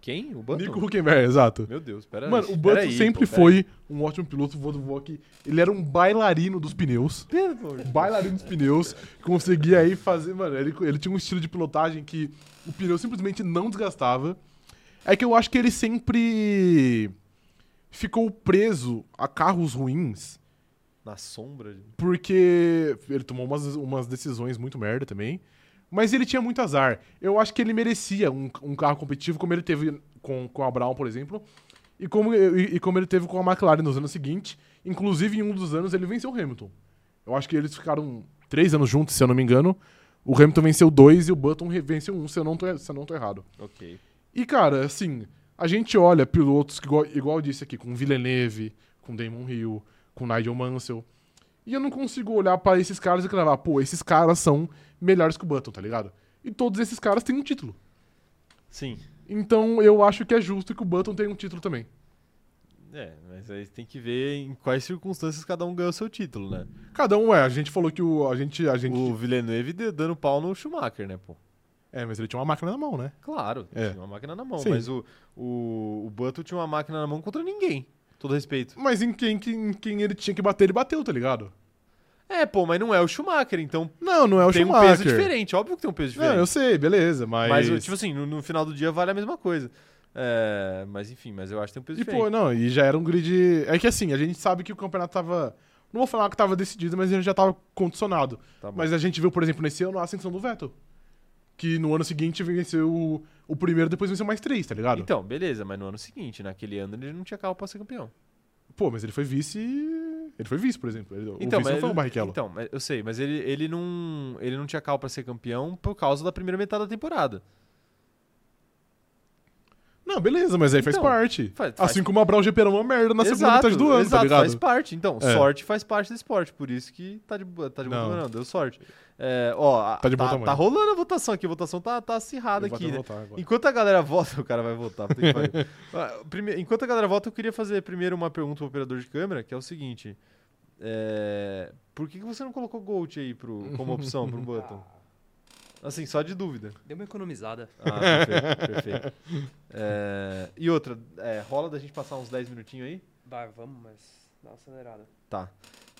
Quem? O Button? Nico Huckenberg, exato. Meu Deus, pera Mano, aí. o Pera Button aí, sempre pô, pera aí. foi um ótimo piloto, vou, vou aqui. Ele era um bailarino dos pneus. Um Pera, pelo amor de Deus. bailarino dos pneus, conseguia aí fazer. Mano, ele, ele tinha um estilo de pilotagem que o pneu simplesmente não desgastava. É que eu acho que ele sempre ficou preso a carros ruins, Na sombra. de- porque ele tomou umas, umas decisões muito merda também. Mas ele tinha muito azar. Eu acho que ele merecia um, um carro competitivo, como ele teve com, com a Brown, por exemplo, e como, e, e como ele teve com a McLaren nos anos seguintes. Inclusive, em um dos anos, ele venceu o Hamilton. Eu acho que eles ficaram três anos juntos, se eu não me engano. O Hamilton venceu dois e o Button re- venceu um, se eu não tô, se eu não tô errado. Ok. E, cara, assim, a gente olha pilotos que, igual, igual eu disse aqui, com Villeneuve, com Damon Hill, com Nigel Mansell. E eu não consigo olhar pra esses caras e cravar, pô, esses caras são melhores que o Button, tá ligado? E todos esses caras têm um título. Sim. Então eu acho que é justo que o Button tenha um título também. É, mas aí tem que ver em quais circunstâncias cada um ganhou seu título, né? Cada um é, a gente falou que o. A gente. A gente O Villeneuve de- dando pau no Schumacher, né, pô? É, mas ele tinha uma máquina na mão, né? Claro, É. tinha uma máquina na mão, Sim. mas o, o, o Button tinha uma máquina na mão contra ninguém, todo respeito. Mas em quem, quem, quem ele tinha que bater, ele bateu, tá ligado? É, pô, mas não é o Schumacher, então Não, não é o tem Schumacher. um peso diferente, óbvio que tem um peso Não, diferente. eu sei, beleza, mas. Mas, tipo assim, no, no final do dia vale a mesma coisa. É, mas enfim, mas eu acho que tem um peso E, diferente. pô, não, e já era um grid. É que assim, a gente sabe que o campeonato tava. Não vou falar que tava decidido, mas ele já tava condicionado. Tá bom. mas a gente viu, por exemplo, nesse ano a ascensão do Vettel. Que no ano seguinte venceu o, o primeiro, depois venceu mais três, tá ligado? Então, beleza, mas no ano seguinte, naquele ano ele não tinha carro pra ser campeão. Pô, mas ele foi vice. Ele foi vice, por exemplo. Ele, Então, o mas vice não foi o ele- Barrichello. Então, mas eu sei, mas ele, ele, não, ele não tinha cal pra ser campeão por causa da primeira metade da temporada. Não, beleza, mas aí faz Então, parte. faz- Assim como a Brown GP era uma merda na segunda metade do ano, exato, tá ligado? faz parte. Então, É. sorte faz parte do esporte, por isso que tá de, bo- tá de bom Não. tamanho, não, deu sorte. É, ó, a- Tá de bom tá, tamanho. tá rolando a votação aqui, a votação tá, tá acirrada Eu vou aqui, até né? voltar agora. Enquanto a galera vota, o cara vai votar. puta que pariu. Ah, Primeiro, enquanto a galera vota, eu queria fazer primeiro uma pergunta pro operador de câmera, que é o seguinte. É, por que, que você não colocou Gold aí pro, como opção pro Button? Ah. Assim, só de dúvida. Deu uma economizada. Ah, perfeito, perfeito. É, e outra, é, rola da gente passar uns 10 minutinhos aí? Vai, vamos, mas dá uma acelerada. Tá.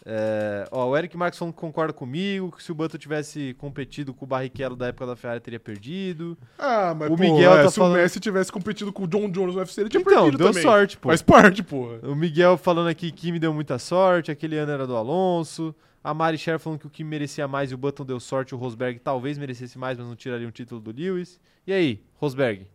É, ó, o Eric Marques falando que concorda comigo, que se o Button tivesse competido com o Barrichello da época da Ferrari, teria perdido. Ah, mas O pô, Miguel é, tá se falando- o Messi tivesse competido com o John Jones no UFC, ele tinha então, perdido deu também. sorte, pô. Faz parte, porra. O Miguel falando aqui que me deu muita sorte, aquele ano era do Alonso. A Mari Sher falando que o Kimi merecia mais e o Button deu sorte, o Rosberg talvez merecesse mais, mas não tiraria um título do Lewis. E aí, Rosberg,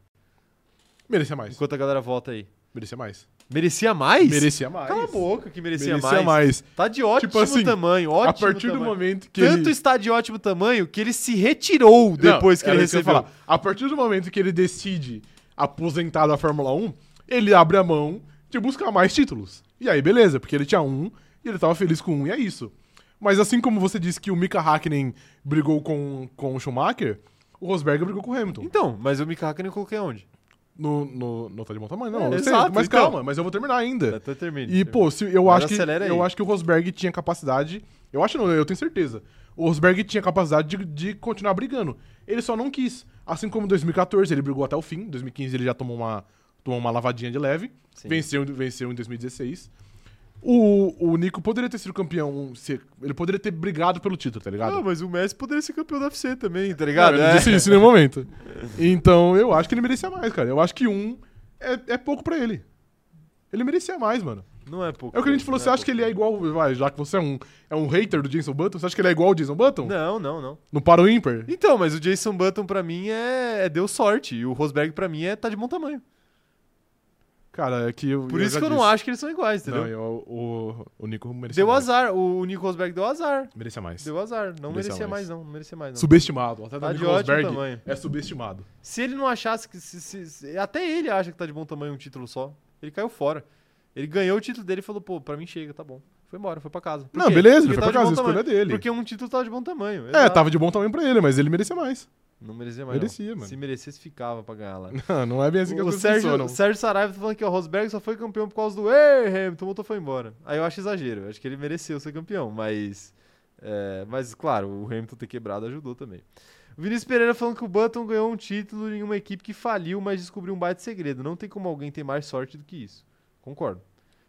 Merecia mais. enquanto a galera volta aí. Merecia mais. Merecia mais? Merecia mais. Cala a boca que merecia, Merecia mais. mais. Tá de ótimo Tipo assim, tamanho, ótimo a partir do tamanho. momento que Tanto ele... está de ótimo tamanho que ele se retirou Não, depois que era ele isso eu ia recebeu. falar. A partir do momento que ele um, decide aposentar da Fórmula 1, ele abre a mão de buscar mais títulos. E aí, beleza, porque ele tinha um e ele tava feliz com um, e é isso. Mas assim como você disse que o Mika Hakkinen brigou com, com o Schumacher, o Rosberg brigou com o Hamilton. Então, mas o Mika Hakkinen eu coloquei onde? No, no, no tá de bom tamanho, não. É, eu sei, exato, mas então. calma, mas eu vou terminar ainda. Até termine. E, pô, se, eu, Mas acho que, acelera aí. eu acho que o Rosberg tinha capacidade. Eu acho não, eu tenho certeza. O Rosberg tinha capacidade de, de continuar brigando. Ele só não quis. Assim como em 2014, ele brigou até o fim. Em 2015 ele já tomou uma, tomou uma lavadinha de leve. Sim. Venceu, venceu em 2016. O, o Nico poderia ter sido campeão. se- ele poderia ter brigado pelo título, tá ligado? Não, mas o Messi poderia ser campeão da UFC também, tá Não, ligado? eu não disse isso em nenhum momento. Então, eu acho que ele merecia mais, cara. Eu acho que um é, é pouco pra ele. Ele merecia mais, mano. Não é pouco. É o que a gente falou, não você acha pouco. que ele é igual. Vai, já que você é um, é um hater do Jason Button, você acha que ele é igual ao Jason Button? Não, não, não. No Paro Ímpar? Então, mas o Jason Button pra mim é, é deu sorte. E o Rosberg pra mim é tá de bom tamanho. Cara, é que eu. Por isso já que eu não disse. acho que eles são iguais, entendeu? Não, eu- o, o Nico merecia Deu mais. azar. O Nico Rosberg deu azar. Merecia mais. Deu azar. Não Merecia merecia mais. mais. não. Não merecia mais, não. Subestimado. Até Tá do de Nico ótimo Rosberg tamanho. é subestimado. Se ele não achasse que. se- se- se- até ele acha que tá de bom tamanho um título só. Ele caiu fora. Ele ganhou o título dele e falou, pô, pra mim chega, tá bom. Foi embora, foi pra casa. Por Não, quê? beleza, Porque ele foi tava pra de casa, bom a escolha tamanho. dele. Porque um título tava de bom tamanho. É, exato. tava de bom tamanho pra ele, mas ele merecia mais. Não merecia mais. não. Merecia, mano. Se merecesse, ficava pra ganhar lá. Não, não é bem assim que as O coisas Sérgio, funcionam. o Sérgio Saraiva tá falando que o Rosberg só foi campeão por causa do Ei, Hamilton, o motor foi embora. Aí eu acho exagero, eu acho que ele mereceu ser campeão, mas. é, mas, claro, o Hamilton ter quebrado ajudou também. O Vinícius Pereira falando que o Button ganhou um título em uma equipe que faliu, mas descobriu um baita segredo. Não tem como alguém ter mais sorte do que isso. Concordo.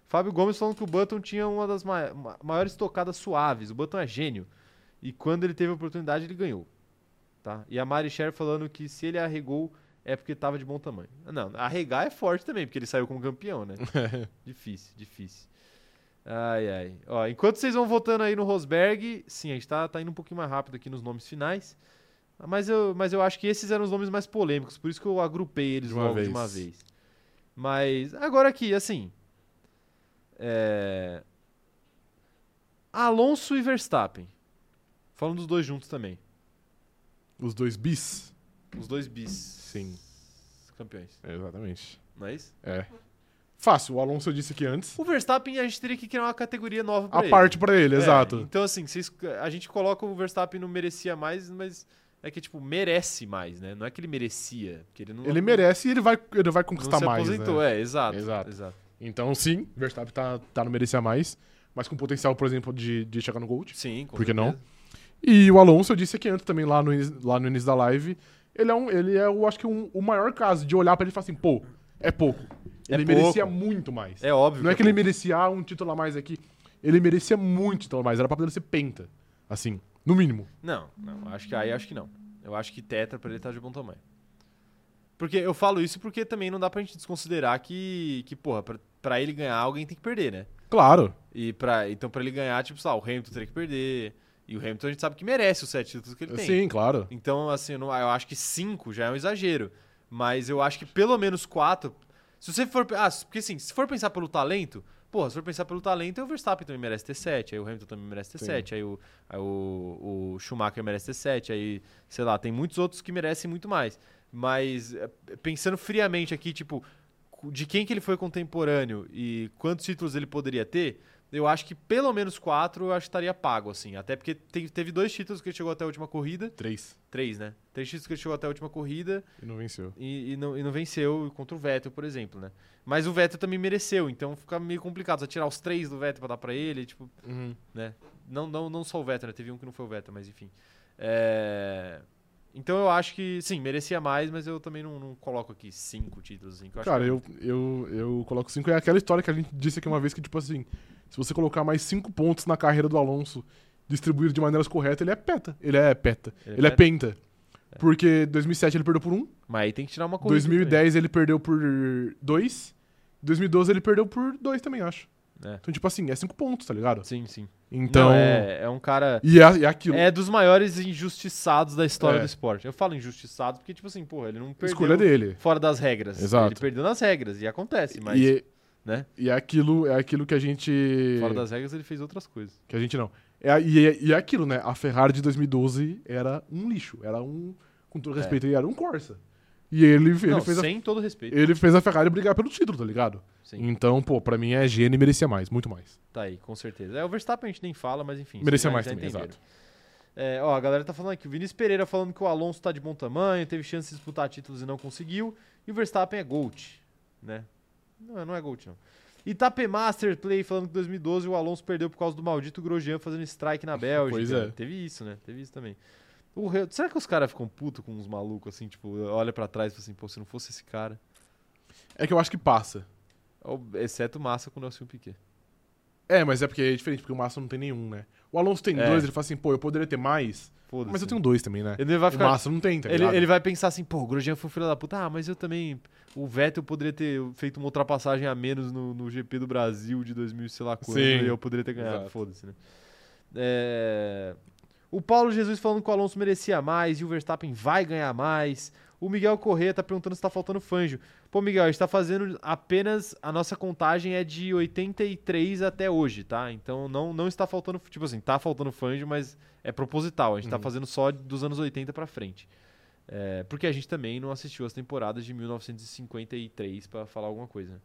Fábio Gomes falando que o Button tinha uma das ma- ma- maiores tocadas suaves. O Button é gênio. E quando ele teve a oportunidade, ele ganhou. Tá? E a Mari Sher falando que se ele arregou é porque tava de bom tamanho. Não, arregar é forte também, porque ele saiu como campeão, né? difícil, difícil. Ai, ai. Ó, enquanto vocês vão votando aí no Rosberg, sim, a gente tá, tá indo um pouquinho mais rápido aqui nos nomes finais. Ah, Mas eu, mas eu acho que esses eram os nomes mais polêmicos, por isso que eu agrupei eles De uma logo vez. de uma vez. Mas agora aqui, assim. é, Alonso e Verstappen. Falando dos dois juntos também. Os dois bis. Os dois bis. Sim. Campeões. Exatamente. Não é isso? É. Fácil, o Alonso eu disse aqui antes. O Verstappen a gente teria que criar uma categoria nova pra A ele. parte pra ele, É, exato. Então, assim, vocês- a gente coloca o Verstappen no merecia mais, mas é que, tipo, merece mais, né? Não é que ele merecia. Porque ele não. Ele merece e ele vai, ele vai não conquistar se mais. aposentou, né? é, exato. Exato. Exato. Então, sim, Verstappen tá, tá no merecer a mais, mas com potencial, por exemplo, de, de chegar no Gold. Sim, com Por que não? certeza. E o Alonso, eu disse aqui antes também, lá no, inis- lá no início da live, ele é, um, ele é eu acho que, um- o maior caso de olhar pra ele e falar assim, pô, é pouco. É Ele pouco. merecia muito mais. É óbvio. Não é que ele merecia ah, um título a mais aqui. Ele merecia muito título a mais. Era pra poder ser penta. Assim, no mínimo. Não, não. Acho que aí acho que não. Eu acho que Tetra pra ele tá de bom tamanho. Porque eu falo isso porque também não dá pra gente desconsiderar que, que porra, pra, pra ele ganhar, alguém tem que perder, né? Claro. E pra, então, pra ele ganhar, tipo, sei lá, o Hamilton teria que perder. E o Hamilton a gente sabe que merece os sete títulos que ele tem. Sim, claro. Então, assim, eu, não- eu acho que cinco já é um exagero. Mas eu acho que pelo menos quatro. Se você for. Ah, porque assim, se for pensar pelo talento. Porra, se for pensar pelo talento, aí o Verstappen também merece ter 7, aí o Hamilton também merece ter Sim. 7, aí, o, aí o, o Schumacher merece ter 7, aí, sei lá, tem muitos outros que merecem muito mais. Mas eh, pensando friamente aqui, tipo, de quem que ele foi contemporâneo e quantos títulos ele poderia ter, eu acho que pelo menos quatro eu acho que estaria pago, assim. Até porque tem- teve dois títulos que ele chegou até a última corrida, Três. Três, né? Três títulos que ele chegou até a última corrida E não venceu. e, e não, e não venceu contra o Vettel, por exemplo, né? Mas o Vettel também mereceu, então fica meio complicado. Só tirar os três do Vettel pra dar pra ele, tipo, né? Não, não, não só o Vettel, né? Teve um que não foi o Vettel, mas enfim. É, Então eu acho que, sim, merecia mais, mas eu também não, não coloco aqui cinco títulos, assim. que acho Cara, que- eu, eu, eu coloco cinco. É aquela história que a gente disse aqui uma vez que, tipo assim, se você colocar mais cinco pontos na carreira do Alonso, distribuído de maneiras corretas, ele é peta. Ele é peta. Ele, Ele é é penta. Porque 2007 ele perdeu por um, Mas aí tem que tirar uma corrida. 2010 ele perdeu por dois, 2012 ele perdeu por dois também, acho. É. Então, tipo assim, é cinco pontos, tá ligado? também. Sim, sim. Então. Não, é, é um cara. E é, e é aquilo. É dos maiores injustiçados da história É. do esporte. Eu falo injustiçado porque, tipo assim, porra, ele não a perdeu. escolha dele. fora das regras. Exato. Ele perdeu nas regras, e acontece, mas e, né? e é aquilo, é aquilo que a gente. fora das regras ele fez outras coisas. Que a gente não. É, a- e, é- e é aquilo, né? A Ferrari de 2012 era um lixo. Era um. Com todo respeito, era um Corsa. E ele, ele, É. Não, fez a, sem todo respeito. ele fez a Ferrari brigar pelo título, tá ligado? Sim, Então, pô, pra mim é gênio e merecia mais, muito mais. tá aí, com certeza. É, o Verstappen a gente nem fala, mas enfim. merecia vocês mais já- já também, entenderam. exato. É, ó, a galera tá falando aqui. O Vinícius Pereira falando que o Alonso tá de bom tamanho, teve chance de disputar títulos e não conseguiu. E o Verstappen é Gold, né? Não, não é Gold, não. Itapê Master Play falando que 2012 o Alonso perdeu por causa do maldito Grosjean fazendo strike na Bélgica. Pois é. Teve isso, né? Teve isso também. O Re- Será que os caras ficam putos com uns malucos assim, tipo, olha pra trás e fala assim, pô, se não fosse esse cara. É que eu acho que passa. Ou- Exceto o Massa com o Nelson Piquet. É, mas é porque é diferente, porque o Massa não tem nenhum, né? O Alonso tem É. dois, ele fala assim, pô, eu poderia ter mais, Foda-se. mas eu tenho dois também, né? Ele vai O ficar Massa não tem, tá ele, ligado? ele vai pensar assim, pô, o Grosjean foi um filho da puta. Ah, mas eu também. O Vettel poderia ter feito uma ultrapassagem a menos no, no GP do Brasil de 2000, e sei lá quando. Sim. E eu poderia ter ganhado. Exato. Foda-se, né? É, O Paulo Jesus falando que o Alonso merecia mais e o Verstappen vai ganhar mais. O Miguel Corrêa tá perguntando se tá faltando Fanjo. Pô, Miguel, a gente tá fazendo apenas. A nossa contagem é de 83 até hoje, tá? Então não, não está faltando. Tipo assim, tá faltando Fanjo, mas é proposital. A gente tá Uhum. fazendo só dos anos 80 pra frente. É, porque a gente também não assistiu as temporadas de 1953 pra falar alguma coisa. né?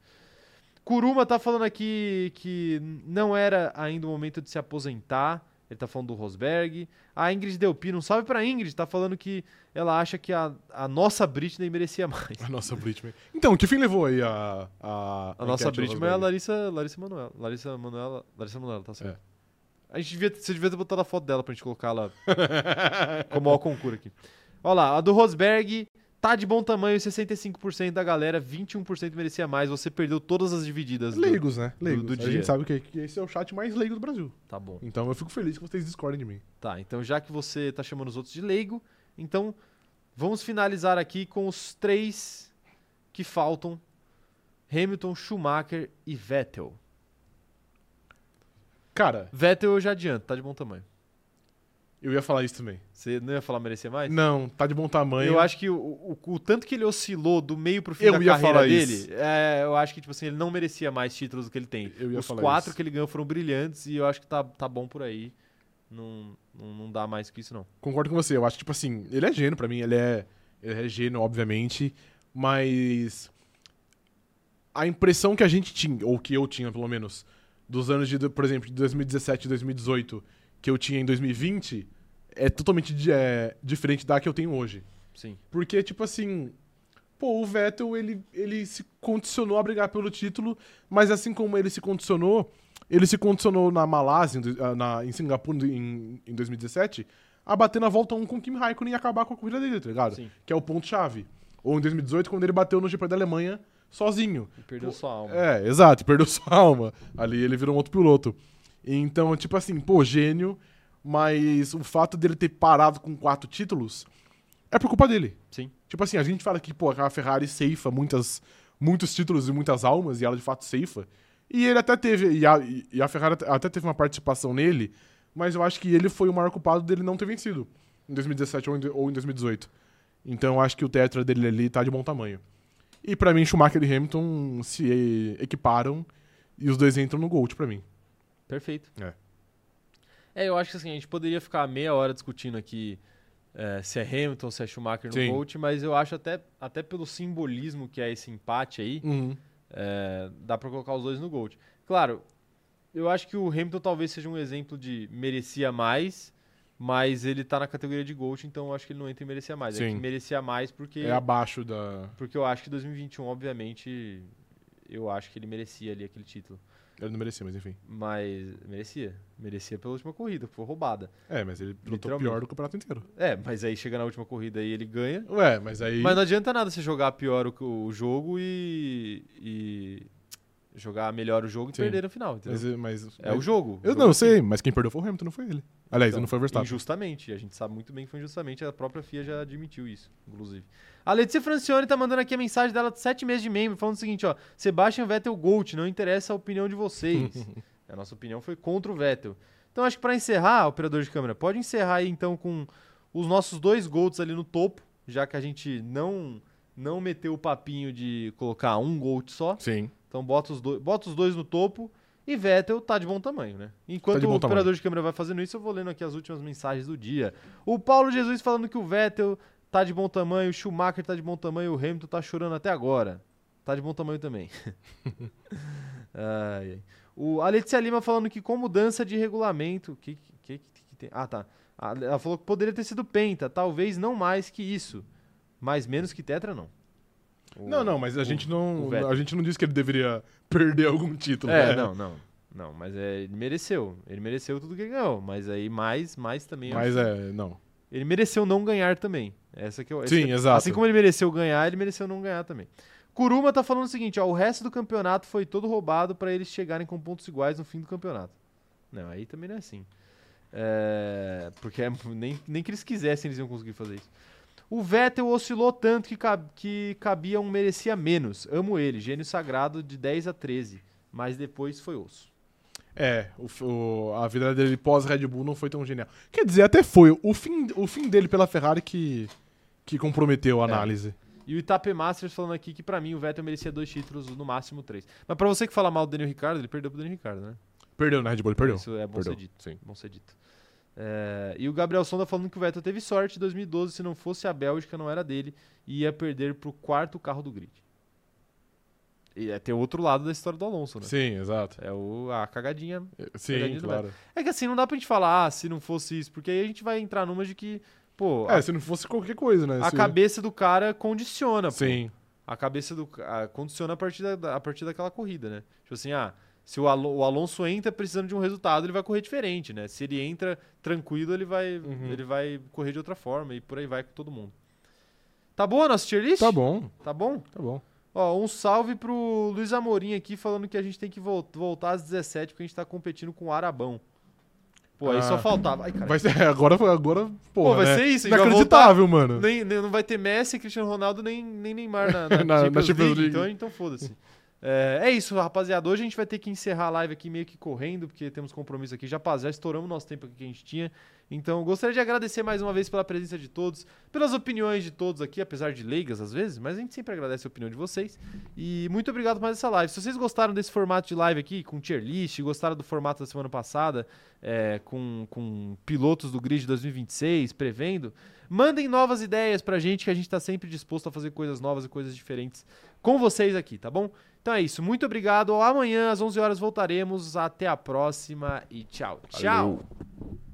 Kuruma tá falando aqui que não era ainda o momento de se aposentar. Ele tá falando do Rosberg. A Ingrid Delpino, um salve pra Ingrid, tá falando que ela acha que a, a nossa Britney merecia mais. A nossa Britney. Então, que fim levou aí a... A, A nossa enquete do Britney é a Rosberg? Larissa, Larissa Manoela. Larissa Manoela, Larissa Manoela, tá certo. A gente devia, você devia ter botado a foto dela pra gente colocar lá como ao concurso aqui. Olha lá, a do Rosberg tá de bom tamanho, 65% da galera, 21% merecia mais. Você perdeu todas as divididas. do- Leigos, né? Leigos. do A dia. gente sabe que, que esse é o chat mais leigo do Brasil. Tá bom. Então eu fico feliz que vocês discordem de mim. Tá, então já que você tá chamando os outros de leigo, então vamos finalizar aqui com os três que faltam: Hamilton, Schumacher e Vettel. Cara, Vettel eu já adianto, tá de bom tamanho. eu ia falar isso também. Você não ia falar merecer mais? Não, tá de bom tamanho. Eu acho que o, o- o tanto que ele oscilou do meio pro fim Eu da ia carreira falar dele, isso. é, eu acho que tipo assim, ele não merecia mais títulos do que ele tem. Eu ia Os falar quatro isso. que ele ganhou foram brilhantes e eu acho que tá, tá bom por aí. Não, não, não dá mais que isso, não. Concordo com você. Eu acho, tipo assim, ele é gênio pra mim. Ele é, ele é gênio, obviamente. Mas. A impressão que a gente tinha, ou que eu tinha, pelo menos, dos anos de, por exemplo, de 2017 e 2018, que eu tinha em 2020, é totalmente di- é, diferente da que eu tenho hoje. Sim. Porque, tipo assim. Pô, o Vettel, ele, ele se condicionou a brigar pelo título, mas assim como ele se condicionou, ele se condicionou na Malásia, em, do- ah, na, em Singapura, em, em 2017, a bater na volta 1 com o Kim Raikkonen e acabar com a corrida dele, tá ligado? Sim. Que é o ponto-chave. Ou em 2018, quando ele bateu no GP da Alemanha sozinho. Ele perdeu sua alma. É, exato, perdeu sua alma. Ali ele virou um outro piloto. Então, tipo assim, pô, gênio, mas o fato dele ter parado com quatro títulos é por culpa dele. Sim. Tipo assim, a gente fala que, pô, a Ferrari ceifa muitas, muitos títulos e muitas almas, e ela de fato ceifa. E ele até teve, e a, e a Ferrari até teve uma participação nele, mas eu acho que ele foi o maior culpado dele não ter vencido em 2017 ou em, ou em 2018. Então eu acho que o tetra dele ali tá de bom tamanho. E pra mim, Schumacher e Hamilton se eh, equiparam e os dois entram no Gold pra mim. Perfeito. É. É, eu acho que assim, a gente poderia ficar meia hora discutindo aqui é, se é Hamilton, se é Schumacher no Sim. Bolt, mas eu acho até, até pelo simbolismo que é esse empate aí, é, dá pra colocar os dois no Gold. Claro, eu acho que o Hamilton talvez seja um exemplo de merecia mais, mas ele tá na categoria de Gold, então eu acho que ele não entra em merecia mais. É Sim. que merecia mais porque, É abaixo da. porque eu acho que 2021, obviamente, eu acho que ele merecia ali aquele título. Ele não merecia, mas enfim. Mas merecia. Merecia pela última corrida, que foi roubada. É, mas ele lutou Literalmente. pior do campeonato inteiro. É, mas aí chega na última corrida e ele ganha. Ué, mas aí. Mas não adianta nada você jogar pior o, o jogo e, e jogar melhor o jogo e Sim. perder no final, entendeu? Mas, mas- é o jogo. Eu O não jogo- sei, mas quem perdeu foi o Hamilton, não foi ele. Aliás, Então, não foi o Verstappen. Injustamente. A gente sabe muito bem que foi injustamente. A própria FIA já admitiu isso, inclusive. A Letícia Francione tá mandando aqui a mensagem dela de sete meses de membro, falando o seguinte, ó. Sebastian Vettel Gold, não interessa a opinião de vocês. a nossa opinião foi contra o Vettel. Então acho que pra encerrar, operador de câmera, pode encerrar aí então com os nossos dois Golds ali no topo, já que a gente não não meteu o papinho de colocar um Gold só. Sim. Então bota os, dois, bota os dois no topo e Vettel tá de bom tamanho, né? Enquanto Tá de o bom operador tamanho. de câmera vai fazendo isso, eu vou lendo aqui as últimas mensagens do dia. O Paulo Jesus falando que o Vettel tá Tá de bom tamanho, o Schumacher tá de bom tamanho, o Hamilton tá chorando até agora. Tá de bom tamanho também. Ai, ai. O, a Letícia Lima falando que com mudança de regulamento. Que, que, que, que tem? Ah, tá. A- Ela falou que poderia ter sido penta, talvez não mais que isso. Mas menos que tetra, não. O- Não, não, mas a o- gente o não, Vettel. a gente não disse que ele deveria perder algum título. É, né? não, não. Não, mas é, ele mereceu. Ele mereceu tudo que ele ganhou. Mas aí mais, mais também. eu Mas acho- é, não. Ele mereceu não ganhar também. Essa que eu essa Sim, que- exato. Assim como ele mereceu ganhar, ele mereceu não ganhar também. Kuruma tá falando o seguinte, ó, o resto do campeonato foi todo roubado pra eles chegarem com pontos iguais no fim do campeonato. Não, aí também não é assim. É, porque é- nem, nem que eles quisessem eles iam conseguir fazer isso. O Vettel oscilou tanto que, cab- que cabia um merecia menos. Amo ele, gênio sagrado de 10 a 13. Mas depois foi osso. É, o f- o- a vida dele pós-Red Bull não foi tão genial. Quer dizer, até foi. O fim, o fim dele pela Ferrari que, que comprometeu a É. análise. E o Itape Masters falando aqui que pra mim o Vettel merecia dois títulos, no máximo três. Mas pra você que fala mal do Daniel Ricardo, ele perdeu pro Daniel Ricardo, né? Perdeu na Red Bull, ele perdeu. Isso é bom Perdeu, ser dito. sim. Bom ser dito. É, e o Gabriel Sonda falando que o Vettel teve sorte em 2012, se não fosse a Bélgica, não era dele, e ia perder pro quarto carro do grid. E é, tem outro lado da história do Alonso, né? Sim, exato. É o, a cagadinha. Sim, Pegadinha do claro. É que assim, não dá pra gente falar, ah, se não fosse isso, porque aí a gente vai entrar numa de que, pô, É, a, se não fosse qualquer coisa, né? a Se- cabeça do cara condiciona, pô. Sim. a cabeça do ca- a- condiciona a partir, da- da, a partir daquela corrida, né? Tipo assim, ah, se o, Alo- o Alonso entra precisando de um resultado, ele vai correr diferente, né? Se ele entra tranquilo, ele vai, Uhum. ele vai correr de outra forma e por aí vai com todo mundo. Tá boa a nossa tier list? Tá bom, Tá bom? tá bom. Ó, um salve pro Luiz Amorim aqui falando que a gente tem que vol- voltar às 17 porque a gente tá competindo com o Arabão. Pô, aí só Ah. faltava. Ai, cara. Vai ser, agora, agora porra, vai né? ser isso, a gente vai Inacreditável, mano. Nem, nem- não vai ter Messi, Cristiano Ronaldo, nem, nem Neymar na, na, Na- na Champions, Champions League, League. Então, então foda-se. É, é isso, rapaziada. Hoje a gente vai ter que encerrar a live aqui meio que correndo, porque temos compromisso aqui. Já, pas- já estouramos o nosso tempo aqui que a gente tinha. Então, gostaria de agradecer mais uma vez pela presença de todos, pelas opiniões de todos aqui, apesar de leigas às vezes, mas a gente sempre agradece a opinião de vocês. E muito obrigado por mais essa live. Se vocês gostaram desse formato de live aqui, com tier list, gostaram do formato da semana passada, é, com, com pilotos do grid 2026, prevendo, Mandem novas ideias pra gente, que a gente tá sempre disposto a fazer coisas novas e coisas diferentes com vocês aqui, tá bom? Então é isso, muito obrigado. Amanhã às 11 horas voltaremos. Até a próxima e tchau. Tchau. Valeu.